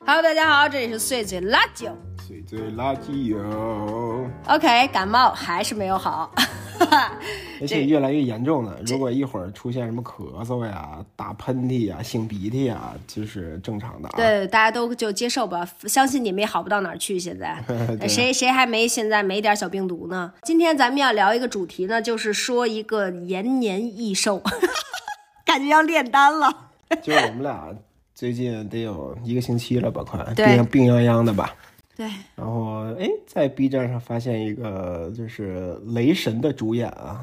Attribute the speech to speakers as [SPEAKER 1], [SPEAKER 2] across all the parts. [SPEAKER 1] Hello，大家好，这里是碎嘴辣酒。
[SPEAKER 2] 嘴嘴垃圾油，
[SPEAKER 1] OK，感冒还是没有好，
[SPEAKER 2] 啊而且越来越严重了。如果一会儿出现什么咳嗽呀、打喷嚏呀、擤鼻涕呀，就是正常的啊。，
[SPEAKER 1] 对，大家都就接受吧，相信你们也好不到哪儿去。现在
[SPEAKER 2] 对
[SPEAKER 1] 谁谁还没现在没点小病毒呢？今天咱们要聊一个主题呢，就是说一个延年益寿， 感觉要炼丹了。
[SPEAKER 2] 就是我们俩最近得有一个星期了吧，快
[SPEAKER 1] 对
[SPEAKER 2] 病病殃殃的吧。
[SPEAKER 1] 对，
[SPEAKER 2] 然后哎，在 B 站上发现一个就是《雷神》的主演啊，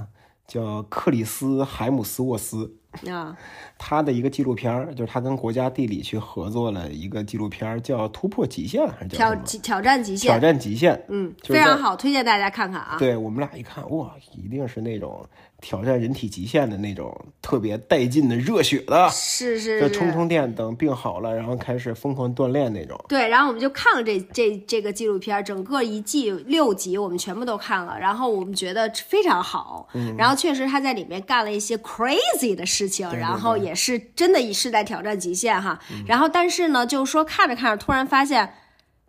[SPEAKER 2] 叫克里斯·海姆斯沃斯，
[SPEAKER 1] 啊，
[SPEAKER 2] 他的一个纪录片儿，就是他跟国家地理去合作了一个纪录片儿，叫《突破极限》还是叫
[SPEAKER 1] 挑
[SPEAKER 2] 什么？
[SPEAKER 1] 挑战极
[SPEAKER 2] 挑
[SPEAKER 1] 限，
[SPEAKER 2] 战极限，
[SPEAKER 1] 嗯，
[SPEAKER 2] 就是
[SPEAKER 1] 非常
[SPEAKER 2] 在
[SPEAKER 1] 好，推荐大家看看啊。
[SPEAKER 2] 对我们俩一看，哇，一定是那种挑战人体极限的那种特别带劲的热血的，
[SPEAKER 1] 是
[SPEAKER 2] 就是充
[SPEAKER 1] 是。
[SPEAKER 2] 充电，等病好了，然后开始疯狂锻炼那种。
[SPEAKER 1] 对，然后我们就看了这这这个纪录片儿，整个一季六集，我们全部都看了。然后我们觉得非常好，
[SPEAKER 2] 嗯
[SPEAKER 1] 然后确实他在里面干了一些 crazy 的事情，
[SPEAKER 2] 对对嗯
[SPEAKER 1] 然后也是真的是在挑战极限哈。然后但是呢，就是说看着看着，突然发现，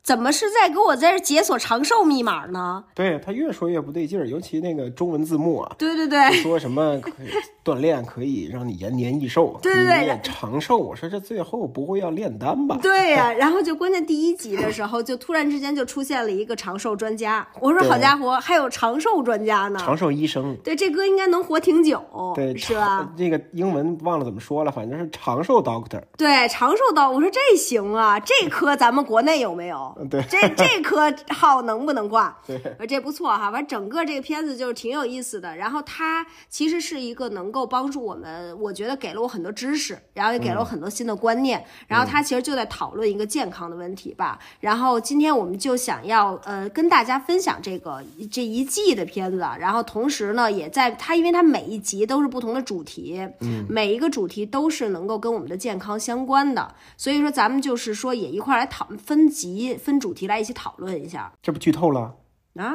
[SPEAKER 1] 怎么是在给我在这解锁长寿密码呢？
[SPEAKER 2] 对他越说越不对劲儿，尤其那个中文字幕啊，
[SPEAKER 1] 对对对，
[SPEAKER 2] 说什么可以锻炼可以让你延年益寿，
[SPEAKER 1] 对对对
[SPEAKER 2] 你也长寿。我说这最后不会要炼丹吧？
[SPEAKER 1] 对呀、然后就关键第一集的时候，就突然之间就出现了一个长寿专家。我说
[SPEAKER 2] 对
[SPEAKER 1] 好家伙，还有长寿专家呢！
[SPEAKER 2] 长寿医生。
[SPEAKER 1] 对，这哥应该能活挺久，
[SPEAKER 2] 对，
[SPEAKER 1] 哦是吧？
[SPEAKER 2] 长？这个英文忘了怎么说了，反正是长寿 doctor。
[SPEAKER 1] 对，长寿刀，我说这行啊，这科咱们国内有没有？
[SPEAKER 2] 呃对
[SPEAKER 1] 这这科号能不能挂？
[SPEAKER 2] 对，
[SPEAKER 1] 呃这不错哈。完，整个这个片子就是挺有意思的。然后它其实是一个能够帮助我们，我觉得给了我很多知识，然后也给
[SPEAKER 2] 嗯
[SPEAKER 1] 了我很多新的观念。然后它其实就在讨论一个健康的问题吧。然后今天我们就想要呃跟大家分享这个这一季的片子啊，然后同时呢也在它，因为它每一集都是不同的主题，嗯，每一个主题都是能够跟我们的健康相关的，所以说咱们就是说也一块儿来讨分级分主题来一起讨论一下
[SPEAKER 2] 这不剧透了？
[SPEAKER 1] 啊。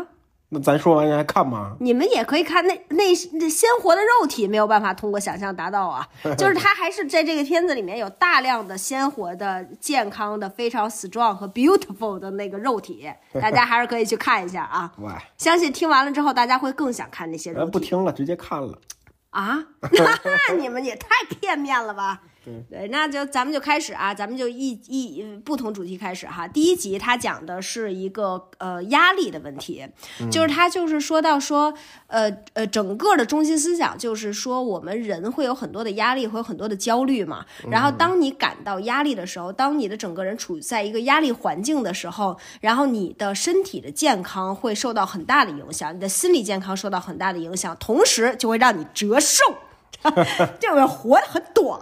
[SPEAKER 2] 那咱说完人还看吗？
[SPEAKER 1] 你们也可以看那那那鲜活的肉体没有办法通过想象达到啊，就是它还是在这个片子里面有大量的鲜活的、健康的、非常 strong 和 beautiful 的那个肉体，大家还是可以去看一下啊。
[SPEAKER 2] 喂，
[SPEAKER 1] 相信听完了之后，大家会更想看那些
[SPEAKER 2] 咱
[SPEAKER 1] 肉
[SPEAKER 2] 呃不
[SPEAKER 1] 体
[SPEAKER 2] 听了，直接看了。
[SPEAKER 1] 啊！你们也太片面了吧？
[SPEAKER 2] 对
[SPEAKER 1] 那就咱们就开始啊，咱们就一一不同主题开始哈。第一集他讲的是一个呃压力的问题，就是他就是说到说呃呃整个的中心思想就是说我们人会有很多的压力，会有很多的焦虑嘛。然后当你感到压力的时候，当你的整个人处在一个压力环境的时候，然后你的身体的健康会受到很大的影响，你的心理健康受到很大的影响，同时就会让你折寿。 就是活得很短，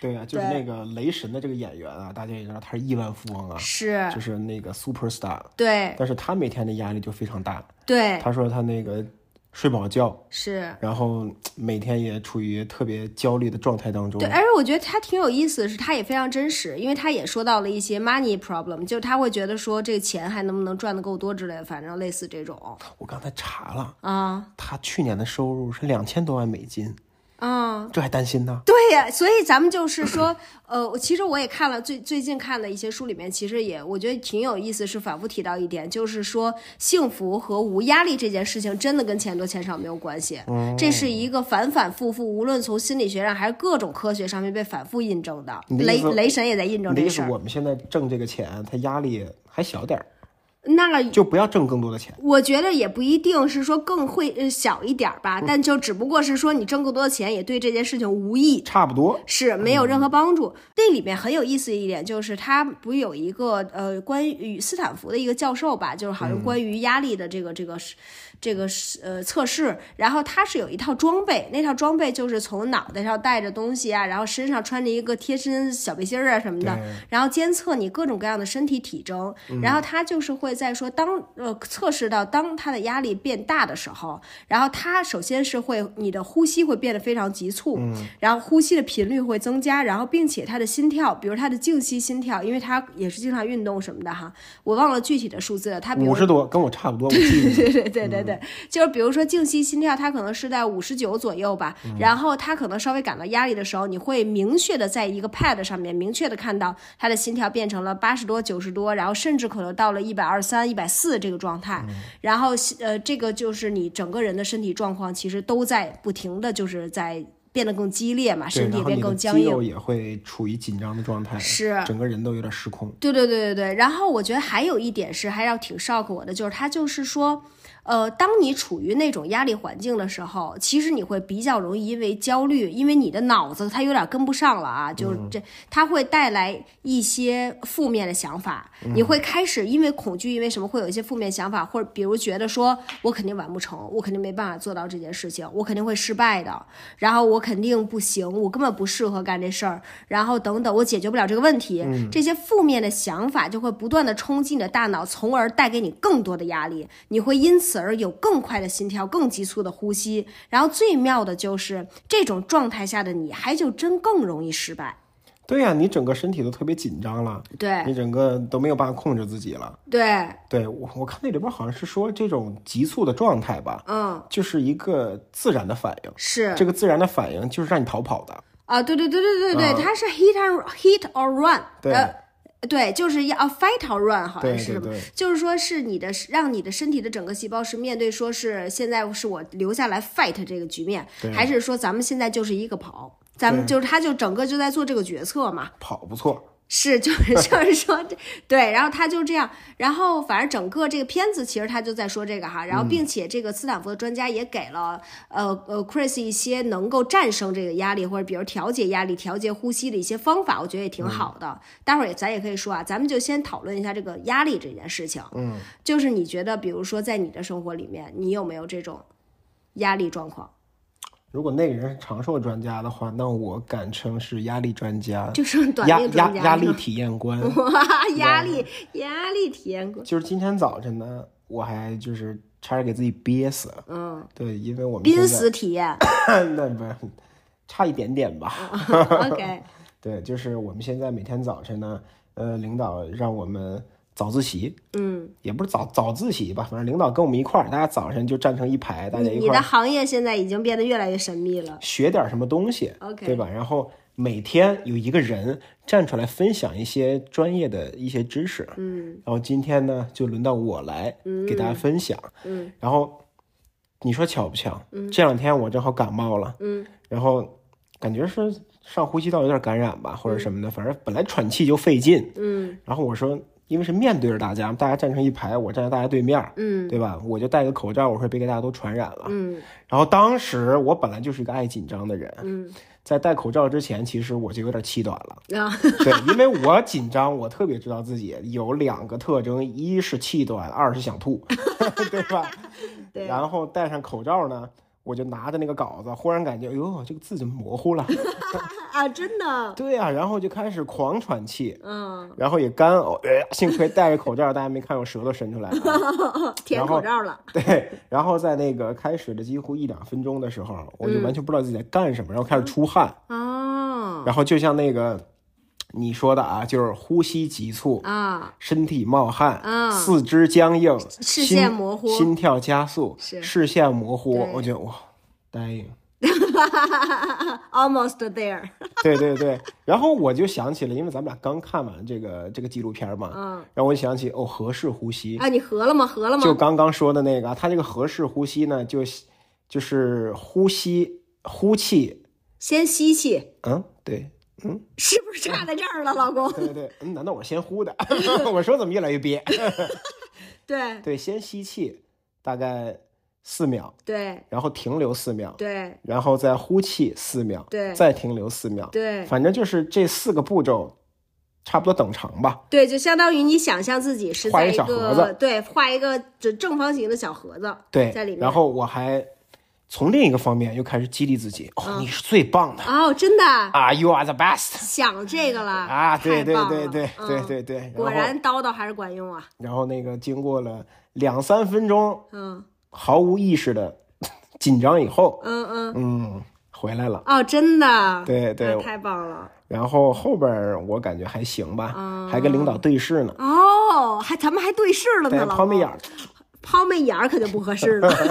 [SPEAKER 2] 对啊，就是
[SPEAKER 1] 对
[SPEAKER 2] 那个雷神的这个演员啊，大家也知道他是亿万富翁啊，
[SPEAKER 1] 是
[SPEAKER 2] 就是那个 super star，
[SPEAKER 1] 对
[SPEAKER 2] 但是他每天的压力就非常大。
[SPEAKER 1] 对
[SPEAKER 2] 他说他那个睡不好觉，
[SPEAKER 1] 是。
[SPEAKER 2] 然后嘖每天也处于特别焦虑的状态当中
[SPEAKER 1] 对，。而且我觉得他挺有意思的是，他也非常真实，因为他也说到了一些 money problem，就是他会觉得说这个钱还能不能赚得够多之类的，反正类似这种
[SPEAKER 2] 我刚才查了，
[SPEAKER 1] 啊
[SPEAKER 2] 他去年的收入是两千多万美金，
[SPEAKER 1] 啊，
[SPEAKER 2] 这还担心呢？
[SPEAKER 1] 对呀，所以咱们就是说， 呃，我其实我也看了最最近看的一些书里面，其实也我觉得挺有意思，是反复提到一点，就是说幸福和无压力这件事情真的跟钱多钱少没有关系，
[SPEAKER 2] 嗯
[SPEAKER 1] 这是一个反反复复，无论从心理学上还是各种科学上面被反复印证的。
[SPEAKER 2] 你的
[SPEAKER 1] 雷
[SPEAKER 2] 意思
[SPEAKER 1] 雷神也在印证
[SPEAKER 2] 你的
[SPEAKER 1] 这
[SPEAKER 2] 意
[SPEAKER 1] 事
[SPEAKER 2] 思，
[SPEAKER 1] 儿，
[SPEAKER 2] 我们现在挣这个钱，他压力还小点儿，
[SPEAKER 1] 那个
[SPEAKER 2] 就不要挣更多的钱。
[SPEAKER 1] 我觉得也不一定是说更会呃小一点儿
[SPEAKER 2] 嗯
[SPEAKER 1] 吧，但就只不过是说你挣更多的钱也对这件事情无益。
[SPEAKER 2] 差不多，
[SPEAKER 1] 是没有任何帮助。那里面很有意思的一点就是，他不是有一个呃关于斯坦福的一个教授吧，就是好像关于压力的这个、这个是这个是呃测试，然后他是有一套装备，那套装备就是从脑袋上带着东西啊，然后身上穿着一个贴身小背心儿啊什么的
[SPEAKER 2] 对，
[SPEAKER 1] 然后监测你各种各样的身体体征，然后他就是会。会在说当呃测试到当他的压力变大的时候，然后他首先是会你的呼吸会变得非常急促，然后呼吸的频率会增加，然后并且他的心跳，比如他的静息心跳，因为他也是经常运动什么的哈，我忘了具体的数字了，他比如
[SPEAKER 2] 五十多，跟我差不多，我记
[SPEAKER 1] 对对对对
[SPEAKER 2] 嗯
[SPEAKER 1] 对，就是比如说静息心跳，它可能是在五十九左右吧，
[SPEAKER 2] 嗯
[SPEAKER 1] 然后他可能稍微感到压力的时候，你会明确的在一个 pad 上面明确的看到他的心跳变成了八十多、九十多，然后甚至可能到了一百二三、一百四这个状态，
[SPEAKER 2] 嗯
[SPEAKER 1] 然后呃，这个就是你整个人的身体状况其实都在不停的就是在变得更激烈嘛，
[SPEAKER 2] 对，
[SPEAKER 1] 身体也
[SPEAKER 2] 然后你
[SPEAKER 1] 变
[SPEAKER 2] 的
[SPEAKER 1] 更
[SPEAKER 2] 肌
[SPEAKER 1] 僵硬
[SPEAKER 2] 肉。也会处于紧张的状态，
[SPEAKER 1] 是
[SPEAKER 2] 整个人都有点失控。
[SPEAKER 1] 对对对对对。然后我觉得还有一点是还要挺 shock 我的，就是他就是说，呃，当你处于那种压力环境的时候，其实你会比较容易因为焦虑，因为你的脑子它有点跟不上了啊，就是这它会带来一些负面的想法，你会开始因为恐惧，因为什么会有一些负面想法，或者比如觉得说我肯定完不成，我肯定没办法做到这件事情，我肯定会失败的，然后我肯定不行，我根本不适合干这事儿，然后等等，我解决不了这个问题，这些负面的想法就会不断的冲击你的大脑，从而带给你更多的压力，你会因此而有更快的心跳、更急促的呼吸，然后最妙的就是这种状态下的你还就真更容易失败，
[SPEAKER 2] 对呀、你整个身体都特别紧张了，
[SPEAKER 1] 对
[SPEAKER 2] 你整个都没有办法控制自己了。
[SPEAKER 1] 对，
[SPEAKER 2] 对我，我看那里边好像是说这种急促的状态吧，
[SPEAKER 1] 嗯，
[SPEAKER 2] 就是一个自然的反应。
[SPEAKER 1] 是
[SPEAKER 2] 这个自然的反应就是让你逃跑的，
[SPEAKER 1] 啊，对对对对对对，它是 hit and hit or run，
[SPEAKER 2] 对
[SPEAKER 1] 呃对，就是要 fight or run，好
[SPEAKER 2] 对
[SPEAKER 1] 像是
[SPEAKER 2] 对
[SPEAKER 1] 什么？
[SPEAKER 2] 对，
[SPEAKER 1] 就是说是你的，让你的身体的整个细胞是面对，说是现在是我留下来 fight 这个局面
[SPEAKER 2] 对，
[SPEAKER 1] 还是说咱们现在就是一个跑，咱们就是他就整个就在做这个决策嘛。
[SPEAKER 2] 跑不错。
[SPEAKER 1] 是，就是就是说这，对，然后他就这样，然后反正整个这个片子其实他就在说这个哈，然后
[SPEAKER 2] 嗯
[SPEAKER 1] 并且这个斯坦福的专家也给了呃呃 Chris 一些能够战胜这个压力或者比如调节压力、调节呼吸的一些方法，我觉得也挺
[SPEAKER 2] 嗯
[SPEAKER 1] 好的。待会儿也咱也可以说啊，咱们就先讨论一下这个压力这件事情。嗯，就是你觉得，比如说在你的生活里面，你有没有这种压力状况？
[SPEAKER 2] 如果那个人是长寿专家的话，那我敢称是压力专家，
[SPEAKER 1] 就是短
[SPEAKER 2] 压
[SPEAKER 1] 命
[SPEAKER 2] 压
[SPEAKER 1] 专家
[SPEAKER 2] 压力
[SPEAKER 1] 是吧
[SPEAKER 2] 体验官。
[SPEAKER 1] 哇， 压力压力体验过，
[SPEAKER 2] 就是今天早晨呢，我还就是差点给自己憋死。
[SPEAKER 1] 嗯，
[SPEAKER 2] 对，因为我们
[SPEAKER 1] 濒
[SPEAKER 2] 现
[SPEAKER 1] 死体验。
[SPEAKER 2] 在 那不是 差一点点吧。
[SPEAKER 1] OK，
[SPEAKER 2] 对，就是我们现在每天早晨呢，呃，领导让我们早自习，
[SPEAKER 1] 嗯，
[SPEAKER 2] 也不是早早自习吧，反正领导跟我们一块儿，大家早晨就站成一排，大家
[SPEAKER 1] 你
[SPEAKER 2] 一
[SPEAKER 1] 你
[SPEAKER 2] 块
[SPEAKER 1] 的
[SPEAKER 2] 儿
[SPEAKER 1] 行业现在已经变得越来越神秘了。
[SPEAKER 2] 学点什么东西
[SPEAKER 1] OK
[SPEAKER 2] 对吧？然后每天有一个人站出来分享一些专业的一些知识，
[SPEAKER 1] 嗯，
[SPEAKER 2] 然后今天呢，就轮到我来给大家分享。嗯，然后你说巧不巧？嗯，这两天我正好感冒了。嗯，然后感觉是上呼吸道有点感染吧，或者什么的，反正本来喘气就费劲。嗯，然后我说，因为是面对着大家，大家站成一排，我站在大家对面。嗯，对吧？我就戴个口罩，我说别给大家都传染了。嗯，然后当时我本来就是一个爱紧张的人。嗯。在戴口罩之前，其实我就有点气短了。
[SPEAKER 1] 啊，
[SPEAKER 2] 对，因为我紧张，我特别知道自己有两个特征，一是气短，二是想吐， 对吧？
[SPEAKER 1] 对
[SPEAKER 2] 然后戴上口罩呢，我就拿着那个稿子，忽然感觉，哟，这个字怎么模糊了？
[SPEAKER 1] 啊，真的，
[SPEAKER 2] 对呀、然后就开始狂喘气，
[SPEAKER 1] 嗯，
[SPEAKER 2] 然后也干呕，呃、幸亏戴着口罩，大家没看我舌头伸出来啊。
[SPEAKER 1] 舔口罩了。
[SPEAKER 2] 对，然后在那个开始的几乎一两分钟的时候，我就完全不知道自己在干什么，然后开始出汗，
[SPEAKER 1] 哦，
[SPEAKER 2] 然后就像那个你说的啊，就是呼吸急促，
[SPEAKER 1] 啊，
[SPEAKER 2] 身体冒汗，
[SPEAKER 1] 啊
[SPEAKER 2] 四肢僵硬，
[SPEAKER 1] 视
[SPEAKER 2] 心
[SPEAKER 1] 线模糊
[SPEAKER 2] 心跳加速，
[SPEAKER 1] 是
[SPEAKER 2] 视线模糊
[SPEAKER 1] 对。
[SPEAKER 2] 我觉得哇，答应，
[SPEAKER 1] almost there。
[SPEAKER 2] 对对对。然后我就想起了，因为咱们俩刚看完这个这个纪录片嘛，
[SPEAKER 1] 嗯
[SPEAKER 2] 然后我就想起哦，合适呼吸，
[SPEAKER 1] 啊，你合了吗？合了
[SPEAKER 2] 就
[SPEAKER 1] 吗？
[SPEAKER 2] 刚刚说的那个，啊它这个合适呼吸呢，就就是呼吸呼气，
[SPEAKER 1] 先吸气，
[SPEAKER 2] 嗯，对。嗯，
[SPEAKER 1] 是不是差在这儿了，老 公？
[SPEAKER 2] 对对对，嗯，难道我是先呼的？ 我说怎么越来越憋？
[SPEAKER 1] 对
[SPEAKER 2] 对，先吸气，大概四秒，
[SPEAKER 1] 对
[SPEAKER 2] 然后停留四秒，
[SPEAKER 1] 对
[SPEAKER 2] 然后再呼气四秒，
[SPEAKER 1] 对
[SPEAKER 2] 再停留四秒，
[SPEAKER 1] 对
[SPEAKER 2] 反正就是这四个步骤，差不多等长吧。
[SPEAKER 1] 对，就相当于你想象自己是
[SPEAKER 2] 画
[SPEAKER 1] 在
[SPEAKER 2] 一
[SPEAKER 1] 一
[SPEAKER 2] 小盒
[SPEAKER 1] 个对画一个正正方形的小盒子，
[SPEAKER 2] 对
[SPEAKER 1] 在里，面
[SPEAKER 2] 然后我还从另一个方面又开始激励自己，
[SPEAKER 1] 嗯
[SPEAKER 2] 哦，你是最棒的
[SPEAKER 1] 哦，真的啊
[SPEAKER 2] 啊，You are the best
[SPEAKER 1] 想这个了
[SPEAKER 2] 啊！对
[SPEAKER 1] 太
[SPEAKER 2] 对
[SPEAKER 1] 棒
[SPEAKER 2] 对
[SPEAKER 1] 了
[SPEAKER 2] 对
[SPEAKER 1] 嗯
[SPEAKER 2] 对对对，
[SPEAKER 1] 果
[SPEAKER 2] 然后
[SPEAKER 1] 然叨叨还是管用啊，
[SPEAKER 2] 然后那个经过了两三分钟
[SPEAKER 1] 嗯
[SPEAKER 2] 毫无意识的 紧张以后，
[SPEAKER 1] 嗯嗯，
[SPEAKER 2] 嗯，回来了。
[SPEAKER 1] 哦，真的，
[SPEAKER 2] 对对
[SPEAKER 1] 那，太棒了，
[SPEAKER 2] 然后后边儿我感觉还行
[SPEAKER 1] 嗯
[SPEAKER 2] 吧，还跟领导对视呢，
[SPEAKER 1] 哦，还咱们还对视了
[SPEAKER 2] 对，
[SPEAKER 1] 呢，
[SPEAKER 2] 抛媚眼
[SPEAKER 1] 老公
[SPEAKER 2] 儿。
[SPEAKER 1] 抛媚眼儿可就不合适了，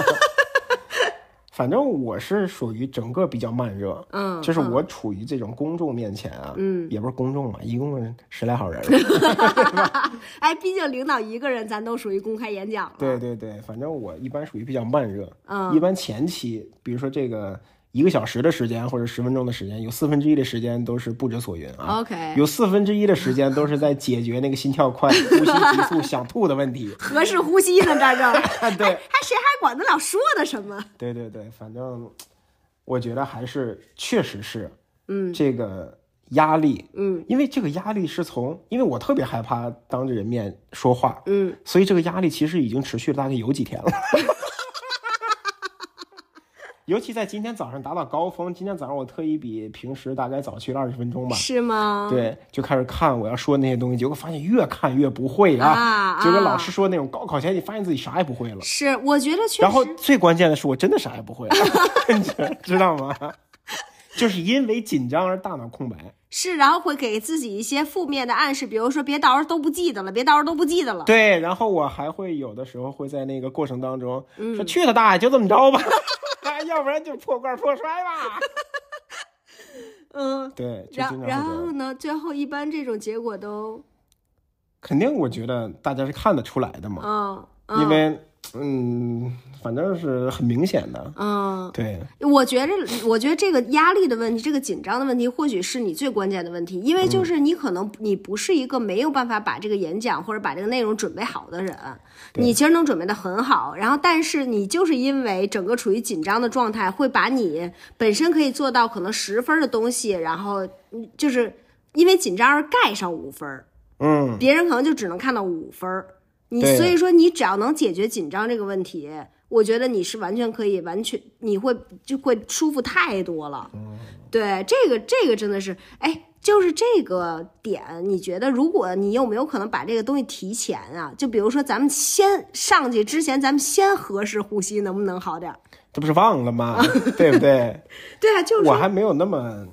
[SPEAKER 2] 反正我是属于整个比较慢热，
[SPEAKER 1] 嗯
[SPEAKER 2] 就是我处于这种公众面前啊，
[SPEAKER 1] 嗯，
[SPEAKER 2] 也不是公众嘛，一共十 来号人儿，
[SPEAKER 1] 哎，毕竟领导一个人，咱都属于公开演讲了，
[SPEAKER 2] 对对对，反正我一般属于比较慢热，
[SPEAKER 1] 嗯
[SPEAKER 2] 一般前期，比如说这个一个小时的时间或者十分钟的时间，有四分之一的时间都是不知所云啊
[SPEAKER 1] OK，
[SPEAKER 2] 有四分之一的时间都是在解决那个心跳快、呼吸急促、想吐的问题 啊
[SPEAKER 1] 合适呼吸呢，这就。
[SPEAKER 2] 对。
[SPEAKER 1] 还谁还管得了说的什么？
[SPEAKER 2] 对对对，反正我觉得还是确实是，嗯，这个压力，嗯，因为这个压力是从，因为我特别害怕当着人面说话，
[SPEAKER 1] 嗯，
[SPEAKER 2] 所以这个压力其实已经持续了大概有几天了。 尤其在今天早上达到高峰，今天早上我特意比平时大概早去了二十分钟 吧，
[SPEAKER 1] 是吗？
[SPEAKER 2] 对，就开始看我要说那些东西，结果发现越看越不会
[SPEAKER 1] 啊
[SPEAKER 2] 结果老
[SPEAKER 1] 啊
[SPEAKER 2] 师说那种高考前你发现自己啥也不会了。
[SPEAKER 1] 是，我觉得确实。
[SPEAKER 2] 然后最关键的是，我真的啥也 不会，你知道吗？就是因为紧张而大脑空白。
[SPEAKER 1] 是，然后会给自己一些负面的暗示，比如说别到时候都不记得了，别到时候都不记得了。
[SPEAKER 2] 对，然后我还会有的时候会在那个过程当中
[SPEAKER 1] 嗯
[SPEAKER 2] 说：“去他大爷，就这么着吧，哎要不然就破罐破摔吧。
[SPEAKER 1] 嗯”，
[SPEAKER 2] 对，就
[SPEAKER 1] 然
[SPEAKER 2] 经
[SPEAKER 1] 然
[SPEAKER 2] 常会这
[SPEAKER 1] 后
[SPEAKER 2] 样。
[SPEAKER 1] 呢，最后一般这种结果都，
[SPEAKER 2] 肯定，我觉得大家是看得出来的嘛，
[SPEAKER 1] 嗯
[SPEAKER 2] 因
[SPEAKER 1] 嗯
[SPEAKER 2] 为嗯，反正是很明显的。
[SPEAKER 1] 嗯，
[SPEAKER 2] 对，
[SPEAKER 1] 我觉着，我觉得这个压力的问题，这个紧张的问题，或许是你最关键的问题，因为就是你可能你不是一个没有办法把这个演讲或者把这个内容准备好的人，
[SPEAKER 2] 对
[SPEAKER 1] 你其实能准备的很好，然后但是你就是因为整个处于紧张的状态，会把你本身可以做到可能十分的东西，然后嗯就是因为紧张而盖上五分儿。
[SPEAKER 2] 嗯，
[SPEAKER 1] 别人可能就只能看到五分儿。你
[SPEAKER 2] 对
[SPEAKER 1] 所以说，你只要能解决紧张这个问题，我觉得你是完全可以完全，你会就会舒服太多了。
[SPEAKER 2] 嗯
[SPEAKER 1] 对，这个这个真的是，哎，就是这个点，你觉得如果你有没有可能把这个东西提前啊？就比如说咱们先上去之前，咱们先合适呼吸，能不能好点儿？
[SPEAKER 2] 这不是忘 了吗？对不对？
[SPEAKER 1] 对啊，就是说
[SPEAKER 2] 我还没有那么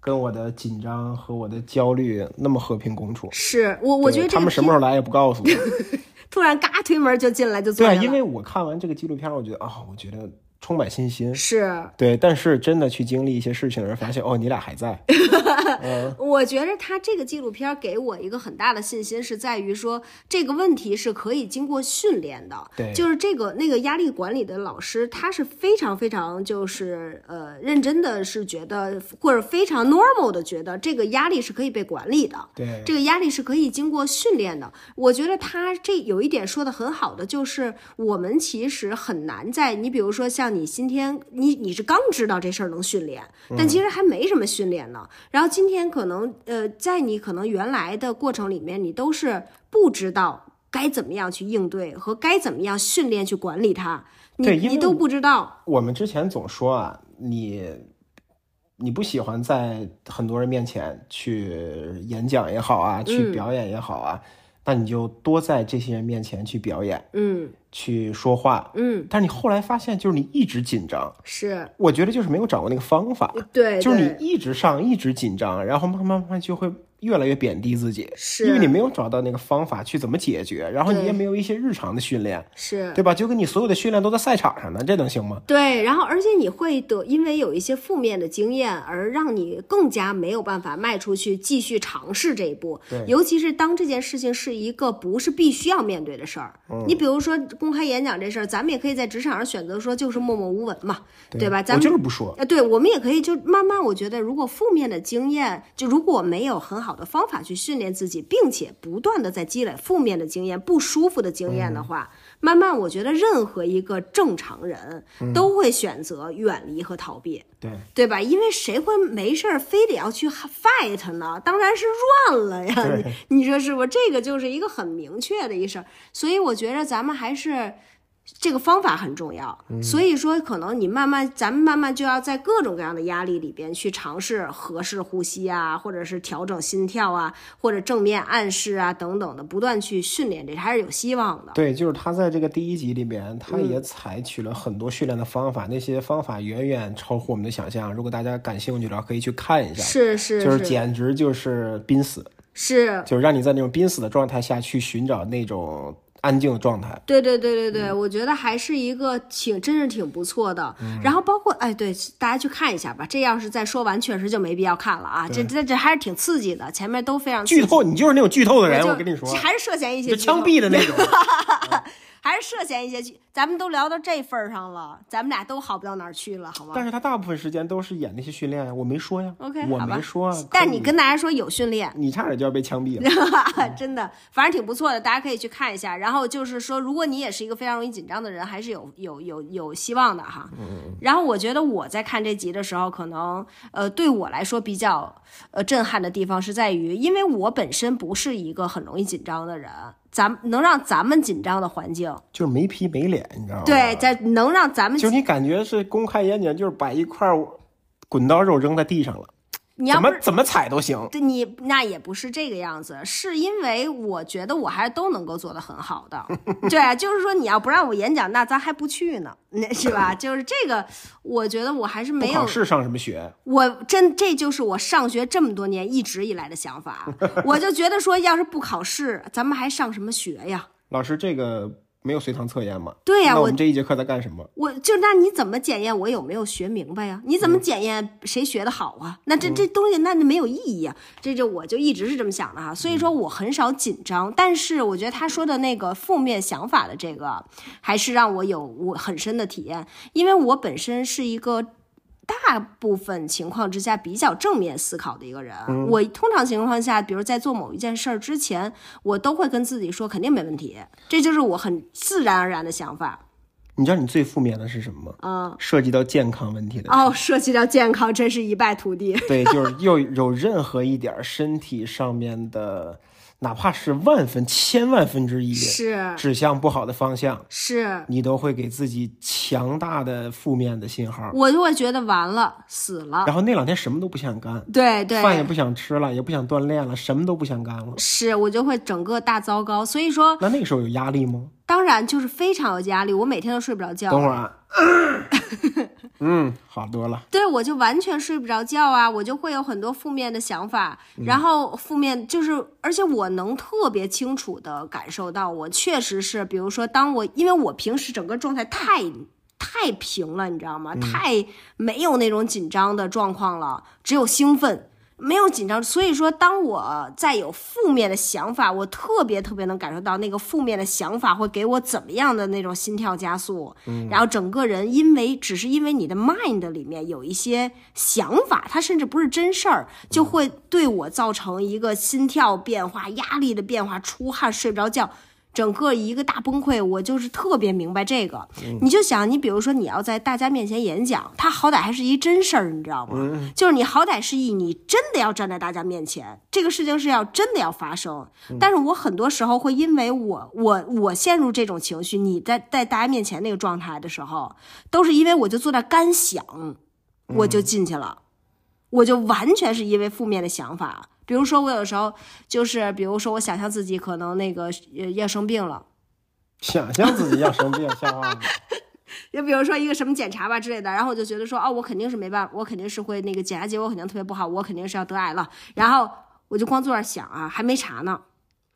[SPEAKER 2] 跟我的紧张和我的焦虑那么和平共处。
[SPEAKER 1] 是我，我觉得
[SPEAKER 2] 对
[SPEAKER 1] 这个
[SPEAKER 2] 他们什么时
[SPEAKER 1] 片
[SPEAKER 2] 候来也不告诉 我。
[SPEAKER 1] 突然嘎推门就进来就坐
[SPEAKER 2] 对啊，
[SPEAKER 1] 下
[SPEAKER 2] 因
[SPEAKER 1] 了，
[SPEAKER 2] 为我看完这个纪录片，我觉得啊、我觉得充满信心。
[SPEAKER 1] 是
[SPEAKER 2] 对，但是真的去经历一些事情，而发现哦，你俩 还在。嗯
[SPEAKER 1] 我觉着他这个纪录片儿给我一个很大的信心，是在于说这个问题是可以经过训练的。
[SPEAKER 2] 对
[SPEAKER 1] 就是这个那个压力管理的老师，他是非常非常就是呃认真的，是觉得或者非常 normal 的觉得这个压力是可以被管理的。
[SPEAKER 2] 对，
[SPEAKER 1] 这个压力是可以经过训练的。我觉得他这有一点说的很好的，就是我们其实很难在你比如说像你今天你你是刚知道这事儿能训练，但
[SPEAKER 2] 嗯
[SPEAKER 1] 其实还没什么训练呢。然后今天可能呃，在你可能原来的过程里面，你都是不知道该怎么样去应对和该怎么样训练去管理它，你
[SPEAKER 2] 对因为
[SPEAKER 1] 你都
[SPEAKER 2] 我
[SPEAKER 1] 不知道。
[SPEAKER 2] 我们之前总说啊，你你不喜欢在很多人面前去演讲也好啊，
[SPEAKER 1] 嗯
[SPEAKER 2] 去表演也好啊，那你就多在这些人面前去表演、
[SPEAKER 1] 嗯
[SPEAKER 2] 去说话。
[SPEAKER 1] 嗯，
[SPEAKER 2] 但是你后来发现，就是你一直紧张，
[SPEAKER 1] 是
[SPEAKER 2] 我觉得就是没有掌握那个方法，
[SPEAKER 1] 对，
[SPEAKER 2] 就是你
[SPEAKER 1] 对
[SPEAKER 2] 一直上，一直紧张，然后慢慢慢慢就会越来越贬低自己，
[SPEAKER 1] 是
[SPEAKER 2] 因为你没有找到那个方法去怎么解决，然后你
[SPEAKER 1] 对嗯
[SPEAKER 2] 也没有一些日常的训练，
[SPEAKER 1] 是
[SPEAKER 2] 对吧？就跟你所有的训练都在赛场上呢，这能行吗？
[SPEAKER 1] 对，然后而且你会得因为有一些负面的经验，而让你更加没有办法迈出去继续尝试这一步。
[SPEAKER 2] 对
[SPEAKER 1] 尤其是当这件事情是一个不是必须要面对的事儿。
[SPEAKER 2] 嗯
[SPEAKER 1] 你比如说公开演讲这事儿，咱们也可以在职场上选择说就是默默无闻嘛，对吧？啊咱
[SPEAKER 2] 我
[SPEAKER 1] 们
[SPEAKER 2] 就是不说，
[SPEAKER 1] 呃，对，我们也可以就慢慢，我觉得如果负面的经验，就如果没有很好的方法去训练自己，并且不断的在积累负面的经验、不舒服的经验的话，慢慢我觉得任何一个正常人都会选择远离和逃避。
[SPEAKER 2] 对
[SPEAKER 1] 对吧？因为谁会没事儿非得要去 fight 呢？当然是乱了呀！
[SPEAKER 2] 对
[SPEAKER 1] 你你说是不？这个就是一个很明确的一事儿，所以我觉着咱们还是这个方法很重要，
[SPEAKER 2] 嗯
[SPEAKER 1] 所以说可能你慢慢，咱们慢慢就要在各种各样的压力里边去尝试合适呼吸啊，或者是调整心跳啊，或者正面暗示啊等等的，不断去训练，这还是有希望的。
[SPEAKER 2] 对，就是他在这个第一集里边，他
[SPEAKER 1] 嗯
[SPEAKER 2] 也采取了很多训练的方法，那些方法远远超乎我们的想象。如果大家感兴趣的话，可以去看一下，
[SPEAKER 1] 是是
[SPEAKER 2] 就是
[SPEAKER 1] 是
[SPEAKER 2] 简直就是濒死，
[SPEAKER 1] 是，
[SPEAKER 2] 就是让你在那种濒死的状态下去寻找那种安静的状态。
[SPEAKER 1] 对对对对对，
[SPEAKER 2] 嗯
[SPEAKER 1] 我觉得还是一个挺，真是挺不错的。
[SPEAKER 2] 嗯
[SPEAKER 1] 然后包括，哎，对，大家去看一下吧。这要是再说完，确实就没必要看了啊。这这这还是挺刺激的，前面都非常刺激
[SPEAKER 2] 剧透，你就是那种剧透的人，
[SPEAKER 1] 就
[SPEAKER 2] 我跟你说，
[SPEAKER 1] 还是涉嫌一
[SPEAKER 2] 你
[SPEAKER 1] 些
[SPEAKER 2] 就
[SPEAKER 1] 剧
[SPEAKER 2] 枪
[SPEAKER 1] 透
[SPEAKER 2] 毙的 那种。
[SPEAKER 1] 还是涉嫌一些剧，咱们都聊到这份儿上了，咱们俩都好不到哪儿去了，好吗
[SPEAKER 2] 但是他大部分时间都是演那些训练呀，我没说呀
[SPEAKER 1] ？OK，
[SPEAKER 2] 我
[SPEAKER 1] 好吧
[SPEAKER 2] 没说啊。
[SPEAKER 1] 但
[SPEAKER 2] 可
[SPEAKER 1] 你跟大家说有训练，
[SPEAKER 2] 你差点就要被 枪毙了。嗯
[SPEAKER 1] 真的，反正挺不错的，大家可以去看一下。然后就是说，如果你也是一个非常容易紧张的人，还是有有有有希望的哈。
[SPEAKER 2] 嗯
[SPEAKER 1] 然后我觉得我在看这集的时候，可能呃对我来说比较呃震撼的地方是在于，因为我本身不是一个很容易紧张的人，咱能让咱们紧张的环境，
[SPEAKER 2] 就是没皮没脸，你知道吗？
[SPEAKER 1] 对，，在能让咱们
[SPEAKER 2] 哦就是你感觉是公开演讲，就是把一块滚刀肉扔在地上了，
[SPEAKER 1] 你要
[SPEAKER 2] 怎
[SPEAKER 1] 不
[SPEAKER 2] 么
[SPEAKER 1] 是
[SPEAKER 2] 怎么踩都行。
[SPEAKER 1] 对你那也不是这个样子，是因为我觉得我还都能够做得很好 的。对啊，就是说你要不让我演讲，那咱还不去呢，那是吧？就是这个，我觉得我还是
[SPEAKER 2] 不
[SPEAKER 1] 没有
[SPEAKER 2] 考试上什么学？
[SPEAKER 1] 我真，这就是我上学这么多年一直以来的想 法。啊我就觉得说，要是不考试，咱们还上什么学呀？
[SPEAKER 2] 老师，这个没有随堂测验吗？
[SPEAKER 1] 对呀、
[SPEAKER 2] 那我
[SPEAKER 1] 我
[SPEAKER 2] 们这一节课在干什么？
[SPEAKER 1] 我就那你怎么检验我有没有学明白呀？你怎么检验谁学的好啊？那这这东西那就没有意义啊！这这我就一直是这么想的哈，所以说我很少紧张，但是我觉得他说的那个负面想法的这个，还是让我有我很深的体验，因为我本身是一个。大部分情况之下比较正面思考的一个人，我通常情况下，比如在做某一件事儿之前，我都会跟自己说肯定没问题，这就是我很自然而然的想法。
[SPEAKER 2] 你知道你最负面的是什么吗？
[SPEAKER 1] 嗯，
[SPEAKER 2] 涉及到健康问题的。
[SPEAKER 1] 哦，涉及到健康，真是一败涂地。
[SPEAKER 2] 对，就是又有任何一点身体上面的，哪怕是万分、千万分之一
[SPEAKER 1] 是
[SPEAKER 2] 指向不好的方向，
[SPEAKER 1] 是，
[SPEAKER 2] 你都会给自己强大的负面的信号。
[SPEAKER 1] 我就会觉得完了，死了。
[SPEAKER 2] 然后那两天什么都不想干，
[SPEAKER 1] 嗯对
[SPEAKER 2] 饭也
[SPEAKER 1] 对，
[SPEAKER 2] 不想吃了，也不想锻炼了，什么都不想干了。
[SPEAKER 1] 是我就会整个大糟糕。所以说，
[SPEAKER 2] 那那个时候有压力吗？
[SPEAKER 1] 当然就是非常有压力，我每天都睡不着
[SPEAKER 2] 等
[SPEAKER 1] 觉。
[SPEAKER 2] 会儿啊， 嗯，好多了。
[SPEAKER 1] 对，我就完全睡不着觉啊，我就会有很多负面的想法，
[SPEAKER 2] 嗯
[SPEAKER 1] 然后负面就是，而且我能特别清楚的感受到，我确实是，比如说，当我因为我平时整个状态太太平了，你知道吗？太没有那种紧张的状况了，只有兴奋。没有紧张，所以说，当我在有负面的想法，我特别特别能感受到那个负面的想法会给我怎么样的那种心跳加速，然后整个人因为只是因为你的 mind 里面有一些想法，它甚至不是真事儿，就会对我造成一个心跳变化、压力的变化、出汗、睡不着觉。整个一个大崩溃，我就是特别明白这个。你就想，你比如说你要在大家面前演讲，它好歹还是一真事儿，你知道吗？就是你好歹是一你真的要站在大家面前，这个事情是要真的要发生。但是我很多时候会因为我我我陷入这种情绪，你在在大家面前那个状态的时候，都是因为我就坐那儿干想，我就进去了。我就完全是因为负面的想法。比如说，我有时候就是，比如说，我想象自己可能那个呃要生病了，
[SPEAKER 2] 想象自己要生病，吓坏了。
[SPEAKER 1] 就比如说一个什么检查吧之类的，然后我就觉得说，哦，我肯定是没办法，我肯定是会那个检查结果肯定特别不好，我肯定是要得癌了。然后我就光坐那儿想啊，还没查呢，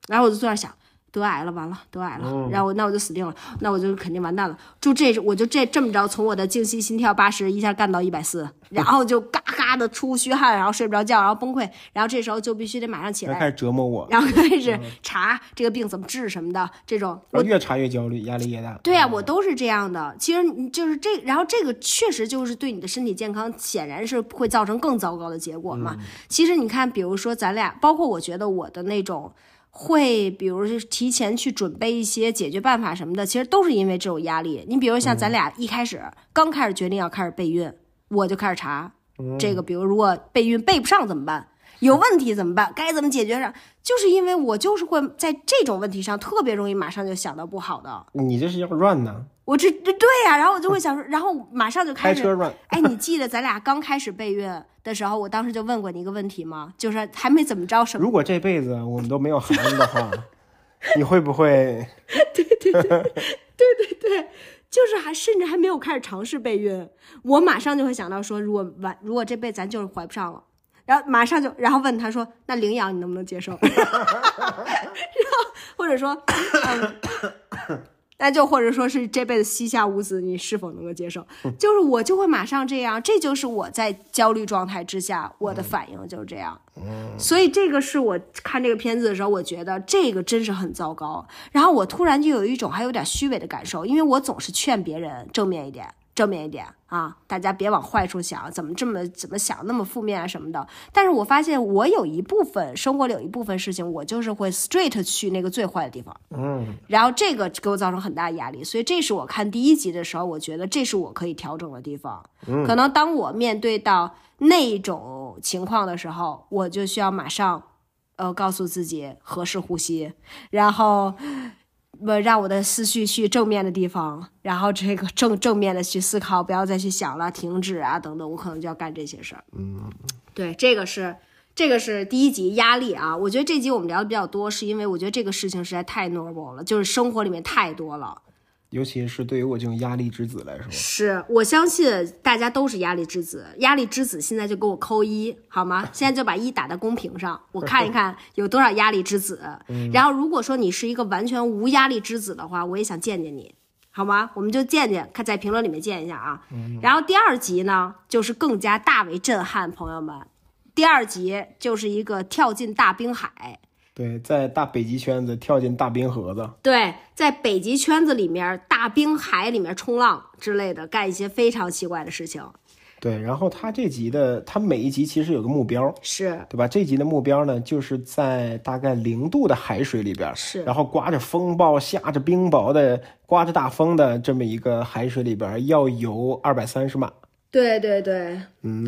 [SPEAKER 1] 然后我就坐那儿想。得癌了，完了，得癌了，然后我那我就死定了，那我就肯定完蛋了。就这，我就这这么着，从我的静息心跳八十一下干到一百四，然后就嘎嘎的出虚汗，然后睡不着觉，然后崩溃，然后这时候就必须得马上起
[SPEAKER 2] 他
[SPEAKER 1] 来
[SPEAKER 2] 开，始折磨我，
[SPEAKER 1] 然后开始查这个病怎么治什么的这种。
[SPEAKER 2] 我越查越焦虑，压力越大。
[SPEAKER 1] 对啊，我都是这样的。其实你就是这，然后这个确实就是对你的身体健康，显然是会造成更糟糕的结果嘛。其实你看，比如说咱俩，包括我觉得我的那种。会，比如是提前去准备一些解决办法什么的，其实都是因为这种压力。你比如像咱俩一开始、刚开始决定要开始备孕，我就开始查、这个，比如如果备孕备不上怎么办？有问题怎么办？该怎么解决上？就是因为我就是会在这种问题上特别容易马上就想到不好的，
[SPEAKER 2] 你这是要 run 呢、
[SPEAKER 1] 我这这对呀、然后我就会想说，然后马上就开
[SPEAKER 2] 嗯开
[SPEAKER 1] 始
[SPEAKER 2] 车 run，
[SPEAKER 1] 哎，你记得咱俩刚开始备孕的时候，我当时就问过你一个问题吗？就是还没怎么着什么，
[SPEAKER 2] 如果这辈子我们都没有孩子的话，你会不会？
[SPEAKER 1] 就是还甚至还没有开始尝试备孕，我马上就会想到说，如果晚，如果这辈子咱就是怀不上了，然后马上就，然后问他说，那领养你能不能接受？ 然后或者说，嗯，那就或者说是这辈子膝下无子，你是否能够接受？就是我就会马上这样，这就是我在焦虑状态之下我的反应就是这样。所以这个是我看这个片子的时候，我觉得这个真是很糟糕。然后我突然就有一种还有点虚伪的感受，因为我总是劝别人正面一点，正面一点啊，大家别往坏处想，怎么这么怎么想那么负面啊什么的。但是我发现我有一部分生活里有一部分事情，我就是会 straight 去那个最坏的地方，
[SPEAKER 2] 嗯，
[SPEAKER 1] 然后这个给我造成很大的压力，所以这是我看第一集的时候，我觉得这是我可以调整的地方。可能当我面对到那种情况的时候，我就需要马上，呃，告诉自己合适呼吸，然后，呃，让我的思绪去正面的地方，然后这个正正面的去思考，不要再去想了，停止啊等等，我可能就要干这些事儿。嗯，对，这个是。这个是第一集压力啊，我觉得这集我们聊的比较多，是因为我觉得这个事情实在太 normal 了，就是生活里面太多了。
[SPEAKER 2] 尤其是对于我这种压力之子来说，
[SPEAKER 1] 是我相信大家都是压力之子，压力之子现在就给我扣一好吗？现在就把一打在公屏上，我看一看有多少压力之子。然后如果说你是一个完全无压力之子的话，我也想见见你。好吗？我们就见见，看在评论里面见一下啊。然后第二集呢，就是更加大为震撼，朋友们。第二集就是一个跳进大冰海，
[SPEAKER 2] 对，在大北极圈子跳进大冰盒子，
[SPEAKER 1] 对，在北极圈子里面、大冰海里面冲浪之类的，干一些非常奇怪的事情。
[SPEAKER 2] 对，然后他这集的，他每一集其实有个目标，
[SPEAKER 1] 是
[SPEAKER 2] 对吧？这集的目标呢，就是在大概零度的海水里边，
[SPEAKER 1] 是
[SPEAKER 2] 然后刮着风暴、下着冰雹的、刮着大风的这么一个海水里边，要游二百三十码。
[SPEAKER 1] 对对对，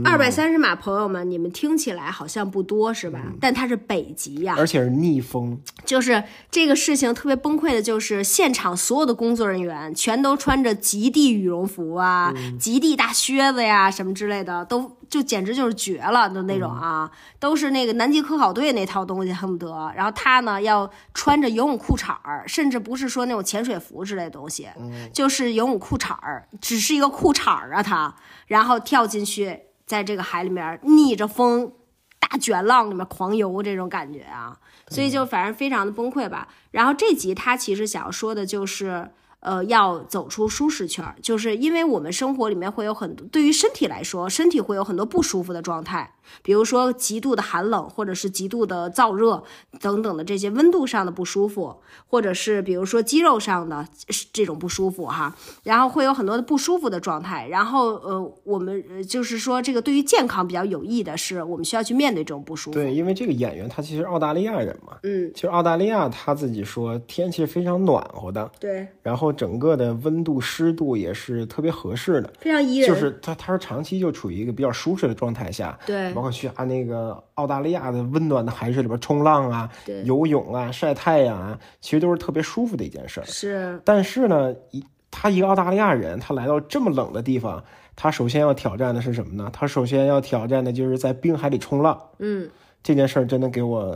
[SPEAKER 1] 二百三十码，朋友们，你们听起来好像不多是吧？但它是北极呀、
[SPEAKER 2] 而且是逆风，
[SPEAKER 1] 就是这个事情特别崩溃的，就是现场所有的工作人员全都穿着极地羽绒服啊、极地大靴子呀什么之类的，都就简直就是绝了的那种啊，都是那个南极科考队那套东西恨不得。然后他呢要穿着游泳裤衩儿，甚至不是说那种潜水服之类的东西，就是游泳裤衩儿，只是一个裤衩儿啊他，然后跳进去，在这个海里面逆着风。大卷浪里面狂游这种感觉啊，所以就反正非常的崩溃吧。然后这集他其实想要说的就是，呃，要走出舒适圈儿，就是因为我们生活里面会有很多，对于身体来说，身体会有很多不舒服的状态，比如说极度的寒冷，或者是极度的燥热等等的这些温度上的不舒服，或者是比如说肌肉上的是这种不舒服哈，然后会有很多的不舒服的状态。然后呃，我们呃就是说这个对于健康比较有益的是，我们需要去面对这种不舒服。
[SPEAKER 2] 对，因为这个演员他其实澳大利亚人嘛，
[SPEAKER 1] 嗯，
[SPEAKER 2] 其实澳大利亚他自己说天气非常暖和的，
[SPEAKER 1] 对，
[SPEAKER 2] 然后整个的温度、湿度也是特别合适的，
[SPEAKER 1] 非常宜人。
[SPEAKER 2] 就是他他说长期就处于一个比较舒适的状态下，
[SPEAKER 1] 对
[SPEAKER 2] 包括去啊那个澳大利亚的温暖的海水里边冲浪啊
[SPEAKER 1] 对、
[SPEAKER 2] 游泳啊、晒太阳啊，其实都是特别舒服的一件事儿。
[SPEAKER 1] 是
[SPEAKER 2] 但是呢，一他一个澳大利亚人，他来到这么冷的地方，他首先要挑战的是什么呢？他首先要挑战的就是在冰海里冲浪。
[SPEAKER 1] 嗯，
[SPEAKER 2] 这件事儿真的给我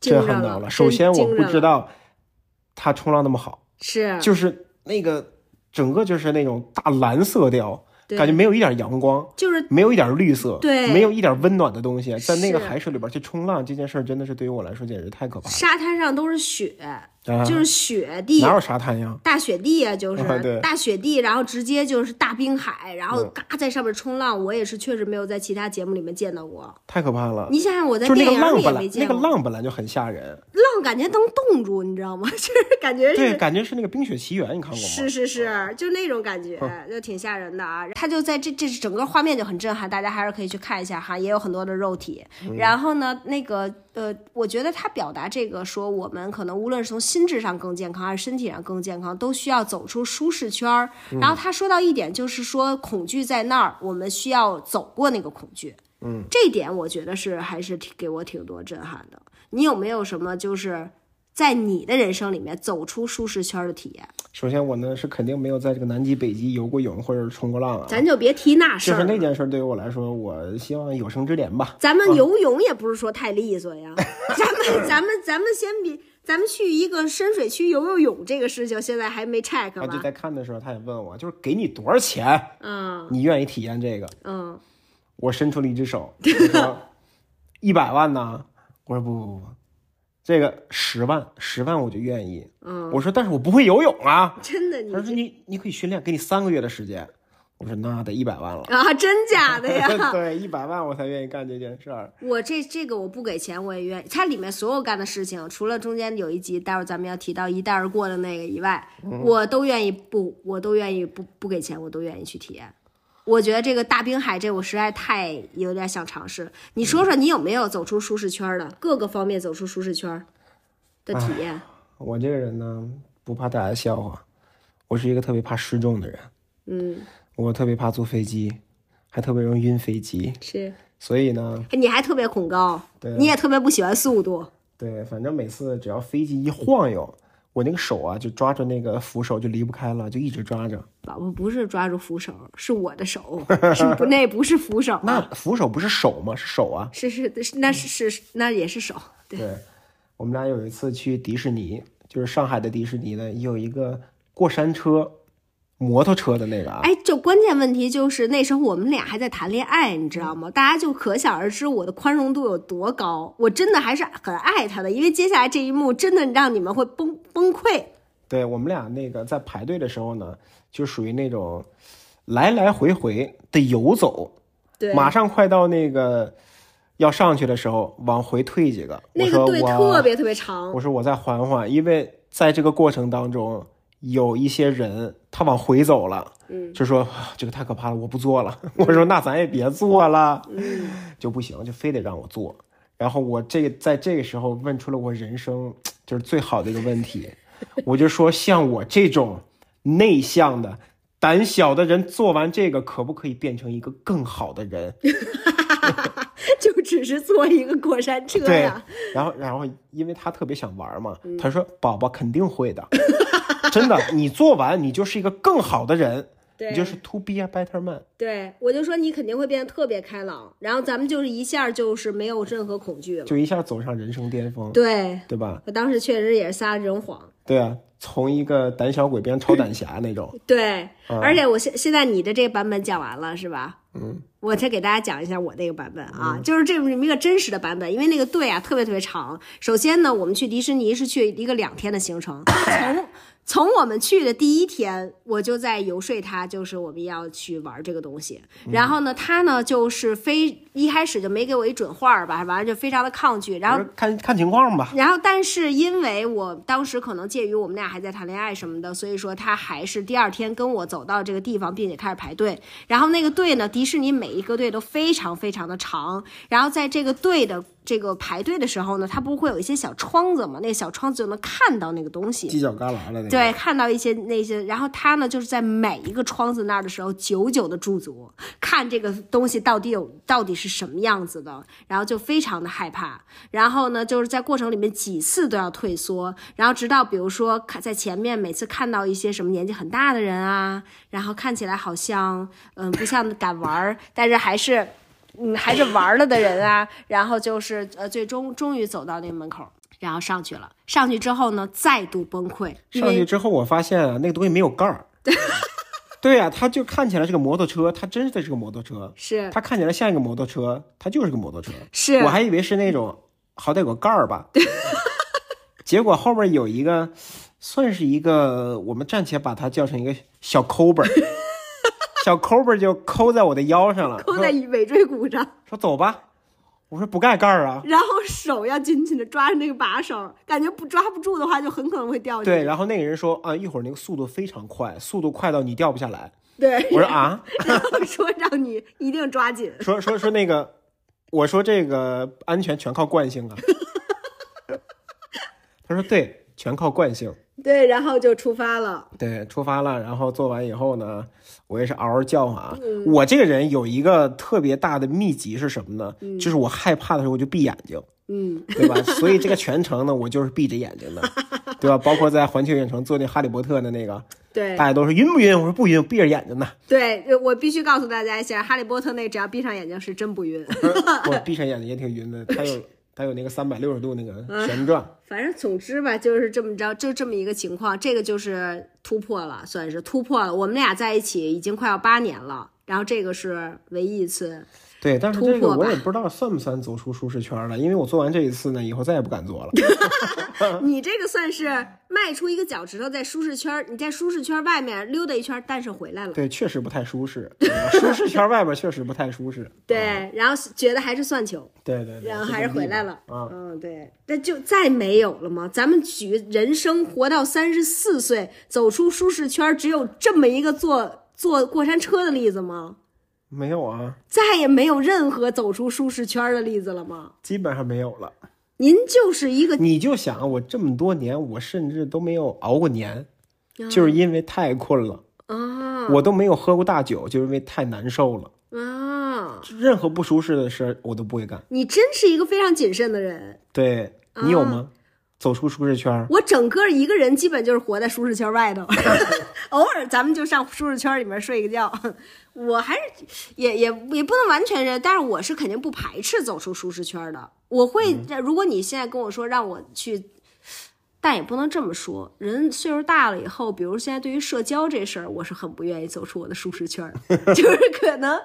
[SPEAKER 1] 惊
[SPEAKER 2] 震
[SPEAKER 1] 人
[SPEAKER 2] 撼到
[SPEAKER 1] 了
[SPEAKER 2] 首
[SPEAKER 1] 真
[SPEAKER 2] 先，我
[SPEAKER 1] 惊
[SPEAKER 2] 不
[SPEAKER 1] 人
[SPEAKER 2] 知
[SPEAKER 1] 了
[SPEAKER 2] 道他冲浪那么好，
[SPEAKER 1] 是，
[SPEAKER 2] 就是那个整个就是那种大蓝色调，
[SPEAKER 1] 对
[SPEAKER 2] 感觉没有一点阳光，
[SPEAKER 1] 就是
[SPEAKER 2] 没有一点绿色，
[SPEAKER 1] 对
[SPEAKER 2] 没有一点温暖的东西，在那个
[SPEAKER 1] 是
[SPEAKER 2] 海水里边去冲浪这件事儿，真的是对于我来说简直太可怕了。
[SPEAKER 1] 沙滩上都是雪，
[SPEAKER 2] 啊
[SPEAKER 1] 就是雪地。
[SPEAKER 2] 哪有沙滩呀？
[SPEAKER 1] 大雪地啊，就是、
[SPEAKER 2] 啊对嗯
[SPEAKER 1] 大雪地，然后直接就是大冰海，然后嘎在上面冲浪，我也是确实没有在其他节目里面见到过。
[SPEAKER 2] 太可怕了！
[SPEAKER 1] 你想想，我在
[SPEAKER 2] 就是那
[SPEAKER 1] 电影
[SPEAKER 2] 个浪
[SPEAKER 1] 里也
[SPEAKER 2] 本来
[SPEAKER 1] 没见
[SPEAKER 2] 那个
[SPEAKER 1] 过，浪
[SPEAKER 2] 浪本来就很吓人，
[SPEAKER 1] 感觉能冻住，你知道吗？ 就是感觉
[SPEAKER 2] 对，
[SPEAKER 1] 是
[SPEAKER 2] 感觉是那个《冰雪奇缘》，你看过吗？啊
[SPEAKER 1] 是是是，就那种感觉，就挺吓人的啊。他就在这这整个画面就很震撼，大家还是可以去看一下哈，也有很多的肉体。
[SPEAKER 2] 嗯
[SPEAKER 1] 然后呢，那个呃，我觉得他表达这个说，我们可能无论是从心智上更健康，还是身体上更健康，都需要走出舒适圈儿。
[SPEAKER 2] 嗯
[SPEAKER 1] 然后他说到一点，就是说恐惧在那儿，我们需要走过那个恐惧。
[SPEAKER 2] 嗯，
[SPEAKER 1] 这点我觉得是还是挺给我挺多震撼的。你有没有什么就是在你的人生里面走出舒适圈的体验？
[SPEAKER 2] 首先我呢是肯定没有在这个南极、北极游过泳或者是冲过浪啊，
[SPEAKER 1] 咱就别提那事
[SPEAKER 2] 就是
[SPEAKER 1] 儿
[SPEAKER 2] 那
[SPEAKER 1] 了。
[SPEAKER 2] 件事对于我来说，我希望有生之年吧。
[SPEAKER 1] 咱们游泳也不是说太利索呀，咱 们咱们咱们先比咱们去一个深水区游游泳这个事情，现在还没 check
[SPEAKER 2] 他啊就
[SPEAKER 1] 吧？
[SPEAKER 2] 在看的时候，他也问我，就是给你多少钱，
[SPEAKER 1] 嗯
[SPEAKER 2] 你愿意体验这个？
[SPEAKER 1] 嗯，
[SPEAKER 2] 我伸出了一 只手，我说一百万呢？我说不不不不，这个十万十万我就愿意。
[SPEAKER 1] 嗯，
[SPEAKER 2] 我说但是我不会游泳啊。
[SPEAKER 1] 真的你
[SPEAKER 2] 他说你你可以训练，给你三个月的时间。我说那得一百万了。
[SPEAKER 1] 啊，真假的 呀？
[SPEAKER 2] 对，一百万我才愿意干这件事儿。
[SPEAKER 1] 我这这个我不给钱我也愿意。它里面所有干的事情，除了中间有一集，待会儿咱们要提到一带而过的那个以外，我都愿意不，我都愿意不不给钱，我都愿意去体验。我觉得这个大滨海这我实在太有点想尝试了。你说说你有没有走出舒适圈儿的各个方面走出舒适圈儿的体验？
[SPEAKER 2] 我这个人呢，不怕大家笑话，我是一个特别怕失重的人，
[SPEAKER 1] 嗯，
[SPEAKER 2] 我特别怕坐飞机，还特别容易晕飞机。
[SPEAKER 1] 是。哎
[SPEAKER 2] 所以呢，
[SPEAKER 1] 你还特别恐高
[SPEAKER 2] 对，
[SPEAKER 1] 你也特别不喜欢速度。
[SPEAKER 2] 对，反正每次只要飞机一晃悠，我那个手啊就抓着那个扶手就离不开了，就一直抓着。
[SPEAKER 1] 宝宝不是抓住扶手，是我的手， 是不那不是扶手，啊
[SPEAKER 2] 那扶手不是手吗？是手啊。
[SPEAKER 1] 是是是那是是那也是手，对，
[SPEAKER 2] 对，我们俩有一次去迪士尼，就是上海的迪士尼呢，有一个过山车、摩托车的那个啊。
[SPEAKER 1] 哎，就关键问题就是那时候我们俩还在谈恋爱，你知道
[SPEAKER 2] 嗯
[SPEAKER 1] 吗？大家就可想而知我的宽容度有多高，我真的还是很爱他的，因为接下来这一幕真的让你们会崩崩溃。
[SPEAKER 2] 对我们俩那个在排队的时候呢，就属于那种来来回回的游走，
[SPEAKER 1] 对，
[SPEAKER 2] 马上快到那个要上去的时候，往回退几个。
[SPEAKER 1] 那
[SPEAKER 2] 我
[SPEAKER 1] 个
[SPEAKER 2] 说
[SPEAKER 1] 队
[SPEAKER 2] 我
[SPEAKER 1] 特别特别长，
[SPEAKER 2] 我说我再缓缓，因为在这个过程当中，有一些人他往回走了，
[SPEAKER 1] 嗯，
[SPEAKER 2] 就说啊这个太可怕了，我不做了。 我说那咱也别做了，
[SPEAKER 1] 嗯，
[SPEAKER 2] 就不行，就非得让我做。然后我这个在这个时候问出了我人生就是最好的一个问 题，我就说像我这种内向的、胆小的人，做完这个可不可以变成一个更好的人？
[SPEAKER 1] 就只是坐一个过山 车
[SPEAKER 2] 对
[SPEAKER 1] 呀。，
[SPEAKER 2] 然后然后因为他特别想玩嘛，
[SPEAKER 1] 嗯
[SPEAKER 2] 他说宝宝肯定会 的，真的，你做完你就是一个更好的人，
[SPEAKER 1] 对
[SPEAKER 2] 你就是 to be a better man。
[SPEAKER 1] 对，我就说你肯定会变得特别开朗，然后咱们就是一下就是没有任何恐惧了。
[SPEAKER 2] 就一下走上人生巅峰，
[SPEAKER 1] 对，
[SPEAKER 2] 对吧？
[SPEAKER 1] 我当时确实也是撒了这种谎。
[SPEAKER 2] 对啊，从一个胆小鬼变成超胆侠那种。
[SPEAKER 1] 对，而且我现现在你的这个版本讲完了是吧？
[SPEAKER 2] 嗯，
[SPEAKER 1] 我再给大家讲一下我那个版本啊，就是这么一个真实的版本，因为那个队啊特别特别长。首先呢，我们去迪士尼是去一个两天的行程，从从我们去的第一天，我就在游说他，就是我们要去玩这个东西。然后呢，他呢就是非一开始就没给我一准话儿吧，完了就非常的抗拒， 然后
[SPEAKER 2] 我说看看情况吧，
[SPEAKER 1] 然后，但是因为我当时可能介于我们俩还在谈恋爱什么的，所以说他还是第二天跟我走到这个地方，并且开始排队。然后那个队呢，迪士尼每一个队都非常非常的长。然后在这个队的这个排队的时候呢，它不会有一些小窗子嘛？那小窗子就能看到那个东西。
[SPEAKER 2] 犄角旮旯的那个。
[SPEAKER 1] 对，看到一些那些，然后他呢，就是在每一个窗子那儿的时候，久久的驻足，看这个东西到底有到底是什么样子的，然后就非常的害怕。然后呢，就是在过程里面几次都要退缩，然后直到比如说看在前面每次看到一些什么年纪很大的人啊，然后看起来好像嗯不像敢玩儿，但是还是。嗯，还是玩儿了的人啊，然后就是呃，最终终于走到那个门口，然后上去了。上去之后呢，再度崩溃，因
[SPEAKER 2] 上
[SPEAKER 1] 为
[SPEAKER 2] 去之后，我发现啊，那个东西没有盖儿。 对呀、啊，它就看起来是个摩托车，它真的是个摩托车，
[SPEAKER 1] 是
[SPEAKER 2] 它看起来像一个摩托车，它就是个摩托车。
[SPEAKER 1] 是
[SPEAKER 2] 我还以为是那种好歹有个盖儿 吧，结果后面有一个，算是一个，我们暂且把它叫成一个小抠 本儿，小抠本儿就抠在我的腰上了，
[SPEAKER 1] 扣在尾椎骨上，
[SPEAKER 2] 说走吧，我说不盖盖儿啊，
[SPEAKER 1] 然后手要紧紧的抓着那个把手，感觉不抓不住的话，就很可能会掉进
[SPEAKER 2] 对，
[SPEAKER 1] 去。
[SPEAKER 2] 然后那个人说啊，一会儿那个速度非常快，速度快到你掉不下来，
[SPEAKER 1] 对
[SPEAKER 2] 我说啊，
[SPEAKER 1] 然后说让你一定抓紧。
[SPEAKER 2] 说说说那个，我说这个 安全全靠惯性啊，他说对，全靠惯性，
[SPEAKER 1] 对，然后就出发了。
[SPEAKER 2] 对，出发了，然后做完以后呢，我也是嗷嗷叫啊。
[SPEAKER 1] 嗯
[SPEAKER 2] 我这个人有一个特别大的秘籍是什么呢？就是我害怕的时候我就闭眼睛，
[SPEAKER 1] 嗯，
[SPEAKER 2] 对吧？所以这个全程呢，我就是闭着眼睛的，对吧？包括在环球影城做那哈利波特的那个，
[SPEAKER 1] 对
[SPEAKER 2] 大家都说晕不晕？我说不晕，闭着眼 睛呢。
[SPEAKER 1] 对，我必须告诉大家一下，哈利波特那只要闭上眼睛是真不晕。
[SPEAKER 2] 不是我闭上眼睛也挺晕的，它有它有那个三百六十度那
[SPEAKER 1] 嗯
[SPEAKER 2] 个旋转。
[SPEAKER 1] 反正总之吧，就是这么着，就这么一个情况，这个就是突破了，算是突破了。我们俩在一起已经快要八年了，然后这个是唯一一次，
[SPEAKER 2] 对，但是
[SPEAKER 1] 突
[SPEAKER 2] 这个
[SPEAKER 1] 破
[SPEAKER 2] 我
[SPEAKER 1] 吧
[SPEAKER 2] 也不知道算不算走出舒适圈了，因为我做完这一次呢，以后再也不敢做了。
[SPEAKER 1] 你这个算是迈出一个脚趾头在舒适圈儿，你在舒适圈儿外面溜达一圈儿，但是回来了。
[SPEAKER 2] 对，确实不太舒适，嗯舒适圈外边确实不太舒适。
[SPEAKER 1] 对，然后觉得还是算球，
[SPEAKER 2] 对对对，
[SPEAKER 1] 然后
[SPEAKER 2] 就
[SPEAKER 1] 还是
[SPEAKER 2] 这么
[SPEAKER 1] 回
[SPEAKER 2] 地吧
[SPEAKER 1] 来了。
[SPEAKER 2] 啊。
[SPEAKER 1] 嗯，对，那就再没有了吗？咱们举人生活到三十四岁，走出舒适圈儿，只有这么一个坐坐过山车的例子吗？
[SPEAKER 2] 没有啊，
[SPEAKER 1] 再也没有任何走出舒适圈儿的例子了吗？
[SPEAKER 2] 基本上没有了。
[SPEAKER 1] 您就是一个
[SPEAKER 2] 你就想我这么多年，我甚至都没有熬过年，就是因为太困了，
[SPEAKER 1] 啊
[SPEAKER 2] 我都没有喝过大酒，就是因为太难受了。
[SPEAKER 1] 啊！
[SPEAKER 2] 任何不舒适的事儿我都不会干。
[SPEAKER 1] 你真是一个非常谨慎的人。
[SPEAKER 2] 对
[SPEAKER 1] 啊
[SPEAKER 2] 你有吗？走出舒适圈儿，
[SPEAKER 1] 我整个一个人基本就是活在舒适圈外头，偶尔咱们就上舒适圈里面睡个觉。我还是也也也不能完全是，但是我是肯定不排斥走出舒适圈的。我会，如果你现在跟我说让我去，但也不能这么说。人岁数大了以后，比如现在对于社交这事儿，我是很不愿意走出我的舒适圈儿，就是可能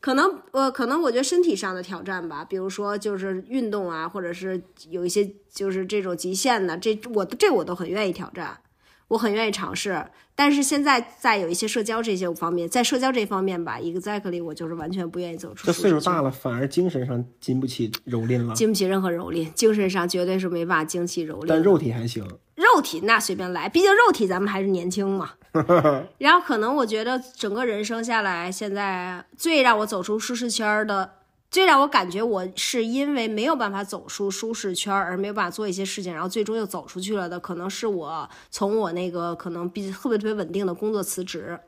[SPEAKER 1] 可能呃，可能我觉得身体上的挑战吧，比如说就是运动啊，或者是有一些就是这种极限的，这我这我都很愿意挑战，我很愿意尝试。但是现在在有一些社交这些方面，在社交这方面吧，exactly 我就是完全不愿意走出
[SPEAKER 2] 这
[SPEAKER 1] 舒适
[SPEAKER 2] 岁
[SPEAKER 1] 圈。
[SPEAKER 2] 数大了，反而精神上经不起蹂躏了，
[SPEAKER 1] 经不起任何蹂躏，精神上绝对是没办法经起蹂躏
[SPEAKER 2] 但
[SPEAKER 1] 的。
[SPEAKER 2] 肉体还行。
[SPEAKER 1] 肉体那随便来，毕竟肉体咱们还是年轻 嘛。然后可能我觉得整个人生下来，现在最让我走出舒适圈儿的，最让我感觉我是因为没有办法走出舒适圈儿而没有办法做一些事情，然后最终又走出去了的，可能是我从我那个可能比特别特别稳定的工作辞职。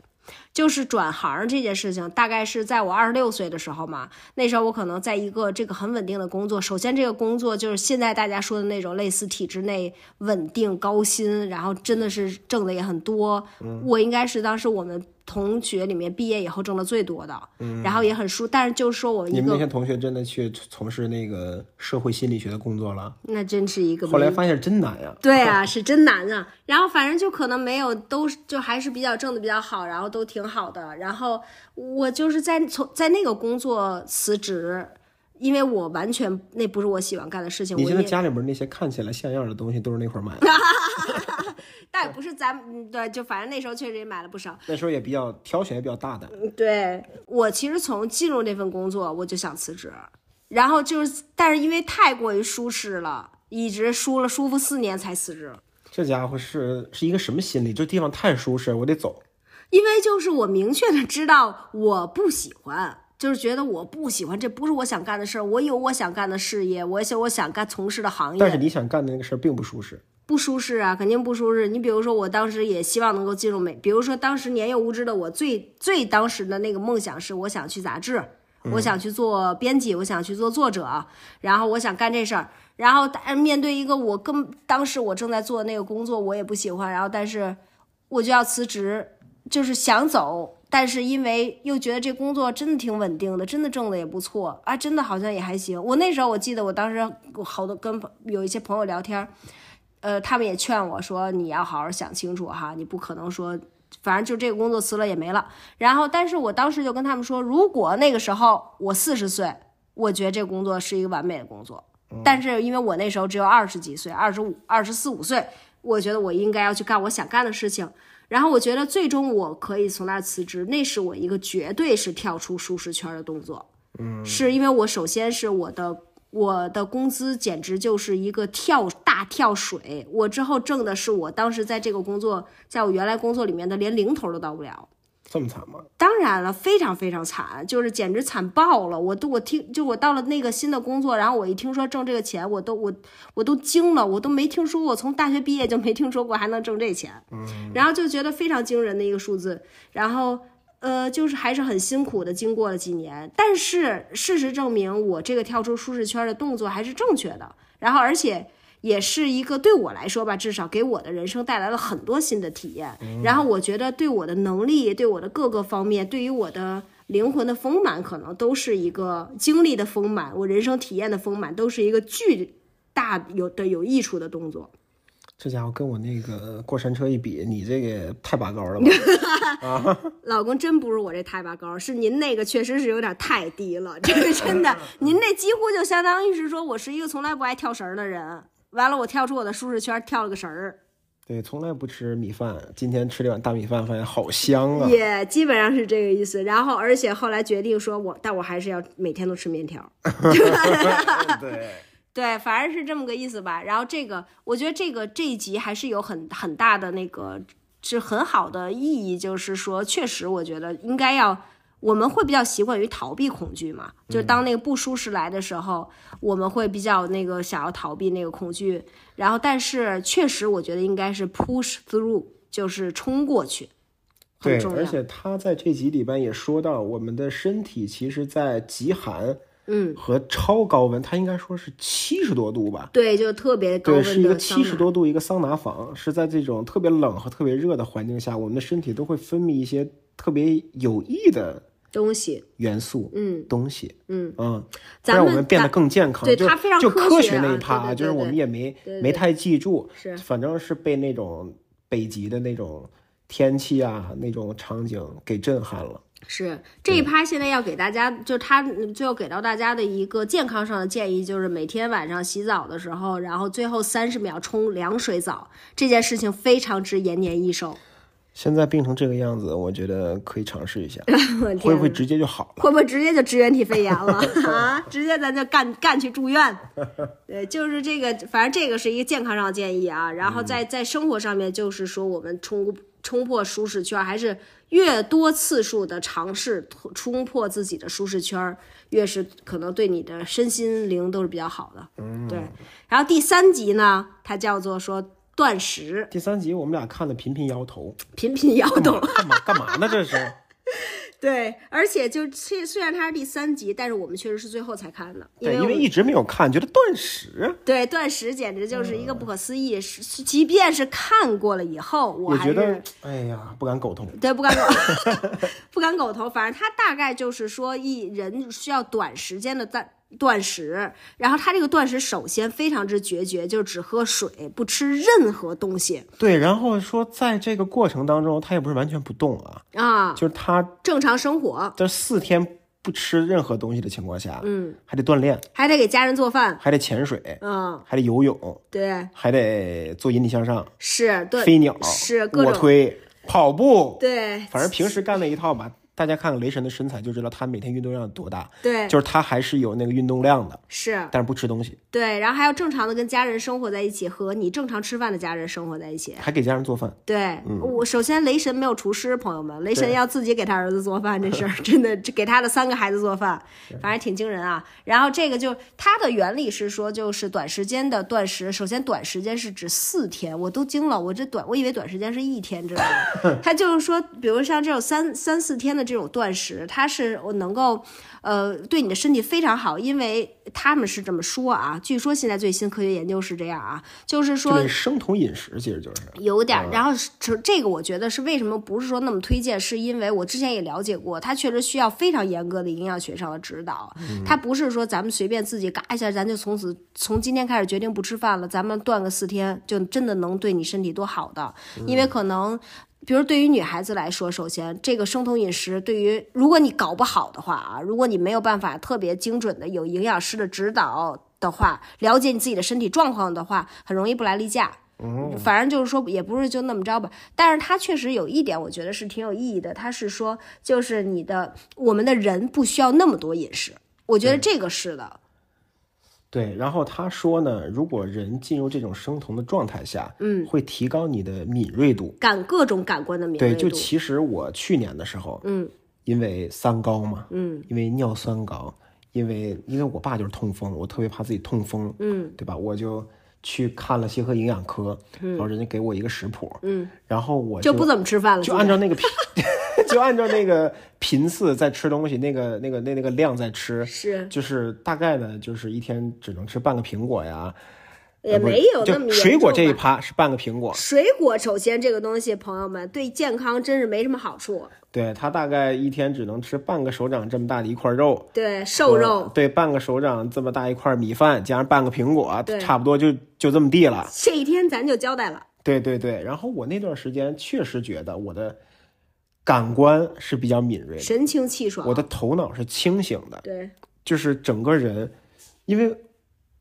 [SPEAKER 1] 就是转行这件事情，大概是在我二十六岁的时候嘛。那时候我可能在一个这个很稳定的工作，首先这个工作就是现在大家说的那种类似体制内稳定高薪，然后真的是挣的也很多。
[SPEAKER 2] 嗯
[SPEAKER 1] 我应该是当时我们同学里面毕业以后挣的最多的，然后也很舒。但是就是说我一
[SPEAKER 2] 嗯你们那
[SPEAKER 1] 个
[SPEAKER 2] 些同学真的去从事那个社会心理学的工作了？
[SPEAKER 1] 那真是一个
[SPEAKER 2] 后
[SPEAKER 1] 没
[SPEAKER 2] 来发现真难呀、
[SPEAKER 1] 对啊，是真难啊。然后反正就可能没有，都是就还是比较挣的比较好，然后都挺好的。然后我就是在从在那个工作辞职，因为我完全那不是我喜欢干的事情。
[SPEAKER 2] 你
[SPEAKER 1] 我
[SPEAKER 2] 现在
[SPEAKER 1] 也
[SPEAKER 2] 家里面那些看起来像样的东西都是那会 儿买的，
[SPEAKER 1] 但也不是咱们嗯对，就反正那时候确实也买了不少。
[SPEAKER 2] 那时候也比较挑选，也比较大胆。
[SPEAKER 1] 对我其实从进入这份工作我就想辞职，然后就是但是因为太过于舒适了，一直舒了舒服四年才辞职。
[SPEAKER 2] 这家伙是是一个什么心理？这地方太舒适，我得走。
[SPEAKER 1] 因为就是我明确的知道我不喜欢，就是觉得我不喜欢，这不是我想干的事儿。我有我想干的事业，我有我想干从事的行
[SPEAKER 2] 但是
[SPEAKER 1] 业，
[SPEAKER 2] 你想干的那个事儿并不舒适。
[SPEAKER 1] 不舒适啊，肯定不舒适。你比如说，我当时也希望能够进入美，比如说当时年幼无知的我最最当时的那个梦想是，我想去杂志，我想去做编辑，我想去做作者，然后我想干这事儿。然后但面对一个我跟当时我正在做的那个工作，我也不喜欢，然后但是我就要辞职，就是想走，但是因为又觉得这工作真的挺稳定的，真的挣的也不错啊，真的好像也还行。我那时候我记得我当时我好多跟有一些朋友聊天儿，呃，他们也劝我说你要好好想清楚哈，你不可能说。反正就这个工作辞了也没了，然后，但是我当时就跟他们说，如果那个时候我四十岁，我觉得这个工作是一个完美的工作，但是因为我那时候只有二十几岁，二十五、二十四五岁，我觉得我应该要去干我想干的事情，然后我觉得最终我可以从那儿辞职，那是我一个绝对是跳出舒适圈的动作。嗯，是因为我首先是我的我的工资简直就是一个跳大跳水，我之后挣的是我当时在这个工作，在我原来工作里面的连零头都到不了。
[SPEAKER 2] 这么惨吗？
[SPEAKER 1] 当然了，非常非常惨，就是简直惨爆了。我都我听，就我到了那个新的工作，然后我一听说挣这个钱，我都我我都惊了，我都没听说过，从大学毕业就没听说过还能挣这钱，然后就觉得非常惊人的一个数字，然后。呃，就是还是很辛苦的，经过了几年，但是事实证明，我这个跳出舒适圈的动作还是正确的，然后而且也是一个对我来说吧，至少给我的人生带来了很多新的体验，然后我觉得对我的能力、对我的各个方面、对于我的灵魂的丰满，可能都是一个经历的丰满，我人生体验的丰满，都是一个巨大有的有益处的动作。
[SPEAKER 2] 这家伙跟我那个过山车一比，你这个太拔高了 吧？
[SPEAKER 1] 老公真不是我这太拔高，是您那个确实是有点太低了，这个真的，您那几乎就相当于是说我是一个从来不爱跳绳儿的人，完了我跳出我的舒适圈，跳了个绳儿，
[SPEAKER 2] 对，从来不吃米饭，今天吃了一碗大米饭，发现好香啊！
[SPEAKER 1] 也基本上是这个意思。然后而且后来决定说我，但我还是要每天都吃面条。
[SPEAKER 2] 对，
[SPEAKER 1] 对，反正是这么个意思吧。然后这个，我觉得这个这一集还是有很很大的那个是很好的意义，就是说，确实我觉得应该要，我们会比较习惯于逃避恐惧嘛，就是
[SPEAKER 2] 嗯
[SPEAKER 1] 当那个不舒适来的时候，我们会比较那个想要逃避那个恐惧。然后，但是确实我觉得应该是 push through，就是冲过去，很
[SPEAKER 2] 对，
[SPEAKER 1] 重
[SPEAKER 2] 而
[SPEAKER 1] 要。
[SPEAKER 2] 且他在这集里边也说到，我们的身体其实，在极寒，嗯，和超高温，他应该说是七十多度吧，
[SPEAKER 1] 对，就特别高
[SPEAKER 2] 对，是
[SPEAKER 1] 温
[SPEAKER 2] 一个
[SPEAKER 1] 的桑
[SPEAKER 2] 七十
[SPEAKER 1] 拿。
[SPEAKER 2] 多度一个桑拿房，是在这种特别冷和特别热的环境下，我们的身体都会分泌一些特别有益的
[SPEAKER 1] 东西，
[SPEAKER 2] 元素，嗯，东西，嗯
[SPEAKER 1] 咱
[SPEAKER 2] 让我
[SPEAKER 1] 们
[SPEAKER 2] 们变得
[SPEAKER 1] 咱
[SPEAKER 2] 更健康。
[SPEAKER 1] 对
[SPEAKER 2] 就
[SPEAKER 1] 它非常
[SPEAKER 2] 就
[SPEAKER 1] 科
[SPEAKER 2] 科
[SPEAKER 1] 学
[SPEAKER 2] 学那
[SPEAKER 1] 啊
[SPEAKER 2] 一趴啊，
[SPEAKER 1] 对对
[SPEAKER 2] 就是
[SPEAKER 1] 对
[SPEAKER 2] 我们
[SPEAKER 1] 对
[SPEAKER 2] 也没
[SPEAKER 1] 对
[SPEAKER 2] 没太记住，
[SPEAKER 1] 是
[SPEAKER 2] 反正是被那种北极的那种天气啊，那种场景给震撼了。
[SPEAKER 1] 是这一趴现在要给大家，就他嗯最后给到大家的一个健康上的建议，就是每天晚上洗澡的时候，然后最后三十秒冲凉水澡，这件事情非常之延年益寿。
[SPEAKER 2] 现在病成这个样子，我觉得可以尝试一下，
[SPEAKER 1] 我 的天
[SPEAKER 2] 会不会
[SPEAKER 1] 哪
[SPEAKER 2] 直接就好了？
[SPEAKER 1] 会不会直接就支原体肺炎 了啊？ 直接咱就干干去住院。对，就是这个，反正这个是一个健康上的建议啊。然后
[SPEAKER 2] 嗯
[SPEAKER 1] 在在生活上面，就是说我们冲冲破舒适圈，还是越多次数的尝试突冲破自己的舒适圈，越是可能对你的身心灵都是比较好的。嗯，对。然后第三集呢，它叫做说断食，
[SPEAKER 2] 第三集我们俩看的频频摇头，
[SPEAKER 1] 频频摇动。
[SPEAKER 2] 干嘛干嘛呢？这是
[SPEAKER 1] 对，而且就虽虽然它是第三集，但是我们确实是最后才看的，
[SPEAKER 2] 对，
[SPEAKER 1] 为
[SPEAKER 2] 因
[SPEAKER 1] 我
[SPEAKER 2] 为
[SPEAKER 1] 们
[SPEAKER 2] 一直没有看，觉得断食，
[SPEAKER 1] 对，断食简直就是
[SPEAKER 2] 嗯
[SPEAKER 1] 一个不可思议。是是即便是看过了以后，我
[SPEAKER 2] 也
[SPEAKER 1] 还
[SPEAKER 2] 觉得
[SPEAKER 1] 是
[SPEAKER 2] 哎呀不敢苟同。
[SPEAKER 1] 对不敢 苟不敢苟同。反正他大概就是说，一人需要短时间的断断食，然后他这个断食首先非常之决绝，就是只喝水，不吃任何东西
[SPEAKER 2] 对，然后说在这个过程当中，他也不是完全不动啊，
[SPEAKER 1] 啊，
[SPEAKER 2] 就是他
[SPEAKER 1] 正常生活，
[SPEAKER 2] 这四天不吃任何东西的情况下，嗯，还得锻炼，
[SPEAKER 1] 还得给家人做饭。
[SPEAKER 2] 还得潜水，
[SPEAKER 1] 嗯，
[SPEAKER 2] 还得游泳，
[SPEAKER 1] 对，
[SPEAKER 2] 还得做引体向上、
[SPEAKER 1] 是，对，
[SPEAKER 2] 飞鸟、
[SPEAKER 1] 是各
[SPEAKER 2] 卧
[SPEAKER 1] 种，
[SPEAKER 2] 推、跑步，
[SPEAKER 1] 对，
[SPEAKER 2] 反正平时干那一套吧。大家看看雷神的身材就知道他每天运动量有多大，
[SPEAKER 1] 对，啊
[SPEAKER 2] 就是他还是有那个运动量的，
[SPEAKER 1] 是，
[SPEAKER 2] 但是不吃东西，
[SPEAKER 1] 对，然后还要正常的跟家人生活在一起，和你正常吃饭的家人生活在一起。
[SPEAKER 2] 还给家人做饭。
[SPEAKER 1] 对，我首先雷神没有厨师，朋友们，雷神要自己给他儿子做饭，这事儿真的这给他的三个孩子做饭，反正挺惊人啊。然后这个就它的原理是说，就是短时间的断食，首先短时间是指四天，我都惊了，我这短我以为短时间是一天之类的，它就是说，比如像这种三三四天的这种断食，它是我能够。呃，对你的身体非常好，因为他们是这么说啊。据说现在最新科学研究是这样啊，就是
[SPEAKER 2] 就
[SPEAKER 1] 说
[SPEAKER 2] 是生酮饮食，其实就是
[SPEAKER 1] 有点儿，然后是这这个我觉得是为什么不是说那么推荐，是因为我之前也了解过，它确实需要非常严格的营养学上的指导，它不是说咱们随便自己嘎一下，咱就从此从今天开始决定不吃饭了，咱们断个四天，就真的能对你身体多好的，因为可能。比如对于女孩子来说，首先这个生酮饮食，对于如果你搞不好的话啊，如果你没有办法特别精准的有营养师的指导的话，了解你自己的身体状况的话，很容易不来例假。
[SPEAKER 2] 嗯
[SPEAKER 1] 反正就是说，也不是就那么着吧。但是它确实有一点，我觉得是挺有意义的。它是说，就是你的我们的人不需要那么多饮食，我觉得这个是的。
[SPEAKER 2] 对，然后他说呢，如果人进入这种生酮的状态下，
[SPEAKER 1] 嗯，
[SPEAKER 2] 会提高你的敏锐度。
[SPEAKER 1] 感各种感官的敏
[SPEAKER 2] 对，
[SPEAKER 1] 锐
[SPEAKER 2] 就
[SPEAKER 1] 度。
[SPEAKER 2] 其实我去年的时候，
[SPEAKER 1] 嗯
[SPEAKER 2] 因为三高嘛，
[SPEAKER 1] 嗯
[SPEAKER 2] 因为尿酸高，因为因为我爸就是痛风，我特别怕自己痛风，
[SPEAKER 1] 嗯
[SPEAKER 2] 对吧？我就去看了协和营养科，然后人家给我一个食谱，
[SPEAKER 1] 嗯，
[SPEAKER 2] 然后我
[SPEAKER 1] 就不怎么吃饭了。
[SPEAKER 2] 就啊
[SPEAKER 1] 现在
[SPEAKER 2] 按照那个 频，就按照那个频次在吃东西，那个那个那那个量在吃，
[SPEAKER 1] 是
[SPEAKER 2] 就是大概呢，就是一天只能吃半个苹果呀，
[SPEAKER 1] 也
[SPEAKER 2] 呃不是
[SPEAKER 1] 没有那么严
[SPEAKER 2] 就水果
[SPEAKER 1] 重
[SPEAKER 2] 这一
[SPEAKER 1] 吧
[SPEAKER 2] 趴是半个苹果，
[SPEAKER 1] 水果首先这个东西，朋友们对健康真是没什么好处。
[SPEAKER 2] 对，它大概一天只能吃半个手掌这么大的一块肉。
[SPEAKER 1] 对，瘦
[SPEAKER 2] 和
[SPEAKER 1] 肉，
[SPEAKER 2] 对，半个手掌这么大一块米饭，加上半个苹果
[SPEAKER 1] 对，
[SPEAKER 2] 差不多就就这么地了。
[SPEAKER 1] 这一天咱就交代了。
[SPEAKER 2] 对对对，然后我那段时间确实觉得我的感官是比较敏锐的，
[SPEAKER 1] 神清气爽。
[SPEAKER 2] 我的头脑是清醒的，
[SPEAKER 1] 对，
[SPEAKER 2] 就是整个人，因为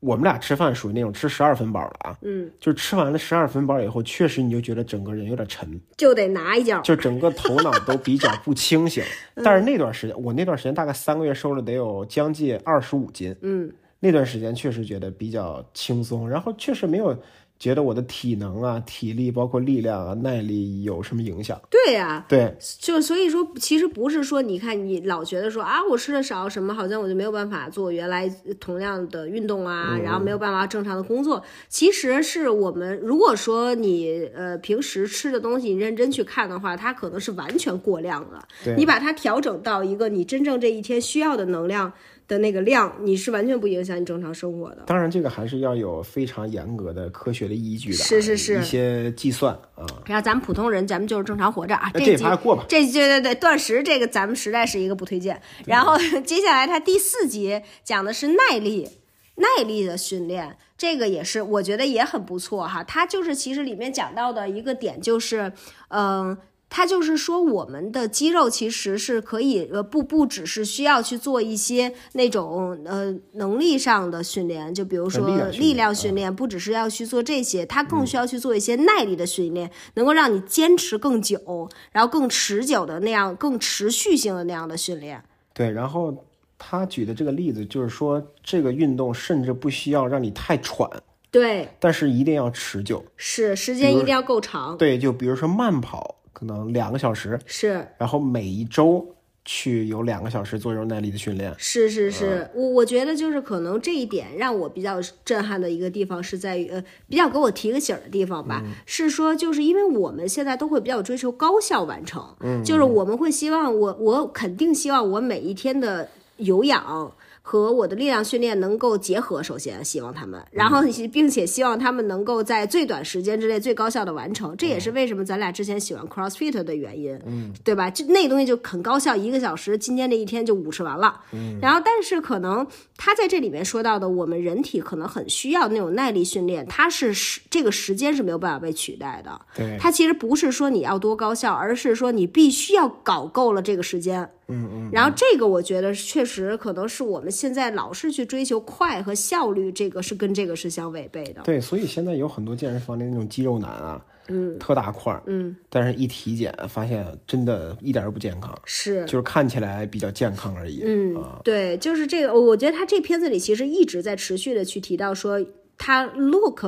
[SPEAKER 2] 我们俩吃饭属于那种吃十二分饱了啊，
[SPEAKER 1] 嗯，
[SPEAKER 2] 就是吃完了十二分饱以后，确实你就觉得整个人有点沉，
[SPEAKER 1] 就得拿一脚。
[SPEAKER 2] 就整个头脑都比较不清 醒。
[SPEAKER 1] 嗯
[SPEAKER 2] 但是那段时间，我那段时间大概三个月瘦了得有将近二十五斤，
[SPEAKER 1] 嗯，
[SPEAKER 2] 那段时间确实觉得比较轻松，然后确实没有觉得我的体能啊、体力包括力量啊、耐力有什么影响。
[SPEAKER 1] 对呀、
[SPEAKER 2] 对
[SPEAKER 1] 就所以说，其实不是说你看你老觉得说啊，我吃的少什么，好像我就没有办法做原来同样的运动啊，然后没有办法正常的工作。其实是我们如果说你呃平时吃的东西，你认真去看的话，它可能是完全过量了。
[SPEAKER 2] 对
[SPEAKER 1] 你把它调整到一个你真正这一天需要的能量的那个量，你是完全不影响你正常生活的。
[SPEAKER 2] 当然这个还是要有非常严格的科学的依据的啊，
[SPEAKER 1] 是是是
[SPEAKER 2] 一些计算啊。
[SPEAKER 1] 然后哎咱们普通人，咱们就是正常活着啊。
[SPEAKER 2] 那
[SPEAKER 1] 这
[SPEAKER 2] 这一
[SPEAKER 1] 集
[SPEAKER 2] 趴过吧，
[SPEAKER 1] 这对对对，断食这个咱们实在是一个不推荐。然后 接下来它第四集讲的是耐力，耐力的训练，这个也是我觉得也很不错哈。它就是其实里面讲到的一个点就是，嗯、它就是说，我们的肌肉其实是可以，呃，不不只是需要去做一些那种呃能力上的训练，就比如
[SPEAKER 2] 呃力
[SPEAKER 1] 说
[SPEAKER 2] 量训练啊嗯
[SPEAKER 1] 力量训练，不只是要去做这些，它更需要去做一些耐力的训练，能够让你坚持更久，然后更持久的那样，更持续性的那样的训练。
[SPEAKER 2] 对，然后他举的这个例子就是说，这个运动甚至不需要让你太喘，
[SPEAKER 1] 对，
[SPEAKER 2] 但是一定要持久。
[SPEAKER 1] 是时间一定要够长，
[SPEAKER 2] 对，就比如说慢跑，可能两个小时，
[SPEAKER 1] 是
[SPEAKER 2] 然后每一周去有两个小时做这种耐力的训练。
[SPEAKER 1] 是是是，我我觉得就是可能这一点让我比较震撼的一个地方是在于，呃，比较给我提个醒儿的地方吧，是说就是因为我们现在都会比较追求高效完成，就是我们会希望我我肯定希望我每一天的有氧。和我的力量训练能够结合，首先希望他们，然后并且希望他们能够在最短时间之内最高效的完成，这也是为什么咱俩之前喜欢 CrossFit 的原因，嗯，对吧？就那个东西就很高效，一个小时，今天这一天就五十完了，然后，但是可能他在这里面说到的，我们人体可能很需要那种耐力训练，它是时这个时间是没有办法被取代的。
[SPEAKER 2] 对，
[SPEAKER 1] 它其实不是说你要多高效，而是说你必须要搞够了这个时间。
[SPEAKER 2] 嗯嗯，
[SPEAKER 1] 然后这个我觉得确实可能是我们现在老是去追求快和效率，这个是跟这个是相违背的。
[SPEAKER 2] 对，所以现在有很多健身房里那种肌肉男啊，
[SPEAKER 1] 嗯，
[SPEAKER 2] 特大块儿，
[SPEAKER 1] 嗯，
[SPEAKER 2] 但是一体检发现真的一点儿都不健康，
[SPEAKER 1] 是
[SPEAKER 2] 就，是看起来比较健康而已。啊
[SPEAKER 1] 嗯，对，就是这个，我觉得他这片子里其实一直在持续的去提到说，他 look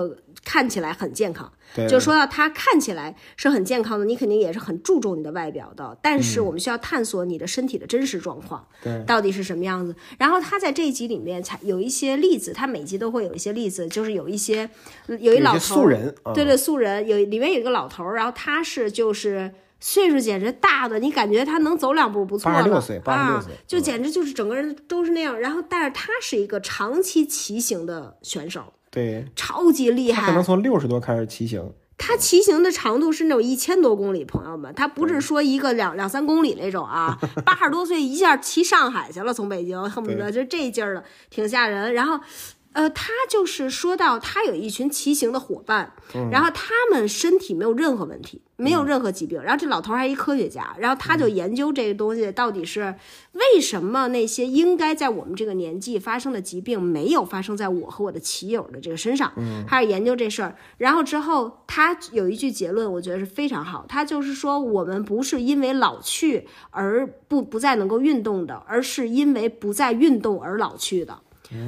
[SPEAKER 1] 看起来很健康，
[SPEAKER 2] 对
[SPEAKER 1] 就说到他看起来是很健康的，你肯定也是很注重你的外表的，但是我们需要探索你的身体的真实状况，
[SPEAKER 2] 嗯对
[SPEAKER 1] 到底是什么样子。然后他在这一集里面才有一些例子，他每集都会有一些例子，就是有一些有一
[SPEAKER 2] 有
[SPEAKER 1] 老头
[SPEAKER 2] 些
[SPEAKER 1] 儿
[SPEAKER 2] 素人啊，
[SPEAKER 1] 对对，素人有里面有一个老头儿，然后他是就是岁数简直大的，你感觉他能走两步不错了，
[SPEAKER 2] 86岁86
[SPEAKER 1] 啊
[SPEAKER 2] 岁，嗯
[SPEAKER 1] 就简直就是整个人都是那样。然后，但是他是一个长期骑行的选手，
[SPEAKER 2] 对，
[SPEAKER 1] 超级厉
[SPEAKER 2] 他可能
[SPEAKER 1] 害。
[SPEAKER 2] 从六十多开始骑行，
[SPEAKER 1] 他骑行的长度是那种一千多公里，朋友们，他不
[SPEAKER 2] 嗯
[SPEAKER 1] 是说一个两两三公里那种 啊，八十多岁一下骑上海去了，从北京恨不得就这劲儿了，挺吓人。然后。呃，他就是说到他有一群骑行的伙伴，
[SPEAKER 2] 嗯
[SPEAKER 1] 然后他们身体没有任何问题，没有任何疾病。然后这老头儿还一科学家，然后他
[SPEAKER 2] 嗯
[SPEAKER 1] 就研究这个东西到底是为什么那些应该在我们这个年纪发生的疾病没有发生在我和我的骑友的这个身上，他是研究这事儿。然后之后他有一句结论，我觉得是非常好，他就是说我们不是因为老去而不不再能够运动的，而是因为不再运动而老去的。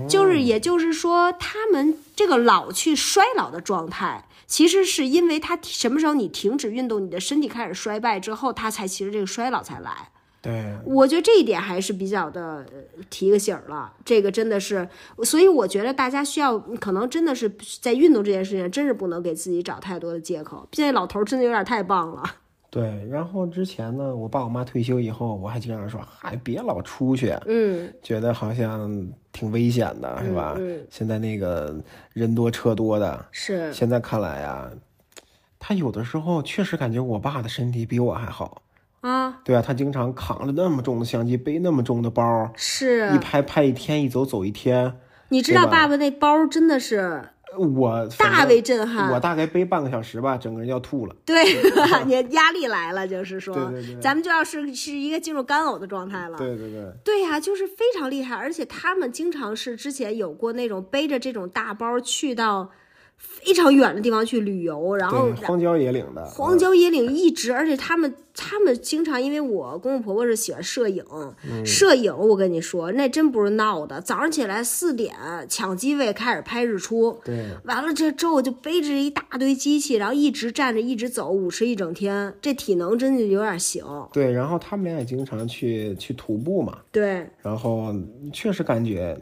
[SPEAKER 1] 就是也就是说，他们这个老去衰老的状态，其实是因为他什么时候你停止运动，你的身体开始衰败之后，它才其实这个衰老才来。
[SPEAKER 2] 对，
[SPEAKER 1] 我觉得这一点还是比较的呃提个醒儿了，这个真的是，所以我觉得大家需要可能真的是在运动这件事情，真是不能给自己找太多的借口。现在老头儿真的有点太棒了，
[SPEAKER 2] 对，然后之前呢，我爸我妈退休以后，我还经常说，嗨，别老出去，
[SPEAKER 1] 嗯，
[SPEAKER 2] 觉得好像挺危险的，是吧？现在那个人多车多的，
[SPEAKER 1] 是
[SPEAKER 2] 现在看来啊，他有的时候确实感觉我爸的身体比我还好，
[SPEAKER 1] 啊，
[SPEAKER 2] 对啊，他经常扛着那么重的相机，背那么重的包，一
[SPEAKER 1] 是，
[SPEAKER 2] 拍拍一天，一走走一天，
[SPEAKER 1] 你知道
[SPEAKER 2] 对吧
[SPEAKER 1] 爸爸那包真的是
[SPEAKER 2] 我反
[SPEAKER 1] 大
[SPEAKER 2] 正
[SPEAKER 1] 为震撼，
[SPEAKER 2] 我大概背半个小时吧，整个人要吐了。
[SPEAKER 1] 对，你压力来了，就是说，
[SPEAKER 2] 对对对
[SPEAKER 1] 咱们就要是是一个进入干呕的状态了。
[SPEAKER 2] 对对对，
[SPEAKER 1] 对呀、就是非常厉害，而且他们经常是之前有过那种背着这种大包去到非常远的地方去旅游，然后
[SPEAKER 2] 对，荒郊野岭的，
[SPEAKER 1] 荒郊野岭一直，而且他们他们经常，因为我公公婆婆是喜欢摄影，
[SPEAKER 2] 嗯
[SPEAKER 1] 摄影我跟你说，那真不是闹的。早上起来四点抢机位开始拍日出，
[SPEAKER 2] 对，
[SPEAKER 1] 完了这之后就背着一大堆机器，然后一直站着一直走，五十一整天，这体能真的有点行。
[SPEAKER 2] 对，然后他们俩也经常去去徒步嘛，
[SPEAKER 1] 对，
[SPEAKER 2] 然后嗯确实感觉，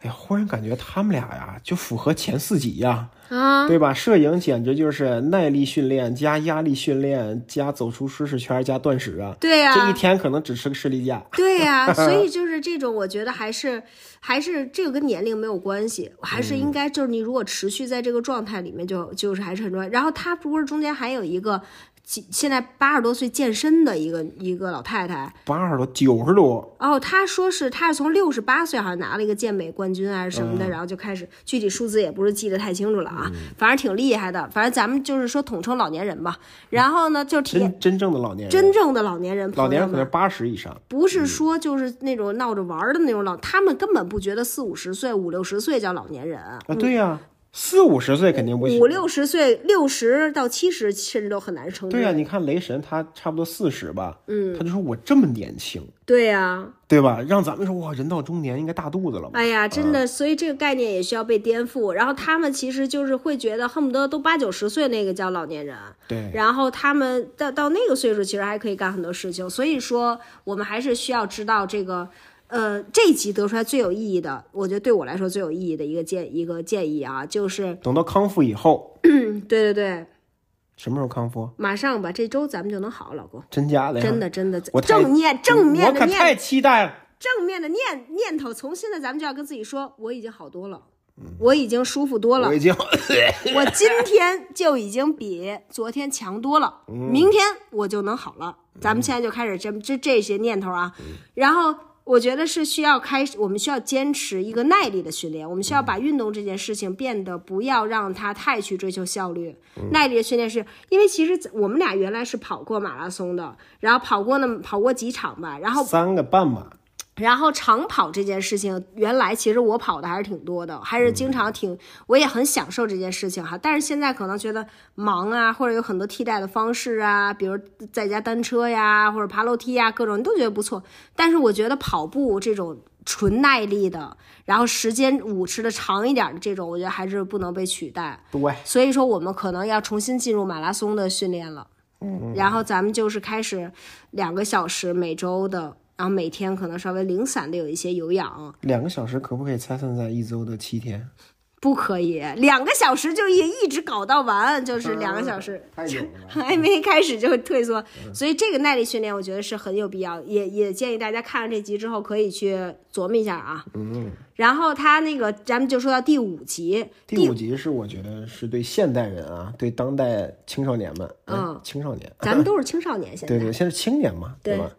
[SPEAKER 2] 哎呀，忽然感觉他们俩呀就符合前四级呀，
[SPEAKER 1] 啊，
[SPEAKER 2] 对吧？摄影简直就是耐力训练加压力训练加走出舒适圈加断食啊，
[SPEAKER 1] 对呀、
[SPEAKER 2] 这一天可能只吃个士力架。
[SPEAKER 1] 对呀、所以就是这种，我觉得还是还是这个跟年龄没有关系，还是
[SPEAKER 2] 嗯
[SPEAKER 1] 应该就是你如果持续在这个状态里面就，就是还是很重要。然后她不是中间还有一个几现在八十多岁健身的一个一个老太太，
[SPEAKER 2] 八十多、九十多，
[SPEAKER 1] 哦，她说是她是从六十八岁好像拿了一个健美冠军还是什么
[SPEAKER 2] 嗯
[SPEAKER 1] 的，然后就开始具体数字也不是记得太清楚了啊，反正挺厉害的，反正咱们就是说统称老年人吧。然后呢，就是体验
[SPEAKER 2] 真真正的老年人，
[SPEAKER 1] 真正的老年人，
[SPEAKER 2] 老
[SPEAKER 1] 朋
[SPEAKER 2] 年
[SPEAKER 1] 友
[SPEAKER 2] 人可
[SPEAKER 1] 们
[SPEAKER 2] 能八十以上。啊
[SPEAKER 1] 不是说就是那种闹着玩儿的那种老，他们根本不觉得四五十岁、五六十岁叫老年人，
[SPEAKER 2] 啊，对呀、四五十岁肯定不行。
[SPEAKER 1] 嗯五六十岁、六十到七十甚至都很难称之
[SPEAKER 2] 对呀、啊你看雷神他差不多四十吧，
[SPEAKER 1] 嗯，
[SPEAKER 2] 他就说我这么年轻，
[SPEAKER 1] 对呀、
[SPEAKER 2] 对吧？让咱们说哇，人到中年应该大肚子了嘛。
[SPEAKER 1] 哎呀，真
[SPEAKER 2] 啊
[SPEAKER 1] 的，所以这个概念也需要被颠覆。然后他们其实就是会觉得，恨不得都八九十岁那个叫老年人。
[SPEAKER 2] 对，
[SPEAKER 1] 然后他们到到那个岁数，其实还可以干很多事情。所以说，我们还是需要知道这个，呃，这一集得出来最有意义的，我觉得对我来说最有意义的一个建一个建议啊，就是
[SPEAKER 2] 等到康复以后，
[SPEAKER 1] 对对对，
[SPEAKER 2] 什么时候康复？
[SPEAKER 1] 马上吧，这周咱们就能好，老公。
[SPEAKER 2] 真假的哎呀？
[SPEAKER 1] 真的真的，
[SPEAKER 2] 我太
[SPEAKER 1] 正念正面
[SPEAKER 2] 我可
[SPEAKER 1] 的
[SPEAKER 2] 太
[SPEAKER 1] 念
[SPEAKER 2] 期待了。
[SPEAKER 1] 正面的念念头，从现在咱们就要跟自己说，我已经好多了，
[SPEAKER 2] 嗯
[SPEAKER 1] 我已经舒服多了
[SPEAKER 2] 我，已经
[SPEAKER 1] 哦 我今天就已经比昨天强多了，明天我就能好了。咱们现在就开始这这这些念头啊，然后我觉得是需要开始，我们需要坚持一个耐力的训练，我们需要把运动这件事情变得不要让它太去追求效率。耐力的训练是因为其实我们俩原来是跑过马拉松的，然后跑过那么跑过几场吧，然后
[SPEAKER 2] 三个半马，
[SPEAKER 1] 然后长跑这件事情，原来其实我跑的还是挺多的，还是经常挺，我也很享受这件事情哈。但是现在可能觉得忙啊，或者有很多替代的方式啊，比如在家单车呀，或者爬楼梯呀，各种你都觉得不错。但是我觉得跑步这种纯耐力的，然后时间舞池的长一点的这种，我觉得还是不能被取代。
[SPEAKER 2] 对，
[SPEAKER 1] 所以说，我们可能要重新进入马拉松的训练了。嗯，然后咱们就是开始两个小时每周的，然后每天可能稍微零散的有一些有氧，
[SPEAKER 2] 两个小时可不可以拆散在一周的七天？
[SPEAKER 1] 不可以两个小时就一一直搞到完，就是两个小时。
[SPEAKER 2] 太久了。
[SPEAKER 1] 还没开始就退缩，
[SPEAKER 2] 嗯
[SPEAKER 1] 所以这个耐力训练我觉得是很有必要，也也建议大家看了这集之后可以去琢磨一下啊。嗯，然后他那个咱们就说到第五集，
[SPEAKER 2] 第五集是我觉得是对现代人啊，对当代青少年们，
[SPEAKER 1] 嗯
[SPEAKER 2] 哎青少年，
[SPEAKER 1] 咱们都是青少年现在，
[SPEAKER 2] 对对，现在是青年嘛，
[SPEAKER 1] 对
[SPEAKER 2] 吧？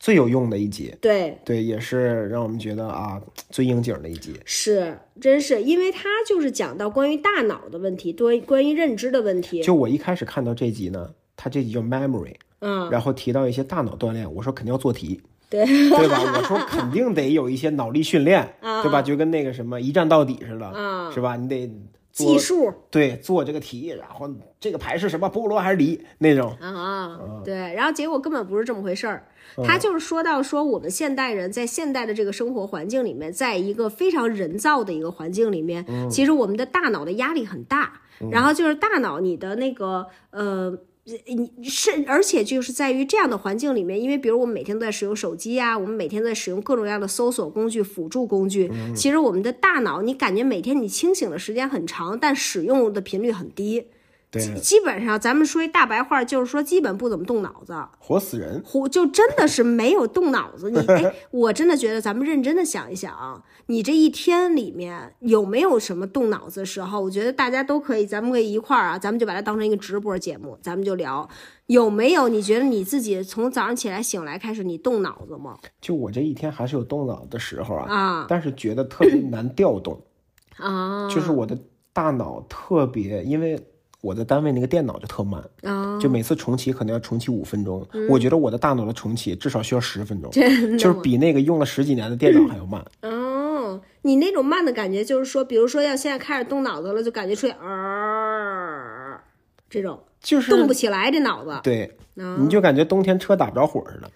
[SPEAKER 2] 最有用的一集，
[SPEAKER 1] 对
[SPEAKER 2] 对，也是让我们觉得啊最应景的一集。
[SPEAKER 1] 是，真是，因为他就是讲到关于大脑的问题，对，关于认知的问题。
[SPEAKER 2] 就我一开始看到这集呢，它这集叫 memory，
[SPEAKER 1] 嗯，
[SPEAKER 2] 然后提到一些大脑锻炼，我说肯定要做题，
[SPEAKER 1] 对，
[SPEAKER 2] 对吧？我说 肯
[SPEAKER 1] 嗯
[SPEAKER 2] 定得有一些脑力训练，对吧？就跟那个什么一站到底似的，是吧？你得做
[SPEAKER 1] 计数
[SPEAKER 2] 对做这个题，然后这个牌是什么菠萝还是梨那种，
[SPEAKER 1] 啊，对，然后结果根本不是这么回事儿。他就是说到说我们现代人在现代的这个生活环境里面，在一个非常人造的一个环境里面，其实我们的大脑的压力很大，然后就是大脑你的那个呃。你是，而且就是在于这样的环境里面，因为比如我们每天都在使用手机啊，我们每天在使用各种各样的搜索工具、辅助工具。其实我们的大脑，你感觉每天你清醒的时间很长，但使用的频率很低。
[SPEAKER 2] 对，
[SPEAKER 1] 基本上咱们说一大白话，就是说基本不怎么动脑子，
[SPEAKER 2] 活死人，
[SPEAKER 1] 胡就真的是没有动脑子。你哎，我真的觉得咱们认真的想一想，你这一天里面有没有什么动脑子的时候？我觉得大家都可以，咱们可以一块儿啊，咱们就把它当成一个直播节目，咱们就聊有没有？你觉得你自己从早上起来醒来开始，你动脑子吗？
[SPEAKER 2] 就我这一天还是有动脑的时候啊，
[SPEAKER 1] 啊
[SPEAKER 2] 但是觉得特别难调动，
[SPEAKER 1] 啊
[SPEAKER 2] 就是我的大脑特别，因为我在单位那个电脑就特慢，
[SPEAKER 1] 啊！
[SPEAKER 2] 就每次重启可能要重启五分钟，我觉得我的大脑的重启至少需要十分钟，
[SPEAKER 1] 嗯真
[SPEAKER 2] 就是比那个用了十几年的电脑还要慢。
[SPEAKER 1] 哦，你那种慢的感觉，就是说，比如说要现在开始动脑子了，就感觉出现呃这种。
[SPEAKER 2] 就是
[SPEAKER 1] 嗯动不嗯起来这脑子。
[SPEAKER 2] 对，你就感觉冬天车打不着火似的，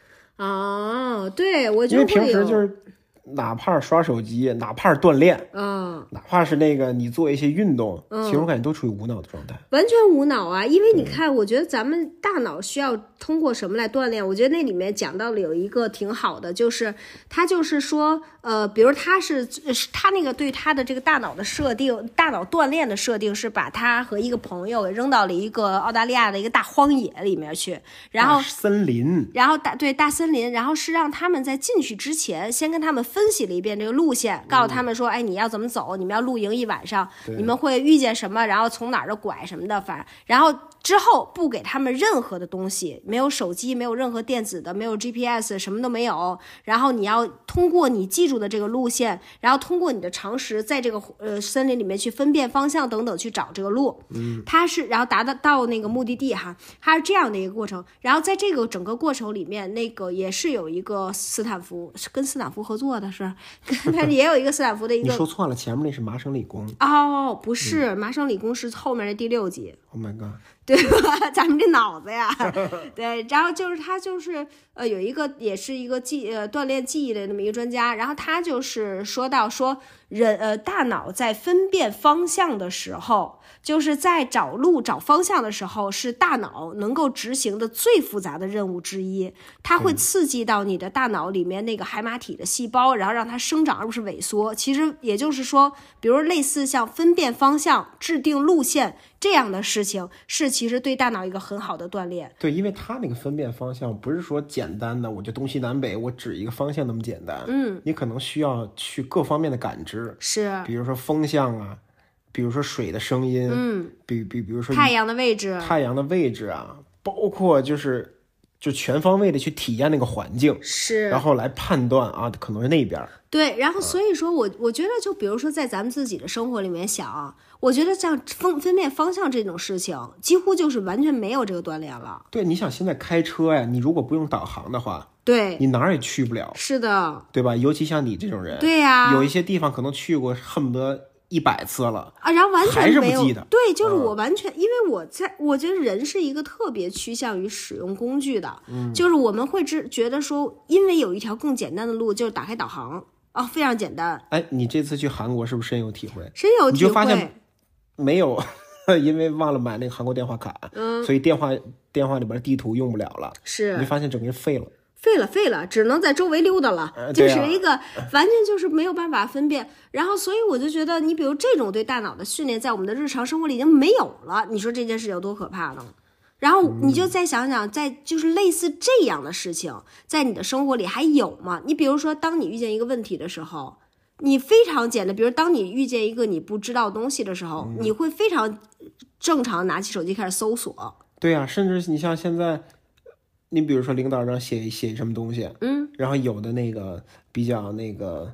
[SPEAKER 1] 哦，对，我觉
[SPEAKER 2] 因
[SPEAKER 1] 得
[SPEAKER 2] 为
[SPEAKER 1] 会有。
[SPEAKER 2] 平时就是哪怕是刷手机，哪怕是锻炼，
[SPEAKER 1] 啊、
[SPEAKER 2] 哪怕是那个你做一些运动，
[SPEAKER 1] 嗯
[SPEAKER 2] 其实我感觉都处于无脑的状态。
[SPEAKER 1] 完全无脑啊！因为你看，我觉得咱们大脑需要通过什么来锻炼？我觉得那里面讲到了有一个挺好的，就是他就是说，呃，比如他是是他那个对他的这个大脑的设定，大脑锻炼的设定是把他和一个朋友给扔到了一个澳大利亚的一个大荒野里面去，然后
[SPEAKER 2] 大森林，
[SPEAKER 1] 然后大对大森林，然后是让他们在进去之前，先跟他们分析了一遍这个路线，告诉他们说，哎，你要怎么走，你们要露营一晚上，你们会遇见什么，然后从哪儿的拐什么的，反正然后之后不给他们任何的东西，没有手机，没有任何电子的，没有 GPS，什么都没有。然后你要通过你记住的这个路线，然后通过你的常识，在这个呃森林里面去分辨方向等等去找这个路。
[SPEAKER 2] 嗯
[SPEAKER 1] 它是然后达到到那个目的地哈，它是这样的一个过程。然后在这个整个过程里面，那个也是有一个斯坦福是跟斯坦福合作的是， 跟它也有一个斯坦福的一
[SPEAKER 2] 你
[SPEAKER 1] 个
[SPEAKER 2] 说嗯错了，前面那是麻省理工。
[SPEAKER 1] 哦，不是麻省理工是后面的第六集。
[SPEAKER 2] Oh my god！
[SPEAKER 1] 对吧？ 咱们这脑子呀，对，然后就是他就是呃有一个也是一个记呃锻炼记忆的那么一个专家，然后他就是说到说人呃大脑在分辨方向的时候，就是在找路找方向的时候，是大脑能够执行的最复杂的任务之一，它会刺激到你的大脑里面那个海马体的细胞，然后让它生长而不是萎缩。其实也就是说，比如类似像分辨方向、制定路线这样的事情，是其实对大脑一个很好的锻炼。
[SPEAKER 2] 对，因为它那个分辨方向不是说简单的，我就东西南北，我指一个方向那么简单。嗯，你可能需要去各方面的感知，
[SPEAKER 1] 是
[SPEAKER 2] 比如说风向啊，比如说水的声音，嗯，比比比如说
[SPEAKER 1] 太阳的位置，
[SPEAKER 2] 太阳的位置啊，包括就是就全方位的去体验那个环境，
[SPEAKER 1] 是
[SPEAKER 2] 然后来嗯判断啊，可能是那边儿。
[SPEAKER 1] 对，然后所以说我我觉得，就比如说在咱们自己的生活里面想啊，我觉得像分分辨方向这种事情，几乎就是完全没有这个锻炼了。
[SPEAKER 2] 对，你想现在开车呀，你如果不用导航的话，
[SPEAKER 1] 对，
[SPEAKER 2] 你哪儿也去不了，
[SPEAKER 1] 是的，
[SPEAKER 2] 对吧？尤其像你这种人，
[SPEAKER 1] 对啊呀、
[SPEAKER 2] 嗯有一些地方可能去过恨不得一百次了。
[SPEAKER 1] 啊，然后完
[SPEAKER 2] 还
[SPEAKER 1] 全
[SPEAKER 2] 是不
[SPEAKER 1] 没有
[SPEAKER 2] 记得嗯
[SPEAKER 1] 对，就是我完全，因为我在，我觉得人是一个特别趋向于使用工具的，
[SPEAKER 2] 嗯
[SPEAKER 1] 就是我们会知觉得说，因为有一条更简单的路，就是打开导航啊，非常简单，
[SPEAKER 2] 哎，你这次去韩国是不是深有体会？
[SPEAKER 1] 深有
[SPEAKER 2] 你
[SPEAKER 1] 体
[SPEAKER 2] 就发
[SPEAKER 1] 会
[SPEAKER 2] 现。没有， 因为忘了买那个韩国电话卡，所以电话电话里边地图用不了了，你
[SPEAKER 1] 嗯是
[SPEAKER 2] 就发现整个人废了。
[SPEAKER 1] 废了废了，只能在周围溜达了，
[SPEAKER 2] 呃
[SPEAKER 1] 就
[SPEAKER 2] 对
[SPEAKER 1] 是
[SPEAKER 2] 啊
[SPEAKER 1] 一个完全就是没有办法分辨。然后，所以我就觉得，你比如这种对大脑的训练，在我们的日常生活里已经没有了，你说这件事有多可怕呢？然后你
[SPEAKER 2] 嗯
[SPEAKER 1] 就再想想，在就是类似这样的事情，在你的生活里还有吗？你比如说，当你遇见一个问题的时候，你非常简单，比如当你遇见一个你不知道的东西的时
[SPEAKER 2] 嗯
[SPEAKER 1] 候，你会非常正常地拿起手机开始搜索。
[SPEAKER 2] 对呀、甚至你像现在，你比如说领导让写写什么东西，嗯，然后有的那个比较那个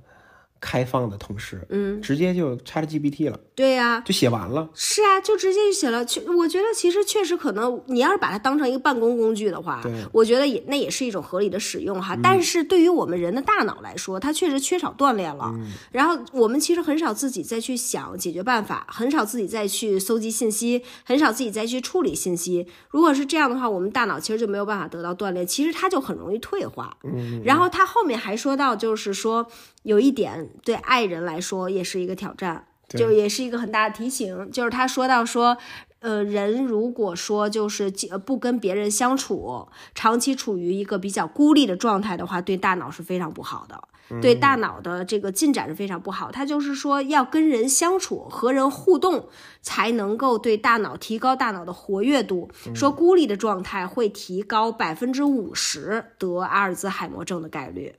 [SPEAKER 2] 开放的同时，
[SPEAKER 1] 嗯，
[SPEAKER 2] 直接就 Chat GPT 了，
[SPEAKER 1] 对呀、
[SPEAKER 2] 就写完了。
[SPEAKER 1] 是啊，就直接就写了。确，我觉得其实确实可能，你要是把它当成一个办公工具的话
[SPEAKER 2] 对，
[SPEAKER 1] 我觉得也那也是一种合理的使用哈。但是对于我们人的大脑来说，它确实缺少锻炼了。然后我们其实很少自己再去想解决办法，很少自己再去搜集信息，很少自己再去处理信息。如果是这样的话，我们大脑其实就没有办法得到锻炼，其实它就很容易退化。然后他后面还说到，就是说有一点对爱人来说也是一个挑战，
[SPEAKER 2] 对
[SPEAKER 1] 就也是一个很大的提醒，就是他说到说。呃，人如果说就是呃不跟别人相处，长期处于一个比较孤立的状态的话，对大脑是非常不好的，对大脑的这个进展是非常不好。他就是说要跟人相处、和人互动，才能够对大脑提高大脑的活跃度。说孤立的状态会提高百分之五十得阿尔兹海默症的概率。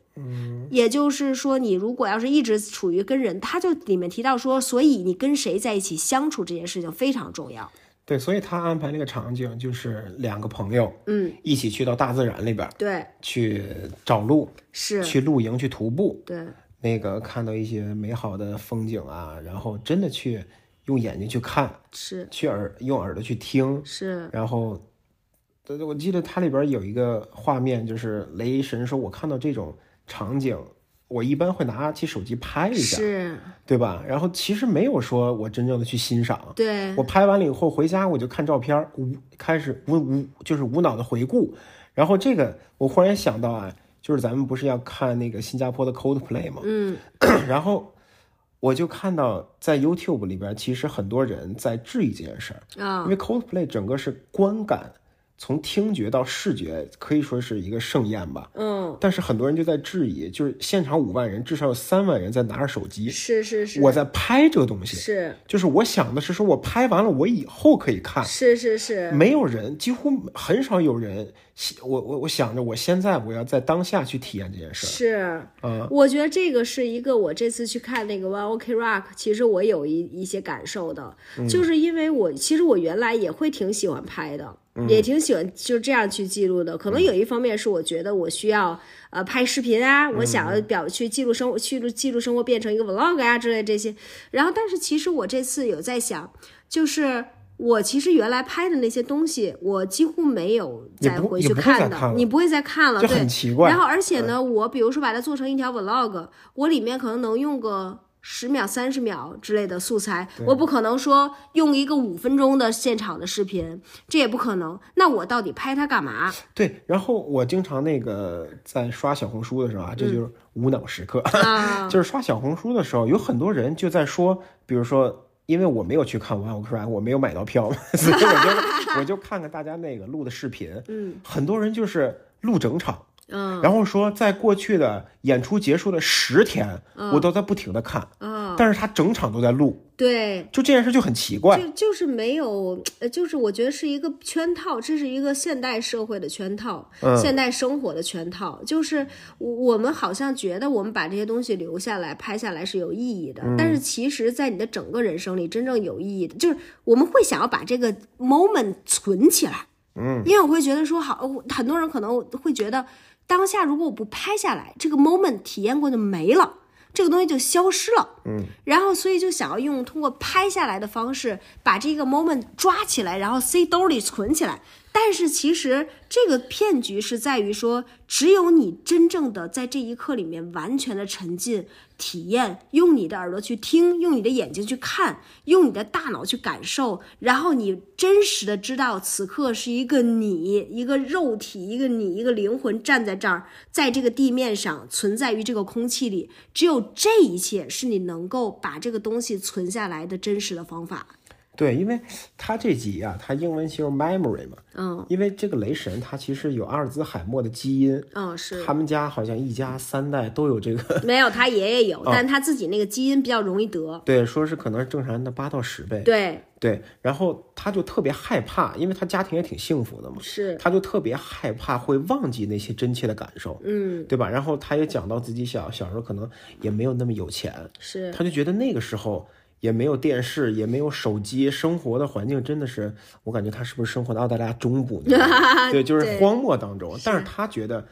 [SPEAKER 1] 也就是说，你如果要是一直处于跟人，他就里面提到说，所以你跟谁在一起相处这件事情非常重要。
[SPEAKER 2] 对，所以他安排那个场景就是两个朋友，
[SPEAKER 1] 嗯，
[SPEAKER 2] 一起去到大自然里边儿
[SPEAKER 1] 对，
[SPEAKER 2] 去找路，
[SPEAKER 1] 是，
[SPEAKER 2] 去露营，去徒步，
[SPEAKER 1] 对，
[SPEAKER 2] 那个看到一些美好的风景啊，然后真的去用眼睛去看，
[SPEAKER 1] 是，
[SPEAKER 2] 去耳用耳朵去听，
[SPEAKER 1] 是，
[SPEAKER 2] 然后，对对我记得它里边有一个画面，就是雷神说：“我看到这种场景，我一般会拿起手机拍一下，
[SPEAKER 1] 是，
[SPEAKER 2] 对吧？”然后其实没有说我真正的去欣赏。
[SPEAKER 1] 对，
[SPEAKER 2] 我拍完了以后回家，我就看照片儿，无开始无无就是无脑的回顾。然后这个我忽然想到啊，就是咱们不是要看那个新加坡的 Coldplay 吗？
[SPEAKER 1] 嗯，
[SPEAKER 2] 然后我就看到在 YouTube 里边，其实很多人在质疑这件事儿。
[SPEAKER 1] 啊、
[SPEAKER 2] 因为 Coldplay 整个是观感，从听觉到视觉，可以说是一个盛宴吧。
[SPEAKER 1] 嗯，
[SPEAKER 2] 但是很多人就在质疑，就是现场五万人，至少有三万人在拿着手机，
[SPEAKER 1] 是，是，是，
[SPEAKER 2] 我在拍这个东西。
[SPEAKER 1] 是，
[SPEAKER 2] 就是我想的是，说我拍完了，我以后可以看。
[SPEAKER 1] 是，是，是，
[SPEAKER 2] 没有人，几乎很少有人，我我我想着我现在我要在当下去体验这件事儿。
[SPEAKER 1] 是，
[SPEAKER 2] 嗯
[SPEAKER 1] 我觉得这个是一个我这次去看那个 One OK Rock，其实我有一一些感受的，
[SPEAKER 2] 嗯
[SPEAKER 1] 就是因为我其实我原来也会挺喜欢拍的。
[SPEAKER 2] 嗯
[SPEAKER 1] 也挺喜欢就这样去记录的，可能有一方面是我觉得我需要呃拍视频啊，我想
[SPEAKER 2] 嗯
[SPEAKER 1] 要表去记录生活，去录记录生活变成一个 vlog 啊之类这些。然后，但是其实我这次有在想，就是我其实原来拍的那些东西，我几乎没有
[SPEAKER 2] 也
[SPEAKER 1] 再
[SPEAKER 2] 不
[SPEAKER 1] 回
[SPEAKER 2] 也
[SPEAKER 1] 去
[SPEAKER 2] 不会再
[SPEAKER 1] 看的，
[SPEAKER 2] 看了
[SPEAKER 1] 你不会再看了，
[SPEAKER 2] 就
[SPEAKER 1] 对，
[SPEAKER 2] 很奇怪
[SPEAKER 1] 然后而且呢，我比如说把它做成一条 vlog，我里面可能能用个。十秒、三十秒之类的素材，我不可能说用一个五分钟的现场的视频，这也不可能。那我到底拍它干嘛？
[SPEAKER 2] 对，然后我经常那个在刷小红书的时候啊，这就是无脑时刻。
[SPEAKER 1] 嗯啊，
[SPEAKER 2] 就是刷小红书的时候，有很多人就在说，比如说，因为我没有去看《One Ok Rock》，我没有买到票， 所以我就我就看看大家那个录的视频。
[SPEAKER 1] 嗯
[SPEAKER 2] 很多人就是录整场，
[SPEAKER 1] 嗯
[SPEAKER 2] 然后说在过去的演出结束的十天，我都在不停的看，
[SPEAKER 1] 嗯，
[SPEAKER 2] 但是他整场都在录，
[SPEAKER 1] 对，
[SPEAKER 2] 就这件事就很奇怪。
[SPEAKER 1] 就就是没有，呃，就是我觉得是一个圈套，这是一个现代社会的圈套，现代生活的圈套。就是我我们好像觉得我们把这些东西留下来、拍下来是有意义的，但是其实，在你的整个人生里，真正有意义的，就是我们会想要把这个 moment 存起来。嗯，因为我会觉得说，好，我很多人可能会觉得，当下如果我不拍下来，这个 moment 体验过就没了，这个东西就消失了。然后所以就想要用通过拍下来的方式把这个 moment 抓起来，然后塞兜里存起来。但是其实这个骗局是在于说，只有你真正的在这一刻里面完全的沉浸、体验，用你的耳朵去听，用你的眼睛去看，用你的大脑去感受，然后你真实的知道此刻是一个你、一个肉体、一个你、一个灵魂站在这儿，在这个地面上存在于这个空气里，只有这一切是你能够把这个东西存下来的真实的方法。
[SPEAKER 2] 对，因为他这集啊，他英文姓 Memory 嘛，
[SPEAKER 1] 嗯
[SPEAKER 2] 因为这个雷神他其实有阿尔兹海默的基因，
[SPEAKER 1] 嗯，是
[SPEAKER 2] 他们家好像一家三代都有这个
[SPEAKER 1] 没有他爷爷有，但他自己那个基因比较容易得。
[SPEAKER 2] 对，说是可能是正常人的八到十倍。
[SPEAKER 1] 对，
[SPEAKER 2] 对，然后他就特别害怕，因为他家庭也挺幸福的嘛，
[SPEAKER 1] 是，
[SPEAKER 2] 他就特别害怕会忘记那些真切的感受，
[SPEAKER 1] 嗯，
[SPEAKER 2] 对吧？然后他也讲到自己小小时候可能也没有那么有钱，
[SPEAKER 1] 是，
[SPEAKER 2] 他就觉得那个时候也没有电视，也没有手机，生活的环境真的是，我感觉他是不是生活在澳大利亚中部那种 对，就是荒漠当中。但是他觉得，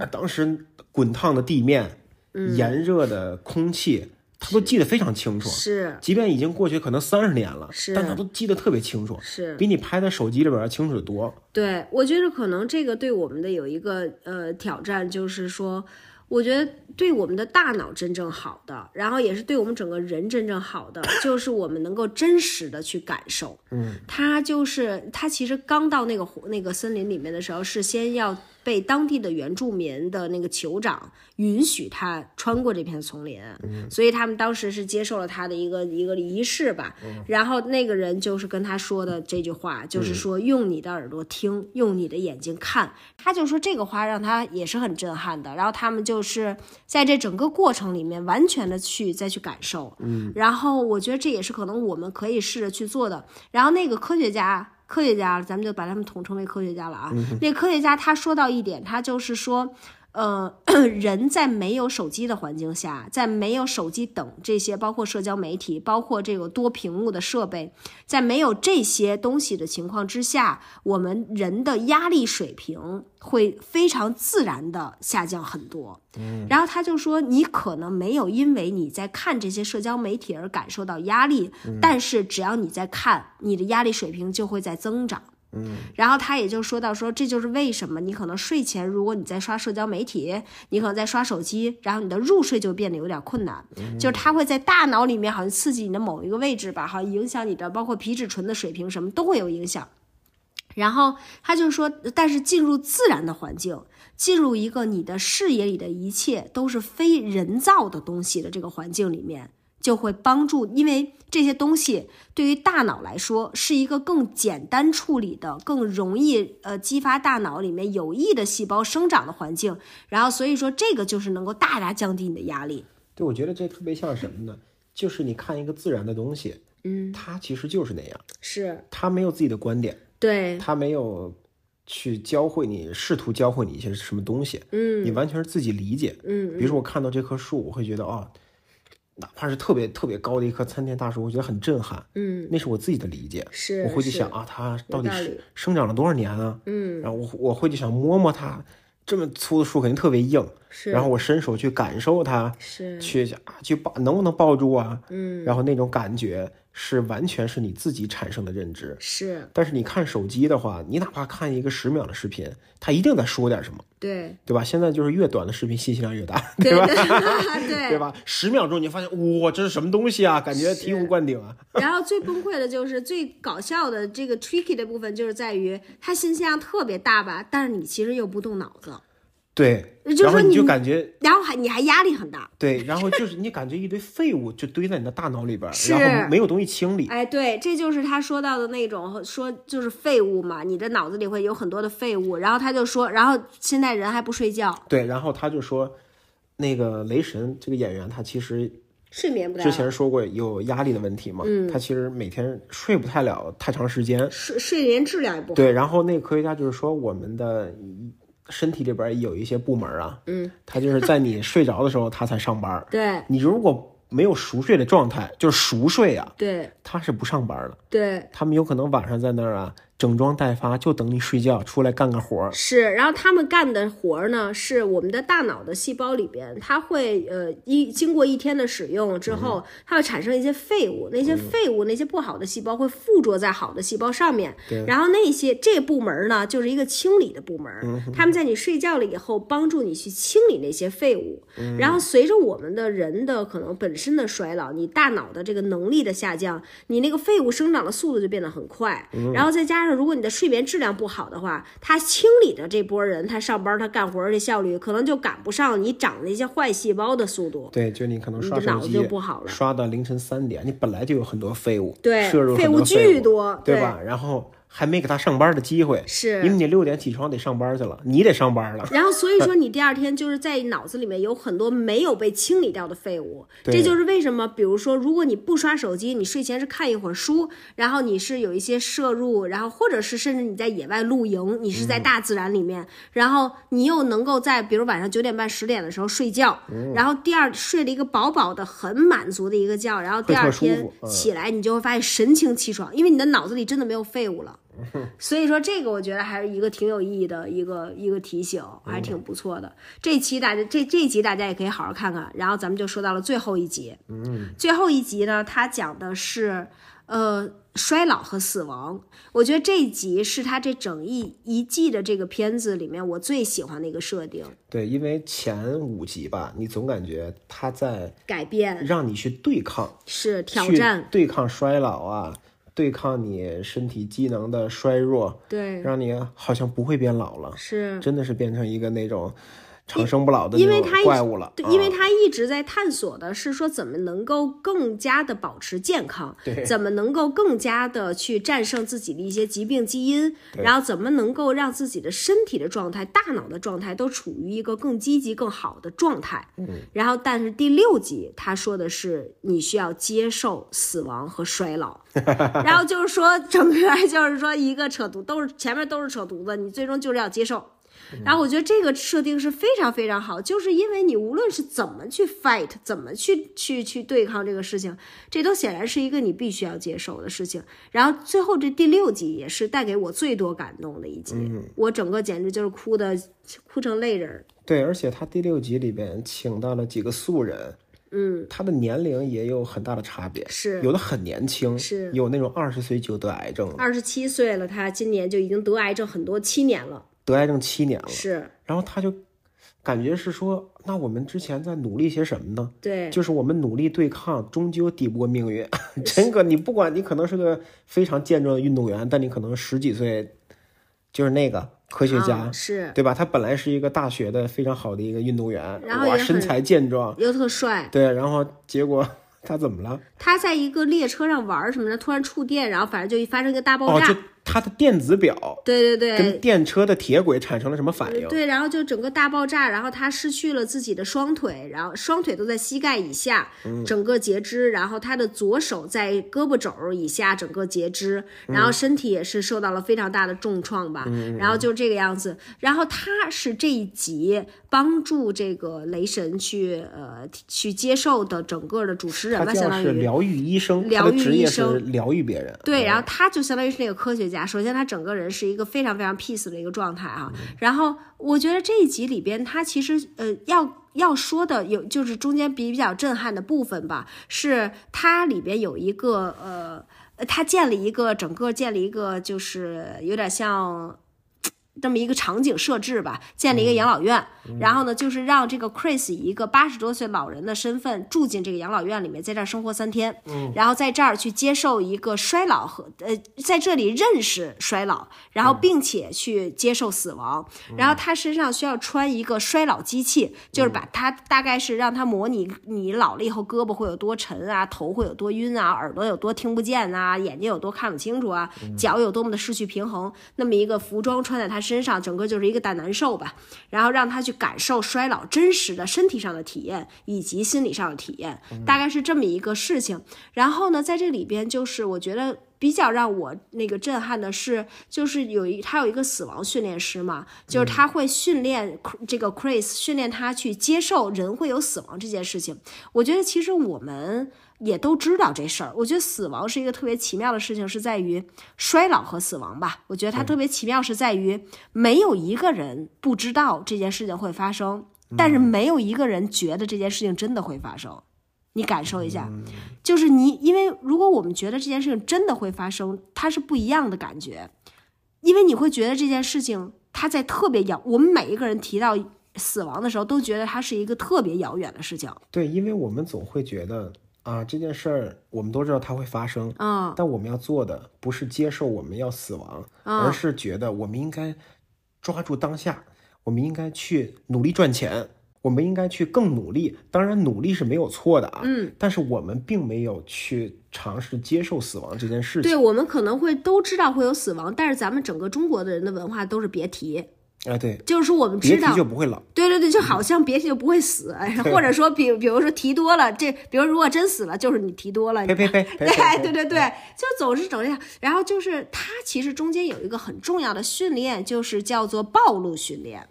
[SPEAKER 2] 呃当时滚烫的地面，
[SPEAKER 1] 嗯
[SPEAKER 2] 炎热的空气，他都记得非常清楚。
[SPEAKER 1] 是
[SPEAKER 2] 即便已经过去可能三十年了
[SPEAKER 1] 是，
[SPEAKER 2] 但他都记得特别清楚，
[SPEAKER 1] 是，
[SPEAKER 2] 比你拍在手机里边要清楚得多。
[SPEAKER 1] 对我觉得可能这个对我们的有一个呃挑战，就是说，我觉得对我们的大脑真正好的，然后也是对我们整个人真正好的，就是我们能够真实的去感受。嗯，他就是他其实刚到那个湖那个森林里面的时候，是先要被当地的原住民的那个酋长允许他穿过这片丛林，所以他们当时是接受了他的一个一个仪式吧。然后那个人就是跟他说的这句话，就是说用你的耳朵听，用你的眼睛看。他就说这个话让他也是很震撼的。然后他们就是在这整个过程里面完全的去再去感受，嗯，然后我觉得这也是可能我们可以试着去做的。然后那个科学家。科学家，咱们就把他们统称为科学家了啊。那科学家他说到一点，他就是说，呃， 人在没有手机的环境下，在没有手机等这些，包括社交媒体，包括这个多屏幕的设备，在没有这些东西的情况之下，我们人的压力水平会非常自然的下降很多。嗯，然后他就说，你可能没有因为你在看这些社交媒体而感受到压力，但是只要你在看，你的压力水平就会在增长。然后他也就说到说，这就是为什么你可能睡前，如果你在刷社交媒体，你可能在刷手机，然后你的入睡就变得有点困难，就是它会在大脑里面好像刺激你的某一个位置吧，好像影响你的包括皮质醇的水平什么都会有影响。然后他就说，但是进入自然的环境，进入一个你的视野里的一切都是非人造的东西的这个环境里面，就会帮助，因为这些东西对于大脑来说是一个更简单处理的、更容易呃激发大脑里面有益的细胞生长的环境。然后所以说，这个就是能够大大降低你的压力。
[SPEAKER 2] 对，我觉得这特别像什么呢？就是你看一个自然的东西，
[SPEAKER 1] 嗯，
[SPEAKER 2] 它其实就是那样，
[SPEAKER 1] 是
[SPEAKER 2] 它没有自己的观点，
[SPEAKER 1] 对，
[SPEAKER 2] 它没有去教会你，试图教会你一些什么东西，
[SPEAKER 1] 嗯
[SPEAKER 2] 你完全是自己理解。
[SPEAKER 1] 嗯
[SPEAKER 2] 比如说我看到这棵树，我会觉得哦，哪怕是特别特别高的一棵参天大树，我觉得很震撼，
[SPEAKER 1] 嗯，
[SPEAKER 2] 那是我自己的理解。
[SPEAKER 1] 是
[SPEAKER 2] 我会去想，啊，它到底
[SPEAKER 1] 道
[SPEAKER 2] 是
[SPEAKER 1] 理
[SPEAKER 2] 生长了多少年啊？
[SPEAKER 1] 嗯，
[SPEAKER 2] 然后我我会去想摸摸它，这么粗的树肯定特别硬，
[SPEAKER 1] 是
[SPEAKER 2] 然后我伸手去感受它，
[SPEAKER 1] 是
[SPEAKER 2] 去想啊去抱能不能抱住啊？
[SPEAKER 1] 嗯，
[SPEAKER 2] 然后那种感觉是完全是你自己产生的认知。
[SPEAKER 1] 是，
[SPEAKER 2] 但是你看手机的话，你哪怕看一个十秒的视频，它一定在说点什么，
[SPEAKER 1] 对
[SPEAKER 2] 对吧？现在就是越短的视频信息量越大，
[SPEAKER 1] 对
[SPEAKER 2] 吧？
[SPEAKER 1] 啊对对
[SPEAKER 2] 对吧？十秒钟你就发现，哇，这是什么东西啊？感觉醍醐灌顶啊！
[SPEAKER 1] 然后最崩溃的就是最搞笑的这个 tricky 的部分，就是在于它信息量特别大吧，但是你其实又不动脑子，
[SPEAKER 2] 对，
[SPEAKER 1] 就是
[SPEAKER 2] 然后
[SPEAKER 1] 说
[SPEAKER 2] 你就
[SPEAKER 1] 你
[SPEAKER 2] 感觉
[SPEAKER 1] 然后还你还压力很大。
[SPEAKER 2] 对，然后就是你感觉一堆废物就堆在你的大脑里边儿，
[SPEAKER 1] 是
[SPEAKER 2] 然后没有东西清理。
[SPEAKER 1] 哎，对，这就是他说到的那种说就是废物嘛，你的脑子里会有很多的废物。然后他就说，然后现在人还不睡觉，
[SPEAKER 2] 对，然后他就说，那个雷神这个演员，他其实
[SPEAKER 1] 睡眠不太
[SPEAKER 2] 之
[SPEAKER 1] 好，
[SPEAKER 2] 前说过有压力的问题嘛，
[SPEAKER 1] 嗯
[SPEAKER 2] 他其实每天睡不太了太长时间。
[SPEAKER 1] 睡睡眠质量也不好。
[SPEAKER 2] 对，然后那个科学家就是说，我们的身体里边儿有一些部门儿啊，嗯，他就是在你睡着的时候，他才上班儿。
[SPEAKER 1] 对
[SPEAKER 2] 你如果没有熟睡的状态，就是熟睡啊，
[SPEAKER 1] 对
[SPEAKER 2] 他是不上班的。
[SPEAKER 1] 对，
[SPEAKER 2] 他们有可能晚上在那儿啊，整装待发，就等你睡觉出来干个活儿。
[SPEAKER 1] 是，然后他们干的活儿呢，是我们的大脑的细胞里边，它会呃一经过一天的使用之
[SPEAKER 2] 嗯
[SPEAKER 1] 后，它会产生一些废物，那些废物、那些不好的细胞会附着在好的细胞上面，然后那些这部门儿呢，就是一个清理的部门儿，
[SPEAKER 2] 嗯
[SPEAKER 1] 他们在你睡觉了以后，帮助你去清理那些废物，然后随着我们的人的可能本身的衰老，你大脑的这个能力的下降，你那个废物生长的速度就变得很快，然后再加上如果你的睡眠质量不好的话，他清理的这波人，他上班他干活儿这效率可能就赶不上你长的一些坏细胞的速度。
[SPEAKER 2] 对，就你可能
[SPEAKER 1] 你
[SPEAKER 2] 刷
[SPEAKER 1] 的
[SPEAKER 2] 手
[SPEAKER 1] 脑子就
[SPEAKER 2] 机
[SPEAKER 1] 不好了
[SPEAKER 2] 刷到凌晨三点，你本来就有很多废物，
[SPEAKER 1] 对
[SPEAKER 2] 摄入
[SPEAKER 1] 废
[SPEAKER 2] 很
[SPEAKER 1] 物
[SPEAKER 2] 多
[SPEAKER 1] 巨
[SPEAKER 2] 废物
[SPEAKER 1] 多
[SPEAKER 2] 对
[SPEAKER 1] 对
[SPEAKER 2] 吧？然后还没给他上班的机会，
[SPEAKER 1] 是
[SPEAKER 2] 因为你六点起床得上班去了，你得上班了。
[SPEAKER 1] 然后所以说你第二天就是在脑子里面有很多没有被清理掉的废物，
[SPEAKER 2] 对
[SPEAKER 1] 这就是为什么，比如说如果你不刷手机，你睡前是看一会儿书，然后你是有一些摄入，然后或者是甚至你在野外露营，你是在大自然里面，然后你又能够在比如晚上九点半十点的时候睡觉，然后第二睡了一个饱饱的很满足的一个觉，然后第
[SPEAKER 2] 会特
[SPEAKER 1] 二
[SPEAKER 2] 舒
[SPEAKER 1] 天
[SPEAKER 2] 服嗯
[SPEAKER 1] 起来你就会发现神清气爽，因为你的脑子里真的没有废物了。所以说这个我觉得还是一个挺有意义的一个一个提醒，还挺不错的。这期大家这这一集大家也可以好好看看。然后咱们就说到了最后一集，嗯，最后一集呢，它讲的是呃衰老和死亡。我觉得这一集是它这整一一季的这个片子里面我最喜欢的一个设定，
[SPEAKER 2] 对，因为前五集吧，你总感觉他在
[SPEAKER 1] 改变
[SPEAKER 2] 让你去对抗，
[SPEAKER 1] 是挑
[SPEAKER 2] 去
[SPEAKER 1] 战，
[SPEAKER 2] 对抗衰老啊，对抗你身体机能的衰弱，
[SPEAKER 1] 对，
[SPEAKER 2] 让你好像不会变老了，
[SPEAKER 1] 是。
[SPEAKER 2] 真的是变成一个那种长生不老的
[SPEAKER 1] 因为
[SPEAKER 2] 那种
[SPEAKER 1] 他一
[SPEAKER 2] 怪物了。
[SPEAKER 1] 对，
[SPEAKER 2] 啊
[SPEAKER 1] 因为他一直在探索的是说怎么能够更加的保持健康，
[SPEAKER 2] 对
[SPEAKER 1] 怎么能够更加的去战胜自己的一些疾病基因，
[SPEAKER 2] 对
[SPEAKER 1] 然后怎么能够让自己的身体的状态、大脑的状态都处于一个更积极、更好的状态。嗯，然后但是第六集他说的是你需要接受死亡和衰 老，然后就是说整个就是说一个扯犊都是前面都是扯犊子，你最终就是要接受。
[SPEAKER 2] 嗯
[SPEAKER 1] 然后我觉得这个设定是非常非常好，就是因为你无论是怎么去 fight，怎么去去去对抗这个事情，这都显然是一个你必须要接受的事情。然后最后这第六集也是带给我最多感动的一集，
[SPEAKER 2] 嗯
[SPEAKER 1] 我整个简直就是哭的哭成泪人儿。
[SPEAKER 2] 对，而且他第六集里边请到了几个素人，嗯，他的年龄也有很大的差别，
[SPEAKER 1] 是
[SPEAKER 2] 有的很年轻，
[SPEAKER 1] 是
[SPEAKER 2] 有那种二十岁就得癌症了，
[SPEAKER 1] 二十七岁了，他今年就已经得癌症很多七年了，
[SPEAKER 2] 得癌症七年了，
[SPEAKER 1] 是
[SPEAKER 2] 然后他就感觉是说，那我们之前在努力些什么呢？
[SPEAKER 1] 对，
[SPEAKER 2] 就是我们努力对抗，终究抵不过命运。真个，你不管你可能是个非常健壮的运动员，但你可能十几岁就是那个科学家，
[SPEAKER 1] 啊是
[SPEAKER 2] 对吧？他本来是一个大学的非常好的一个运动员，
[SPEAKER 1] 然后
[SPEAKER 2] 哇，
[SPEAKER 1] 也很
[SPEAKER 2] 身材健壮，
[SPEAKER 1] 又特帅。
[SPEAKER 2] 对，然后结果他怎么了？
[SPEAKER 1] 他在一个列车上玩儿什么的，突然触电，然后反正就发生一个大爆
[SPEAKER 2] 哦，
[SPEAKER 1] 炸。
[SPEAKER 2] 就他的电子表
[SPEAKER 1] 对对对，
[SPEAKER 2] 跟电车的铁轨产生了什么反应？
[SPEAKER 1] 对，然后就整个大爆炸，然后他失去了自己的双腿，然后双腿都在膝盖以下，
[SPEAKER 2] 嗯
[SPEAKER 1] 整个截肢，然后他的左手在胳膊肘儿以下整个截肢，然
[SPEAKER 2] 嗯
[SPEAKER 1] 后身体也是受到了非常大的重创吧，然后就这个样子，然后他是这一集帮助这个雷神去呃去接受的整个的主持人
[SPEAKER 2] 他
[SPEAKER 1] 吧，相
[SPEAKER 2] 叫
[SPEAKER 1] 当
[SPEAKER 2] 是
[SPEAKER 1] 于。
[SPEAKER 2] 疗愈医生，
[SPEAKER 1] 疗
[SPEAKER 2] 他的
[SPEAKER 1] 愈
[SPEAKER 2] 职
[SPEAKER 1] 医
[SPEAKER 2] 业
[SPEAKER 1] 生
[SPEAKER 2] 是疗愈别人。
[SPEAKER 1] 对，然后他就相当于是那个科学家。首先，他整个人是一个非常非常 peace 的一个状态啊。然后，我觉得这一集里边，他其实呃要要说的有就是中间比比较震撼的部分吧，是它里边有一个呃，呃他建立一个整个建立一个就是有点像。这么一个场景设置吧，建立一个养老院，然后呢，就是让这个 Chris 以一个八十多岁老人的身份住进这个养老院里面，在这儿生活三天，然后在这儿去接受一个衰老和呃，在这里认识衰老，然后并且去接受死亡。然后他身上需要穿一个衰老机器，就是把他大概是让他模拟你老了以后胳膊会有多沉啊，头会有多晕啊，耳朵有多听不见啊，眼睛有多看不清楚啊，脚有多么的失去平衡，那么一个服装穿在他身上，整个就是一个大难受吧。然后让他去感受衰老真实的身体上的体验以及心理上的体验，大概是这么一个事情。然后呢，在这里边就是我觉得比较让我那个震撼的是，就是有一他有一个死亡训练师嘛，就是他会训练 Cr- 这个 Chris 训练他去接受人会有死亡这件事情。我觉得其实我们。也都知道这事儿，我觉得死亡是一个特别奇妙的事情，是在于衰老和死亡吧。我觉得它特别奇妙，是在于没有一个人不知道这件事情会发生，但
[SPEAKER 2] 嗯
[SPEAKER 1] 是没有一个人觉得这件事情真的会发生。你感受一
[SPEAKER 2] 嗯
[SPEAKER 1] 下，就是你，因为如果我们觉得这件事情真的会发生，它是不一样的感觉，因为你会觉得这件事情它在特别遥，我们每一个人提到死亡的时候，都觉得它是一个特别遥远的事情。
[SPEAKER 2] 对，因为我们总会觉得啊，这件事儿我们都知道它会发生，
[SPEAKER 1] 嗯
[SPEAKER 2] 但我们要做的不是接受我们要死亡，
[SPEAKER 1] 嗯
[SPEAKER 2] 而是觉得我们应该抓住当下，我们应该去努力赚钱，我们应该去更努力。当然，努力是没有错的啊，嗯，但是我们并没有去尝试接受死亡这件事情
[SPEAKER 1] 对我们可能会都知道会有死亡，但是咱们整个中国的人的文化都是别提，
[SPEAKER 2] 啊，对，
[SPEAKER 1] 就是说我们
[SPEAKER 2] 别
[SPEAKER 1] 知道
[SPEAKER 2] 提就不会老。
[SPEAKER 1] 对对对，就好像别提就不会死，哎或者说比比如说提多了，这比如如果真死了，就是你提多了，你
[SPEAKER 2] 呸呸呸呸
[SPEAKER 1] 对
[SPEAKER 2] 呸
[SPEAKER 1] 对
[SPEAKER 2] 呸！
[SPEAKER 1] 对对，就总是整这样。然后就是它其实中间有一个很重要的训练，就是叫做暴露训
[SPEAKER 2] 嗯
[SPEAKER 1] 练。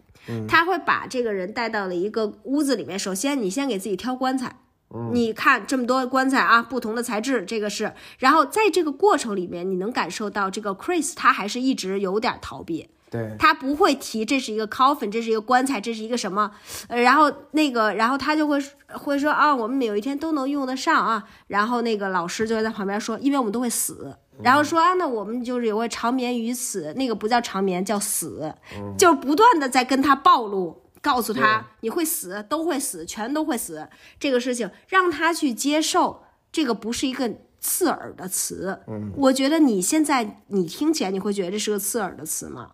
[SPEAKER 1] 他会把这个人带到了一个屋子里面，首先你先给自己挑棺材，
[SPEAKER 2] 嗯
[SPEAKER 1] 你看这么多棺材啊，不同的材质，这个是。然后在这个过程里面，你能感受到这个 Chris 他还是一直有点逃避，
[SPEAKER 2] 对，
[SPEAKER 1] 他不会提这是一个 coffin，这是一个棺材，这是一个什么，呃然后那个，然后他就会会说啊，我们有一天都能用得上啊。然后那个老师就会在旁边说，因为我们都会死。然后说啊，那我们就是也会长眠于此，那个不叫长眠，叫死，就是不断的在跟他暴露，告诉他你会死，都会死，全都会死这个事情，让他去接受这个不是一个刺耳的词。嗯，我觉得你现在你听起来你会觉得这是个刺耳的词吗？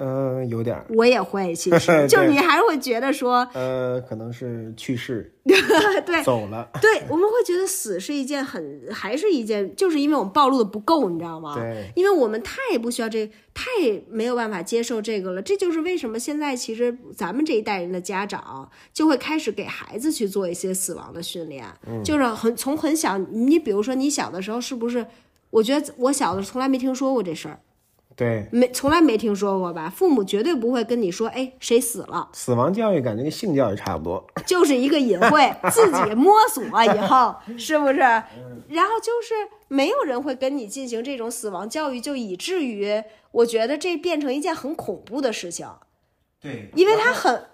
[SPEAKER 2] 嗯、有点儿，
[SPEAKER 1] 我也会，其实
[SPEAKER 2] 对
[SPEAKER 1] 就是你还是会觉得 说，
[SPEAKER 2] 呃，可能是去世
[SPEAKER 1] 对
[SPEAKER 2] 走了，
[SPEAKER 1] 对，我们会觉得死是一件很，还是一件，就是因为我们暴露的不够，你知道吗？
[SPEAKER 2] 对，
[SPEAKER 1] 因为我们太不需要这，太没有办法接受这个了。这就是为什么现在其实咱们这一代人的家长就会开始给孩子去做一些死亡的训练，
[SPEAKER 2] 嗯
[SPEAKER 1] 就是很从很小，你比如说你小的时候是不是？我觉得我小的时候从来没听说过这事儿，
[SPEAKER 2] 对，
[SPEAKER 1] 没从来没听说过吧？父母绝对不会跟你说，哎，谁死了。
[SPEAKER 2] 死亡教育感觉跟性教育差不多，
[SPEAKER 1] 就是一个隐晦，自己摸索以后是不是？然后就是没有人会跟你进行这种死亡教育，就以至于我觉得这变成一件很恐怖的事情，
[SPEAKER 2] 对
[SPEAKER 1] 因为它很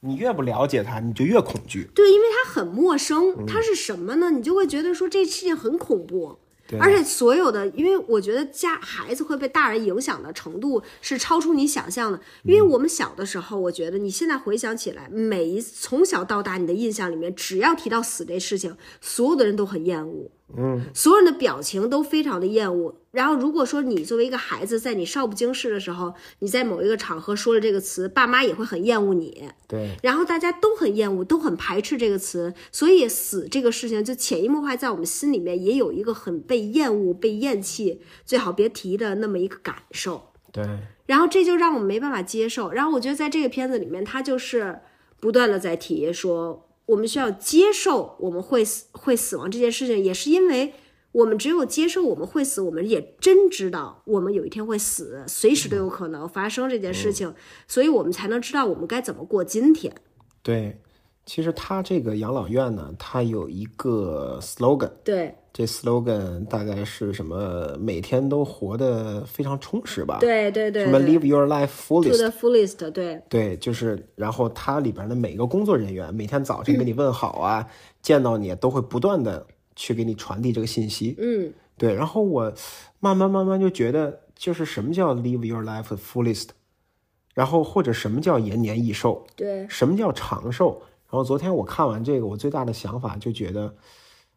[SPEAKER 2] 你越不了解他，你就越恐惧，
[SPEAKER 1] 对，因为它很陌生，它是什么呢？你就会觉得说这事情很恐怖。
[SPEAKER 2] 对
[SPEAKER 1] 而且所有的，因为我觉得家孩子会被大人影响的程度是超出你想象的。因为我们小的时候，我觉得你现在回想起来，每一从小到大你的印象里面，只要提到死这事情，所有的人都很厌恶，嗯，所有人的表情都非常的厌恶。然后如果说你作为一个孩子，在你少不经事的时候，你在某一个场合说了这个词，爸妈也会很厌恶你，
[SPEAKER 2] 对，
[SPEAKER 1] 然后大家都很厌恶，都很排斥这个词，所以死这个事情就潜移默化在我们心里面也有一个很被厌恶、被厌弃，最好别提的那么一个感受。
[SPEAKER 2] 对，
[SPEAKER 1] 然后这就让我们没办法接受。然后我觉得在这个片子里面，他就是不断的在提说，我们需要接受我们会死会死亡这件事情，也是因为我们只有接受我们会死，我们也真知道我们有一天会死，随时都有可能发生这件事情，所以我们才能知道我们该怎么过今天。
[SPEAKER 2] 对。其实他这个养老院呢，它有一个 slogan，
[SPEAKER 1] 对
[SPEAKER 2] 这 slogan 大概是什么？每天都活得非常充实吧？，
[SPEAKER 1] 对对对
[SPEAKER 2] 啊什么
[SPEAKER 1] 对
[SPEAKER 2] live your life
[SPEAKER 1] ，to
[SPEAKER 2] fully。
[SPEAKER 1] the fullest，对
[SPEAKER 2] 对，就是，然后它里边的每个工作人员，每天早晨给你问好啊，见到你都会不断的去给你传递这个信息。
[SPEAKER 1] 嗯，
[SPEAKER 2] 对，然后我慢慢慢慢就觉得，就是什么叫 live your life fullest，然后或者什么叫延年益寿，
[SPEAKER 1] 对
[SPEAKER 2] 什么叫长寿？然后昨天我看完这个，我最大的想法就觉得，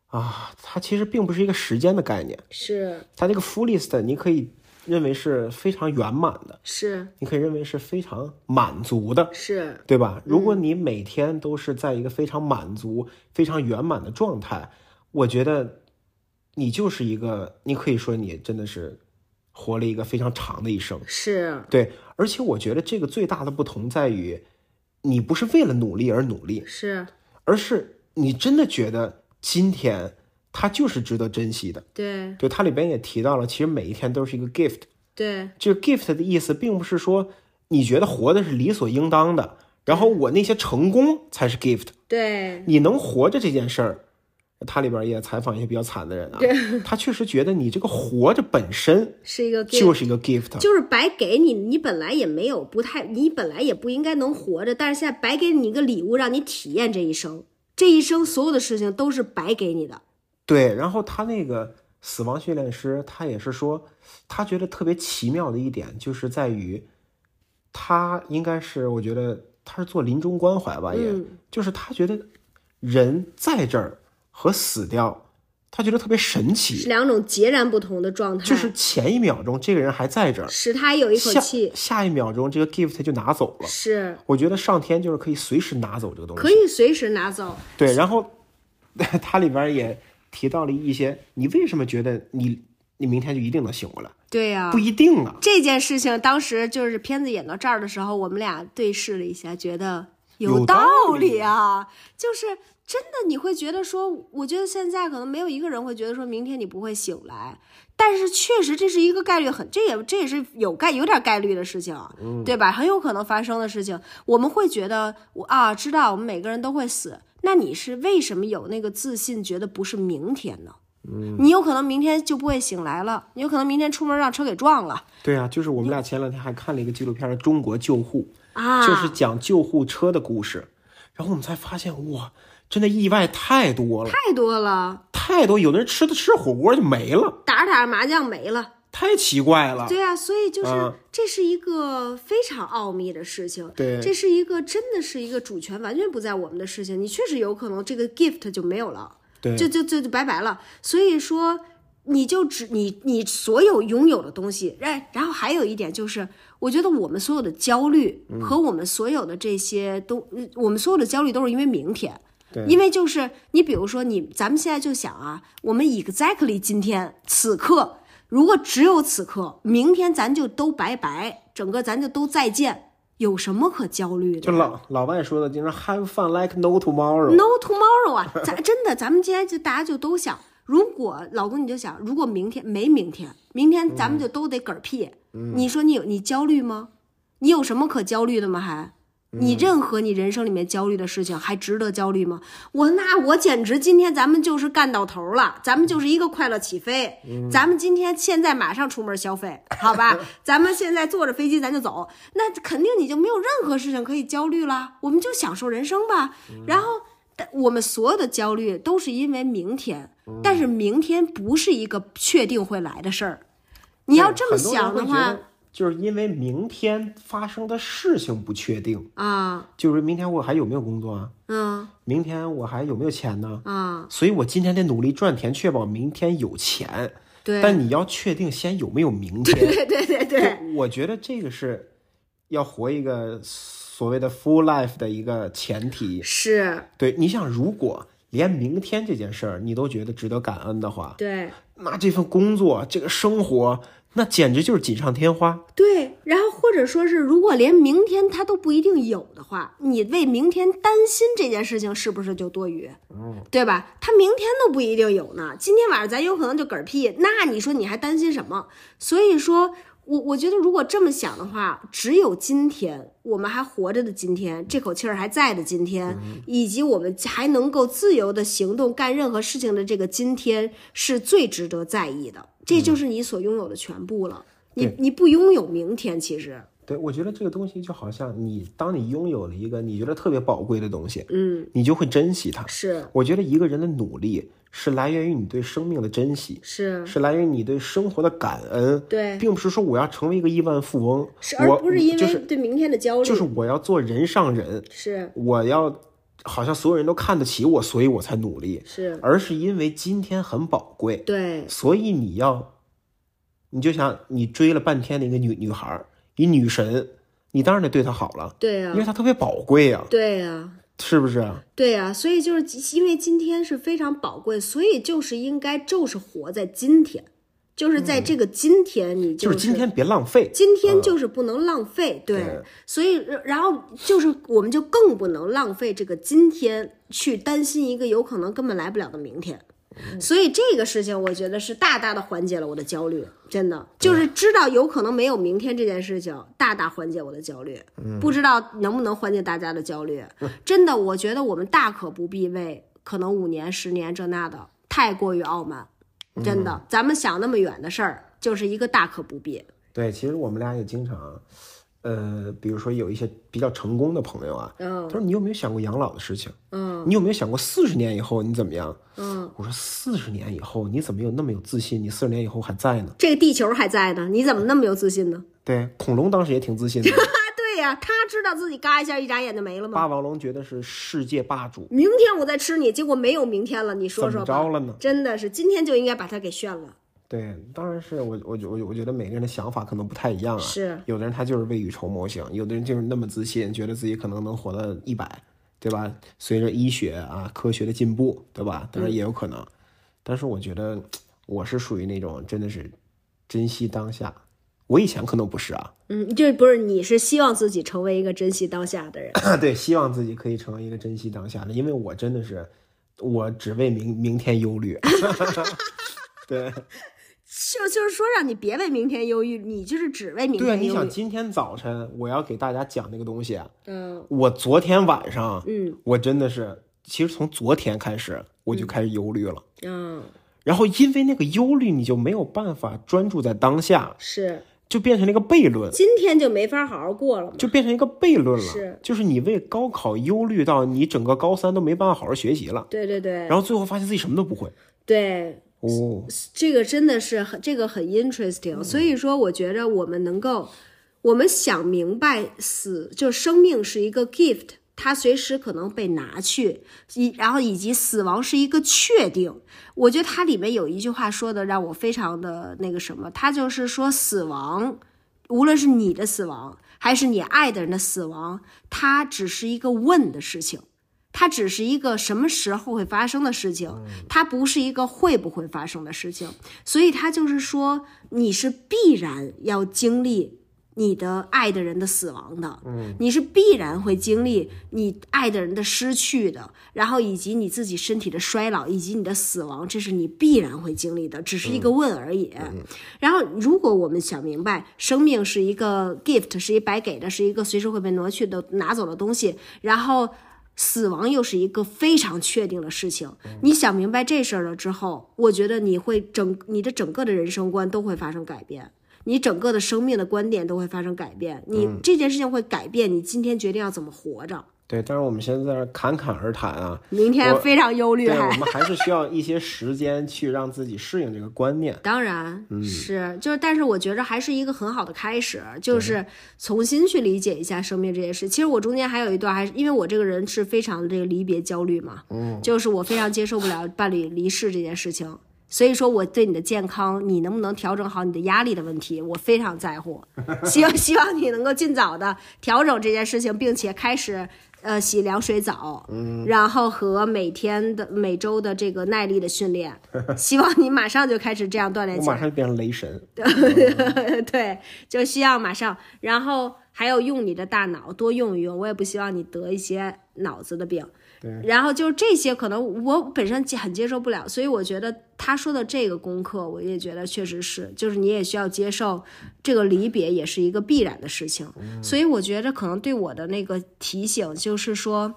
[SPEAKER 2] 啊，它其实并不是一个时间的概念，
[SPEAKER 1] 是
[SPEAKER 2] 它这个 fullest 你可以认为是非常圆满的，
[SPEAKER 1] 是
[SPEAKER 2] 你可以认为是非常满足的，
[SPEAKER 1] 是，
[SPEAKER 2] 对吧？如果你每天都是在一个非常满足、非常圆满的状态，我觉得你就是一个，你可以说你真的是活了一个非常长的一生。
[SPEAKER 1] 是
[SPEAKER 2] 对，而且我觉得这个最大的不同在于，你不是为了努力而努力，
[SPEAKER 1] 是，
[SPEAKER 2] 而是你真的觉得今天它就是值得珍惜的。
[SPEAKER 1] 对
[SPEAKER 2] 对，它里边也提到了，其实每一天都是一个 gift，
[SPEAKER 1] 对
[SPEAKER 2] 这个 gift 的意思并不是说你觉得活的是理所应当的，然后我那些成功才是 gift。
[SPEAKER 1] 对
[SPEAKER 2] 你能活着这件事儿，它里边也采访一些比较惨的人啊，他确实觉得你这个活着本身
[SPEAKER 1] 是一个 g
[SPEAKER 2] 就是啊一个 gift。
[SPEAKER 1] 就是白给你，你本来也没有不太，你本来也不应该能活着，但是现在白给你一个礼物，让你体验这一生，这一生所有的事情都是白给你的。
[SPEAKER 2] 对，然后他那个死亡训练师，他也是说，他觉得特别奇妙的一点就是在于，他应该是我觉得他是做临终关怀吧，也、
[SPEAKER 1] 嗯
[SPEAKER 2] 就是他觉得人在这儿和死掉，他觉得特别神
[SPEAKER 1] 是
[SPEAKER 2] 奇，
[SPEAKER 1] 两种截然不同的状态，
[SPEAKER 2] 就是前一秒钟这个人还在这儿，
[SPEAKER 1] 使他有一口
[SPEAKER 2] 下
[SPEAKER 1] 气，
[SPEAKER 2] 下一秒钟这个 gift 就拿走了。
[SPEAKER 1] 是
[SPEAKER 2] 我觉得上天就是可以随时拿走这个东西，
[SPEAKER 1] 可以随时拿走。
[SPEAKER 2] 对，然后 它里边儿也提到了一些，你为什么觉得你你明天就一定能醒过来？
[SPEAKER 1] 对呀、
[SPEAKER 2] 不一定啊。
[SPEAKER 1] 这件事情当时就是片子演到这儿的时候，我们俩对视了一下，觉得有
[SPEAKER 2] 有道
[SPEAKER 1] 理啊，就是真的你会觉得说，我觉得现在可能没有一个人会觉得说明天你不会醒来，但是确实这是一个概率很，这也这也是有概有点概率的事情，啊对吧？很有可能发生的事情，我们会觉得我啊，知道我们每个人都会死，那你是为什么有那个自信，觉得不是明天呢？你有可能明天就不会醒来了，你有可能明天出门让车给撞了
[SPEAKER 2] 对啊，就是我们俩前两天还看了一个纪录片儿《中国救护》，
[SPEAKER 1] 啊！
[SPEAKER 2] 就是讲救护车的故事，然后我们才发现哇，真的意外太多了，
[SPEAKER 1] 太多了，
[SPEAKER 2] 太多，有的人吃的吃火锅就没了，
[SPEAKER 1] 打着打着麻将没了。
[SPEAKER 2] 太奇怪了。
[SPEAKER 1] 对啊，所以就是、
[SPEAKER 2] 嗯
[SPEAKER 1] 这是一个非常奥秘的事情，
[SPEAKER 2] 对
[SPEAKER 1] 这是一个真的是一个主权完全不在我们的事情，你确实有可能这个 gift 就没有了，
[SPEAKER 2] 对
[SPEAKER 1] 就就就就拜拜了。所以说，你就只你你所有拥有的东西，然然后还有一点就是，我觉得我们所有的焦虑
[SPEAKER 2] 嗯
[SPEAKER 1] 和我们所有的这些都，嗯我们所有的焦虑都是因为明天。
[SPEAKER 2] 对
[SPEAKER 1] 因为就是你，比如说你，咱们现在就想啊，我们 exactly 今天啊此刻，如果只有此刻，明天咱就都拜拜，整个咱就都再见，有什么可焦虑
[SPEAKER 2] 就
[SPEAKER 1] 的
[SPEAKER 2] 老老外说的，经常 have fun like no tomorrow。
[SPEAKER 1] ？No tomorrow 啊，咱真的，咱们今天就大家就都想，如果老公你就想，如果明天没明天，明天咱们就都得嗝屁，你说你有你焦虑吗？你有什么可焦虑的吗？还？
[SPEAKER 2] 嗯
[SPEAKER 1] 你任何你人生里面焦虑的事情还值得焦虑吗？我那我简直今天咱们就是干到头了，咱们就是一个快乐起飞，
[SPEAKER 2] 嗯
[SPEAKER 1] 咱们今天现在马上出门消费，好 吧？咱们现在坐着飞机咱就走，那肯定你就没有任何事情可以焦虑啦，我们就享受人生吧。
[SPEAKER 2] 嗯
[SPEAKER 1] 然后但我们所有的焦虑都是因为明天，
[SPEAKER 2] 嗯
[SPEAKER 1] 但是明天不是一个确定会来的事儿。你要这么想的
[SPEAKER 2] 很多人会觉
[SPEAKER 1] 话
[SPEAKER 2] 得就是因为明天发生的事情不确定，
[SPEAKER 1] 啊，
[SPEAKER 2] 就是明天我还有没有工作啊？
[SPEAKER 1] 嗯
[SPEAKER 2] 明天我还有没有钱呢？
[SPEAKER 1] 啊，
[SPEAKER 2] 所以我今天得努力赚钱，确保明天有钱。
[SPEAKER 1] 对。
[SPEAKER 2] 但你要确定先有没有明天。
[SPEAKER 1] 对对对对，
[SPEAKER 2] 就我觉得这个是要活一个所谓的 full life 的一个前提。
[SPEAKER 1] 是，
[SPEAKER 2] 对，你想，如果连明天这件事儿你都觉得值得感恩的话，
[SPEAKER 1] 对
[SPEAKER 2] 那这份工作、这个生活，那简直就是锦上添花。
[SPEAKER 1] 对。然后或者说是，如果连明天他都不一定有的话，你为明天担心这件事情是不是就多余？嗯，对吧？他明天都不一定有呢，今天晚上咱有可能就嗝屁，那你说你还担心什么？所以说。我我觉得，如果这么想的话，只有今天，我们还活着的今天，这口气儿还在的今天，
[SPEAKER 2] 嗯
[SPEAKER 1] 以及我们还能够自由的行动、干任何事情的这个今天，是最值得在意的。这就是你所拥有的全部了。你
[SPEAKER 2] 嗯对
[SPEAKER 1] 你不拥有明天，其实，
[SPEAKER 2] 对，我觉得这个东西就好像你，当你拥有了一个你觉得特别宝贵的东西，
[SPEAKER 1] 嗯，
[SPEAKER 2] 你就会珍惜它。
[SPEAKER 1] 是
[SPEAKER 2] 我觉得一个人的努力是来源于你对生命的珍惜，
[SPEAKER 1] 是，
[SPEAKER 2] 是来源于你对生活的感恩，
[SPEAKER 1] 对，
[SPEAKER 2] 并不是说我要成为一个亿万富翁，
[SPEAKER 1] 是
[SPEAKER 2] 我
[SPEAKER 1] 而不是因
[SPEAKER 2] 就
[SPEAKER 1] 为
[SPEAKER 2] 是
[SPEAKER 1] 对明天的焦虑，
[SPEAKER 2] 就是我要做人上人，
[SPEAKER 1] 是
[SPEAKER 2] 我要好像所有人都看得起我，所以我才努力，
[SPEAKER 1] 是，
[SPEAKER 2] 而是因为今天很宝贵，
[SPEAKER 1] 对
[SPEAKER 2] 所以你要，你就想你追了半天的一个女女孩儿，一女神，你当然得对她好了，
[SPEAKER 1] 对
[SPEAKER 2] 因为
[SPEAKER 1] 呀，
[SPEAKER 2] 她特别宝贵呀、
[SPEAKER 1] 对啊呀、
[SPEAKER 2] 是啊不是？
[SPEAKER 1] 对呀、所以就是因为今天是非常宝贵，所以就是应该就是活在今天，就是在这个今天，你
[SPEAKER 2] 嗯就是
[SPEAKER 1] 是
[SPEAKER 2] 今天别浪费。
[SPEAKER 1] 今天就是不能浪费，对，
[SPEAKER 2] 对
[SPEAKER 1] 所以然后就是我们就更不能浪费这个今天，去担心一个有可能根本来不了的明天。所以这个事情，我觉得是大大的缓解了我的焦虑，真的就是知道有可能没有明天这件事情，大大缓解我的焦虑。不知道能不能缓解大家的焦虑。真的，我觉得我们大可不必为可能五年、十年这那的太过于傲慢。真的，咱们想那么远的事儿，就是一个大可不必。
[SPEAKER 2] 对，其实我们俩也经常，呃，比如说有一些比较成功的朋友啊，
[SPEAKER 1] 嗯
[SPEAKER 2] 他说你有没有想过养老的事情？
[SPEAKER 1] 嗯
[SPEAKER 2] 你有没有想过四十年以后你怎么样？
[SPEAKER 1] 嗯，
[SPEAKER 2] 我说四十年以后你怎么有那么有自信？你四十年以后还在呢？
[SPEAKER 1] 这个地球还在呢，你怎么那么有自信呢？
[SPEAKER 2] 对，恐龙当时也挺自 信的，
[SPEAKER 1] 啊，对呀、他知道自己嘎一下一眨眼就没了吗？
[SPEAKER 2] 霸王龙觉得是世界霸主，
[SPEAKER 1] 啊明天我再吃你，结果没有明天了，你说
[SPEAKER 2] 怎
[SPEAKER 1] 说
[SPEAKER 2] 么
[SPEAKER 1] 吧
[SPEAKER 2] 着。了呢？
[SPEAKER 1] 真的是今天就应该把他给炫了，
[SPEAKER 2] 对，当然是我，我觉我觉我觉得每个人的想法可能不太一样啊。
[SPEAKER 1] 是
[SPEAKER 2] 有的人他就是未雨绸缪型，有的人就是那么自信，觉得自己可能能活到一百，对吧？随着医学啊科学的进步，对吧？
[SPEAKER 1] 嗯
[SPEAKER 2] 当然也有可能，但是我觉得我是属于那种真的是珍惜当下。我以前可能不是啊，
[SPEAKER 1] 嗯，这不是你是希望自己成为一个珍惜当下 的人，
[SPEAKER 2] 对，希望自己可以成为一个珍惜当下的，因为我真的 是，我只为明明天忧虑。对，
[SPEAKER 1] 就就是说让你别为明天忧郁，你就是只为明
[SPEAKER 2] 对啊，
[SPEAKER 1] 天
[SPEAKER 2] 你
[SPEAKER 1] 忧
[SPEAKER 2] 想
[SPEAKER 1] 郁。
[SPEAKER 2] 今天早晨我要给大家讲那个东西，啊
[SPEAKER 1] 嗯
[SPEAKER 2] 我昨天晚上
[SPEAKER 1] 嗯
[SPEAKER 2] 我真的是，其实从昨天开始我就开始忧虑了，
[SPEAKER 1] 嗯，
[SPEAKER 2] 然后因为那个忧虑，你就没有办法专注在当下，
[SPEAKER 1] 是
[SPEAKER 2] 就变成了一个悖论，
[SPEAKER 1] 今天就没法好好过了嘛？
[SPEAKER 2] 就变成一个悖论了。
[SPEAKER 1] 是
[SPEAKER 2] 就是你为高考忧虑到你整个高三都没办法好好学习了，
[SPEAKER 1] 对对对
[SPEAKER 2] 然后最后发现自己什么都不会。
[SPEAKER 1] 对，
[SPEAKER 2] 哦，
[SPEAKER 1] 这个真的是很，这个很 interesting。所以说，我觉着我们能够，我们想明白死，就生命是一个 gift，它随时可能被拿去，以然后以及死亡是一个确定。我觉得它里面有一句话说的让我非常的那个什么，它就是说死亡，无论是你的死亡还是你爱的人的死亡，它只是一个问的事情。它只是一个什么时候会发生的事情，它不是一个会不会发生的事情，所以它就是说你是必然要经历你的爱的人的死亡的，你是必然会经历你爱的人的失去的，然后以及你自己身体的衰老以及你的死亡，这是你必然会经历的，只是一个问而已。然后，如果我们想明白，生命是一个 gift，是一白给的，是一个随时会被挪去的、拿走的东西，然后。死亡又是一个非常确定的事情，你想明白这事儿了之后，我觉得你会整你的整个的人生观都会发生改变，你整个的生命的观点都会发生改变，你
[SPEAKER 2] 嗯
[SPEAKER 1] 这件事情会改变你今天决定要怎么活着，
[SPEAKER 2] 对，但是我们现在在这儿侃侃而谈啊，
[SPEAKER 1] 明天
[SPEAKER 2] 我
[SPEAKER 1] 非常忧虑
[SPEAKER 2] 对，
[SPEAKER 1] 还
[SPEAKER 2] 我。们还是需要一些时间去让自己适应这个 观念。
[SPEAKER 1] 当然、
[SPEAKER 2] 嗯
[SPEAKER 1] 是，就是，但是我觉着还是一个很好的开始，就是重新去理解一下生命这件事。其实我中间还有一段，还是因为我这个人是非常这个离别焦虑嘛，嗯，就是我非常接受不了伴侣离世这件事情，所以说我对你的健康，你能不能调整好你的压力的问题，我非常在乎。希望希望你能够尽早的调整这件事情，并且开始呃洗凉水澡，嗯，然后和每天的每周的这个耐力的训练，希望你马上就开始这样锻炼
[SPEAKER 2] 我
[SPEAKER 1] 起
[SPEAKER 2] 马
[SPEAKER 1] 来，
[SPEAKER 2] 上就变成雷神，
[SPEAKER 1] 对，就需要马上，然后还有用你的大脑多用一用，我也不希望你得一些脑子的病。然后就是这些，可能我本身很接受不了，所以我觉得他说的这个功课，我也觉得确实是，就是你也需要接受这个离别，也是一个必然的事情。所以我觉得可能对我的那个提醒就是说，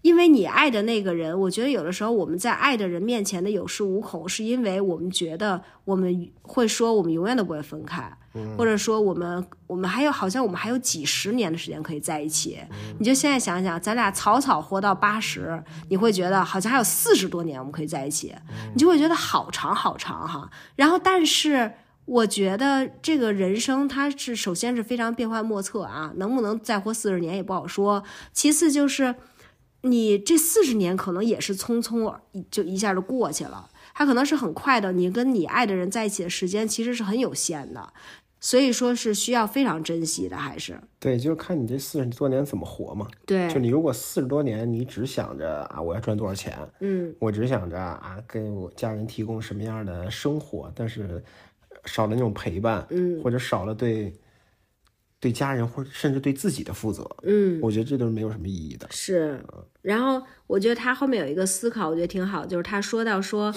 [SPEAKER 1] 因为你爱的那个人，我觉得有的时候我们在爱的人面前的有恃无恐，是因为我们觉得我们会说我们永远都不会分开，或者说我们我们还有好像我们还有几十年的时间可以在一起。你就现在想一想，咱俩草草活到八十，你会觉得好像还有四十多年我们可以在一起，你就会觉得好长好长哈。然后，但是我觉得这个人生它是首先是非常变幻莫测啊，能不能再活四十年也不好说。其次就是你这四十年可能也是匆匆而就一下就过去了。它可能是很快的，你跟你爱的人在一起的时间其实是很有限的，所以说是需要非常珍惜的，还是
[SPEAKER 2] 对，就是看你这四十多年怎么活嘛。
[SPEAKER 1] 对
[SPEAKER 2] 就你如果四十多年，你只想着啊，我要赚多少钱，
[SPEAKER 1] 嗯，
[SPEAKER 2] 我只想着啊，给我家人提供什么样的生活，但是少了那种陪伴，嗯，或者少了对对家人或者甚至对自己的负责，
[SPEAKER 1] 嗯。
[SPEAKER 2] 我觉得这都是没有什么意义的。
[SPEAKER 1] 是，
[SPEAKER 2] 嗯
[SPEAKER 1] 然后我觉得他后面有一个思考，我觉得挺好，就是他说到说，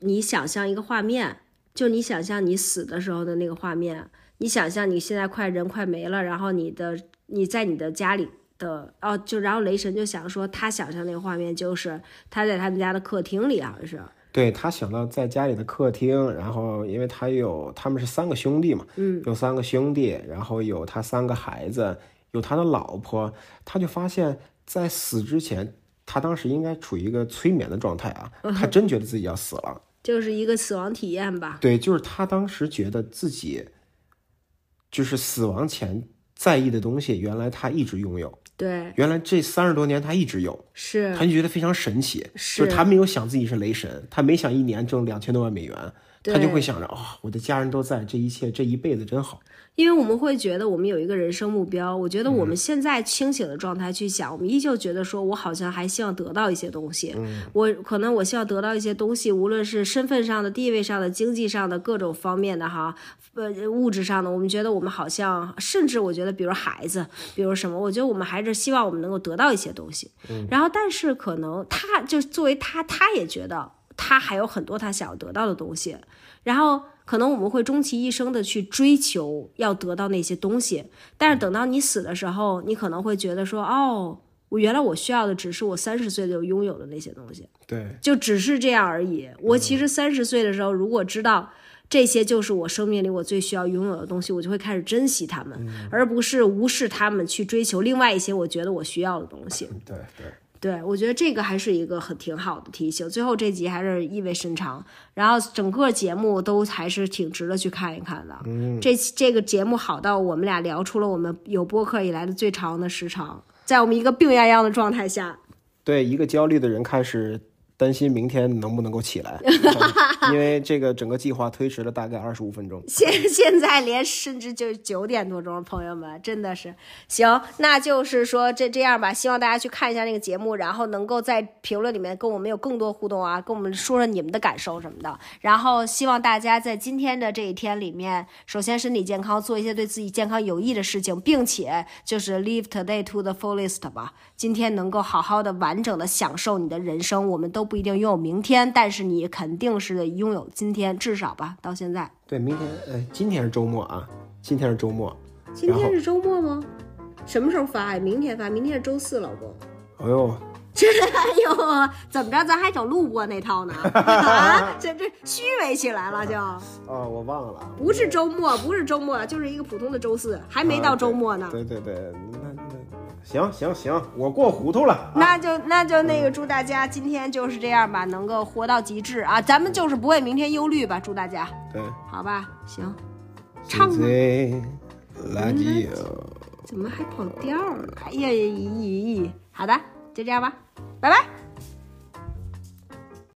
[SPEAKER 1] 你想象一个画面，就你想象你死的时候的那个画面，你想象你现在快人快没了，然后你的你在你的家里的哦，就然后雷神就想说，他想象那个画面就是他在他们家的客厅里，好像是，
[SPEAKER 2] 对他想到在家里的客厅，然后因为他有他们是三个兄弟嘛，嗯，有三个兄弟，然后有他三个孩子，有他的老婆，他就发现，在死之前，他当时应该处于一个催眠的状态啊，他真觉得自己要死了，
[SPEAKER 1] 就是一个死亡体验吧，
[SPEAKER 2] 对，就是他当时觉得自己，就是死亡前在意的东西，原来他一直拥有，
[SPEAKER 1] 对，
[SPEAKER 2] 原来这三十多年他一直有，
[SPEAKER 1] 是
[SPEAKER 2] 他就觉得非常神奇，
[SPEAKER 1] 嗯是
[SPEAKER 2] 就是他没有想自己是雷神，他没想一年挣两千多万美元，
[SPEAKER 1] 对
[SPEAKER 2] 他就会想着啊、我的家人都在，这一切这一辈子真好。
[SPEAKER 1] 因为我们会觉得我们有一个人生目标，我觉得我们现在清醒的状态去想，我们依旧觉得说我好像还希望得到一些东西，我可能我希望得到一些东西，无论是身份上的、地位上的、经济上的各种方面的哈，呃，物质上的，我们觉得我们好像，甚至我觉得，比如孩子，比如什么，我觉得我们还是希望我们能够得到一些东西，然后但是可能他就作为他，他也觉得他还有很多他想要得到的东西，然后可能我们会终其一生的去追求要得到那些东西，但是等到你死的时候，你可能会觉得说，哦，我原来我需要的只是我三十岁就拥有的那些东西，
[SPEAKER 2] 对，
[SPEAKER 1] 就只是这样而已。我其实三十岁的时候，如果知道。这些就是我生命里我最需要拥有的东西，我就会开始珍惜它们，而不是无视它们去追求另外一些我觉得我需要的东西。
[SPEAKER 2] 对对，
[SPEAKER 1] 对，我觉得这个还是一个很挺好的提醒。最后这集还是意味深长，然后整个节目都还是挺值得去看一看的。这期这个节目好到我们俩聊出了我们有播客以来的最长的时长，在我们一个病殃殃的状态下，
[SPEAKER 2] 对一个焦虑的人开始担心明天能不能够起 来，因为这个整个计划推迟了大概二十五分钟。
[SPEAKER 1] 现 现在连甚至就是九点多钟，朋友们真的是行，那就是说这这样吧，希望大家去看一下那个节目，然后能够在评论里面跟我们有更多互动啊，跟我们说说你们的感受什么的。然后希望大家在今天的这一天里面，首先身体健康，做一些对自己健康有益的事情，并且就是 live today to the fullest 吧，今天能够好好的完整的享受你的人生。我们都不一定拥有明天，但是你肯定是拥有今天，至少吧，到现在。
[SPEAKER 2] 对，明天呃，今天是周末啊，今天是周末。
[SPEAKER 1] 今天是周末吗？什么时候发呀？明天发，明天是周四，老公。
[SPEAKER 2] 哎呦，
[SPEAKER 1] 哎呦，怎么着？咱还整录播那套呢？啊，这这虚伪起来了就。
[SPEAKER 2] 哦，我忘了，
[SPEAKER 1] 不是周末，不是周末，就是一个普通的周四，还没到周末呢。
[SPEAKER 2] 啊对对对，那那行行行，我过糊涂了啊。
[SPEAKER 1] 那就那就那个，祝大家今天就是这样吧，能够活到极致啊！咱们就是不为明天忧虑吧，祝大家，
[SPEAKER 2] 对，
[SPEAKER 1] 好吧？行，唱吧
[SPEAKER 2] 贼垃圾哦。
[SPEAKER 1] 怎么还跑调儿了？哎呀，咦咦咦！好的，就这样吧，拜拜。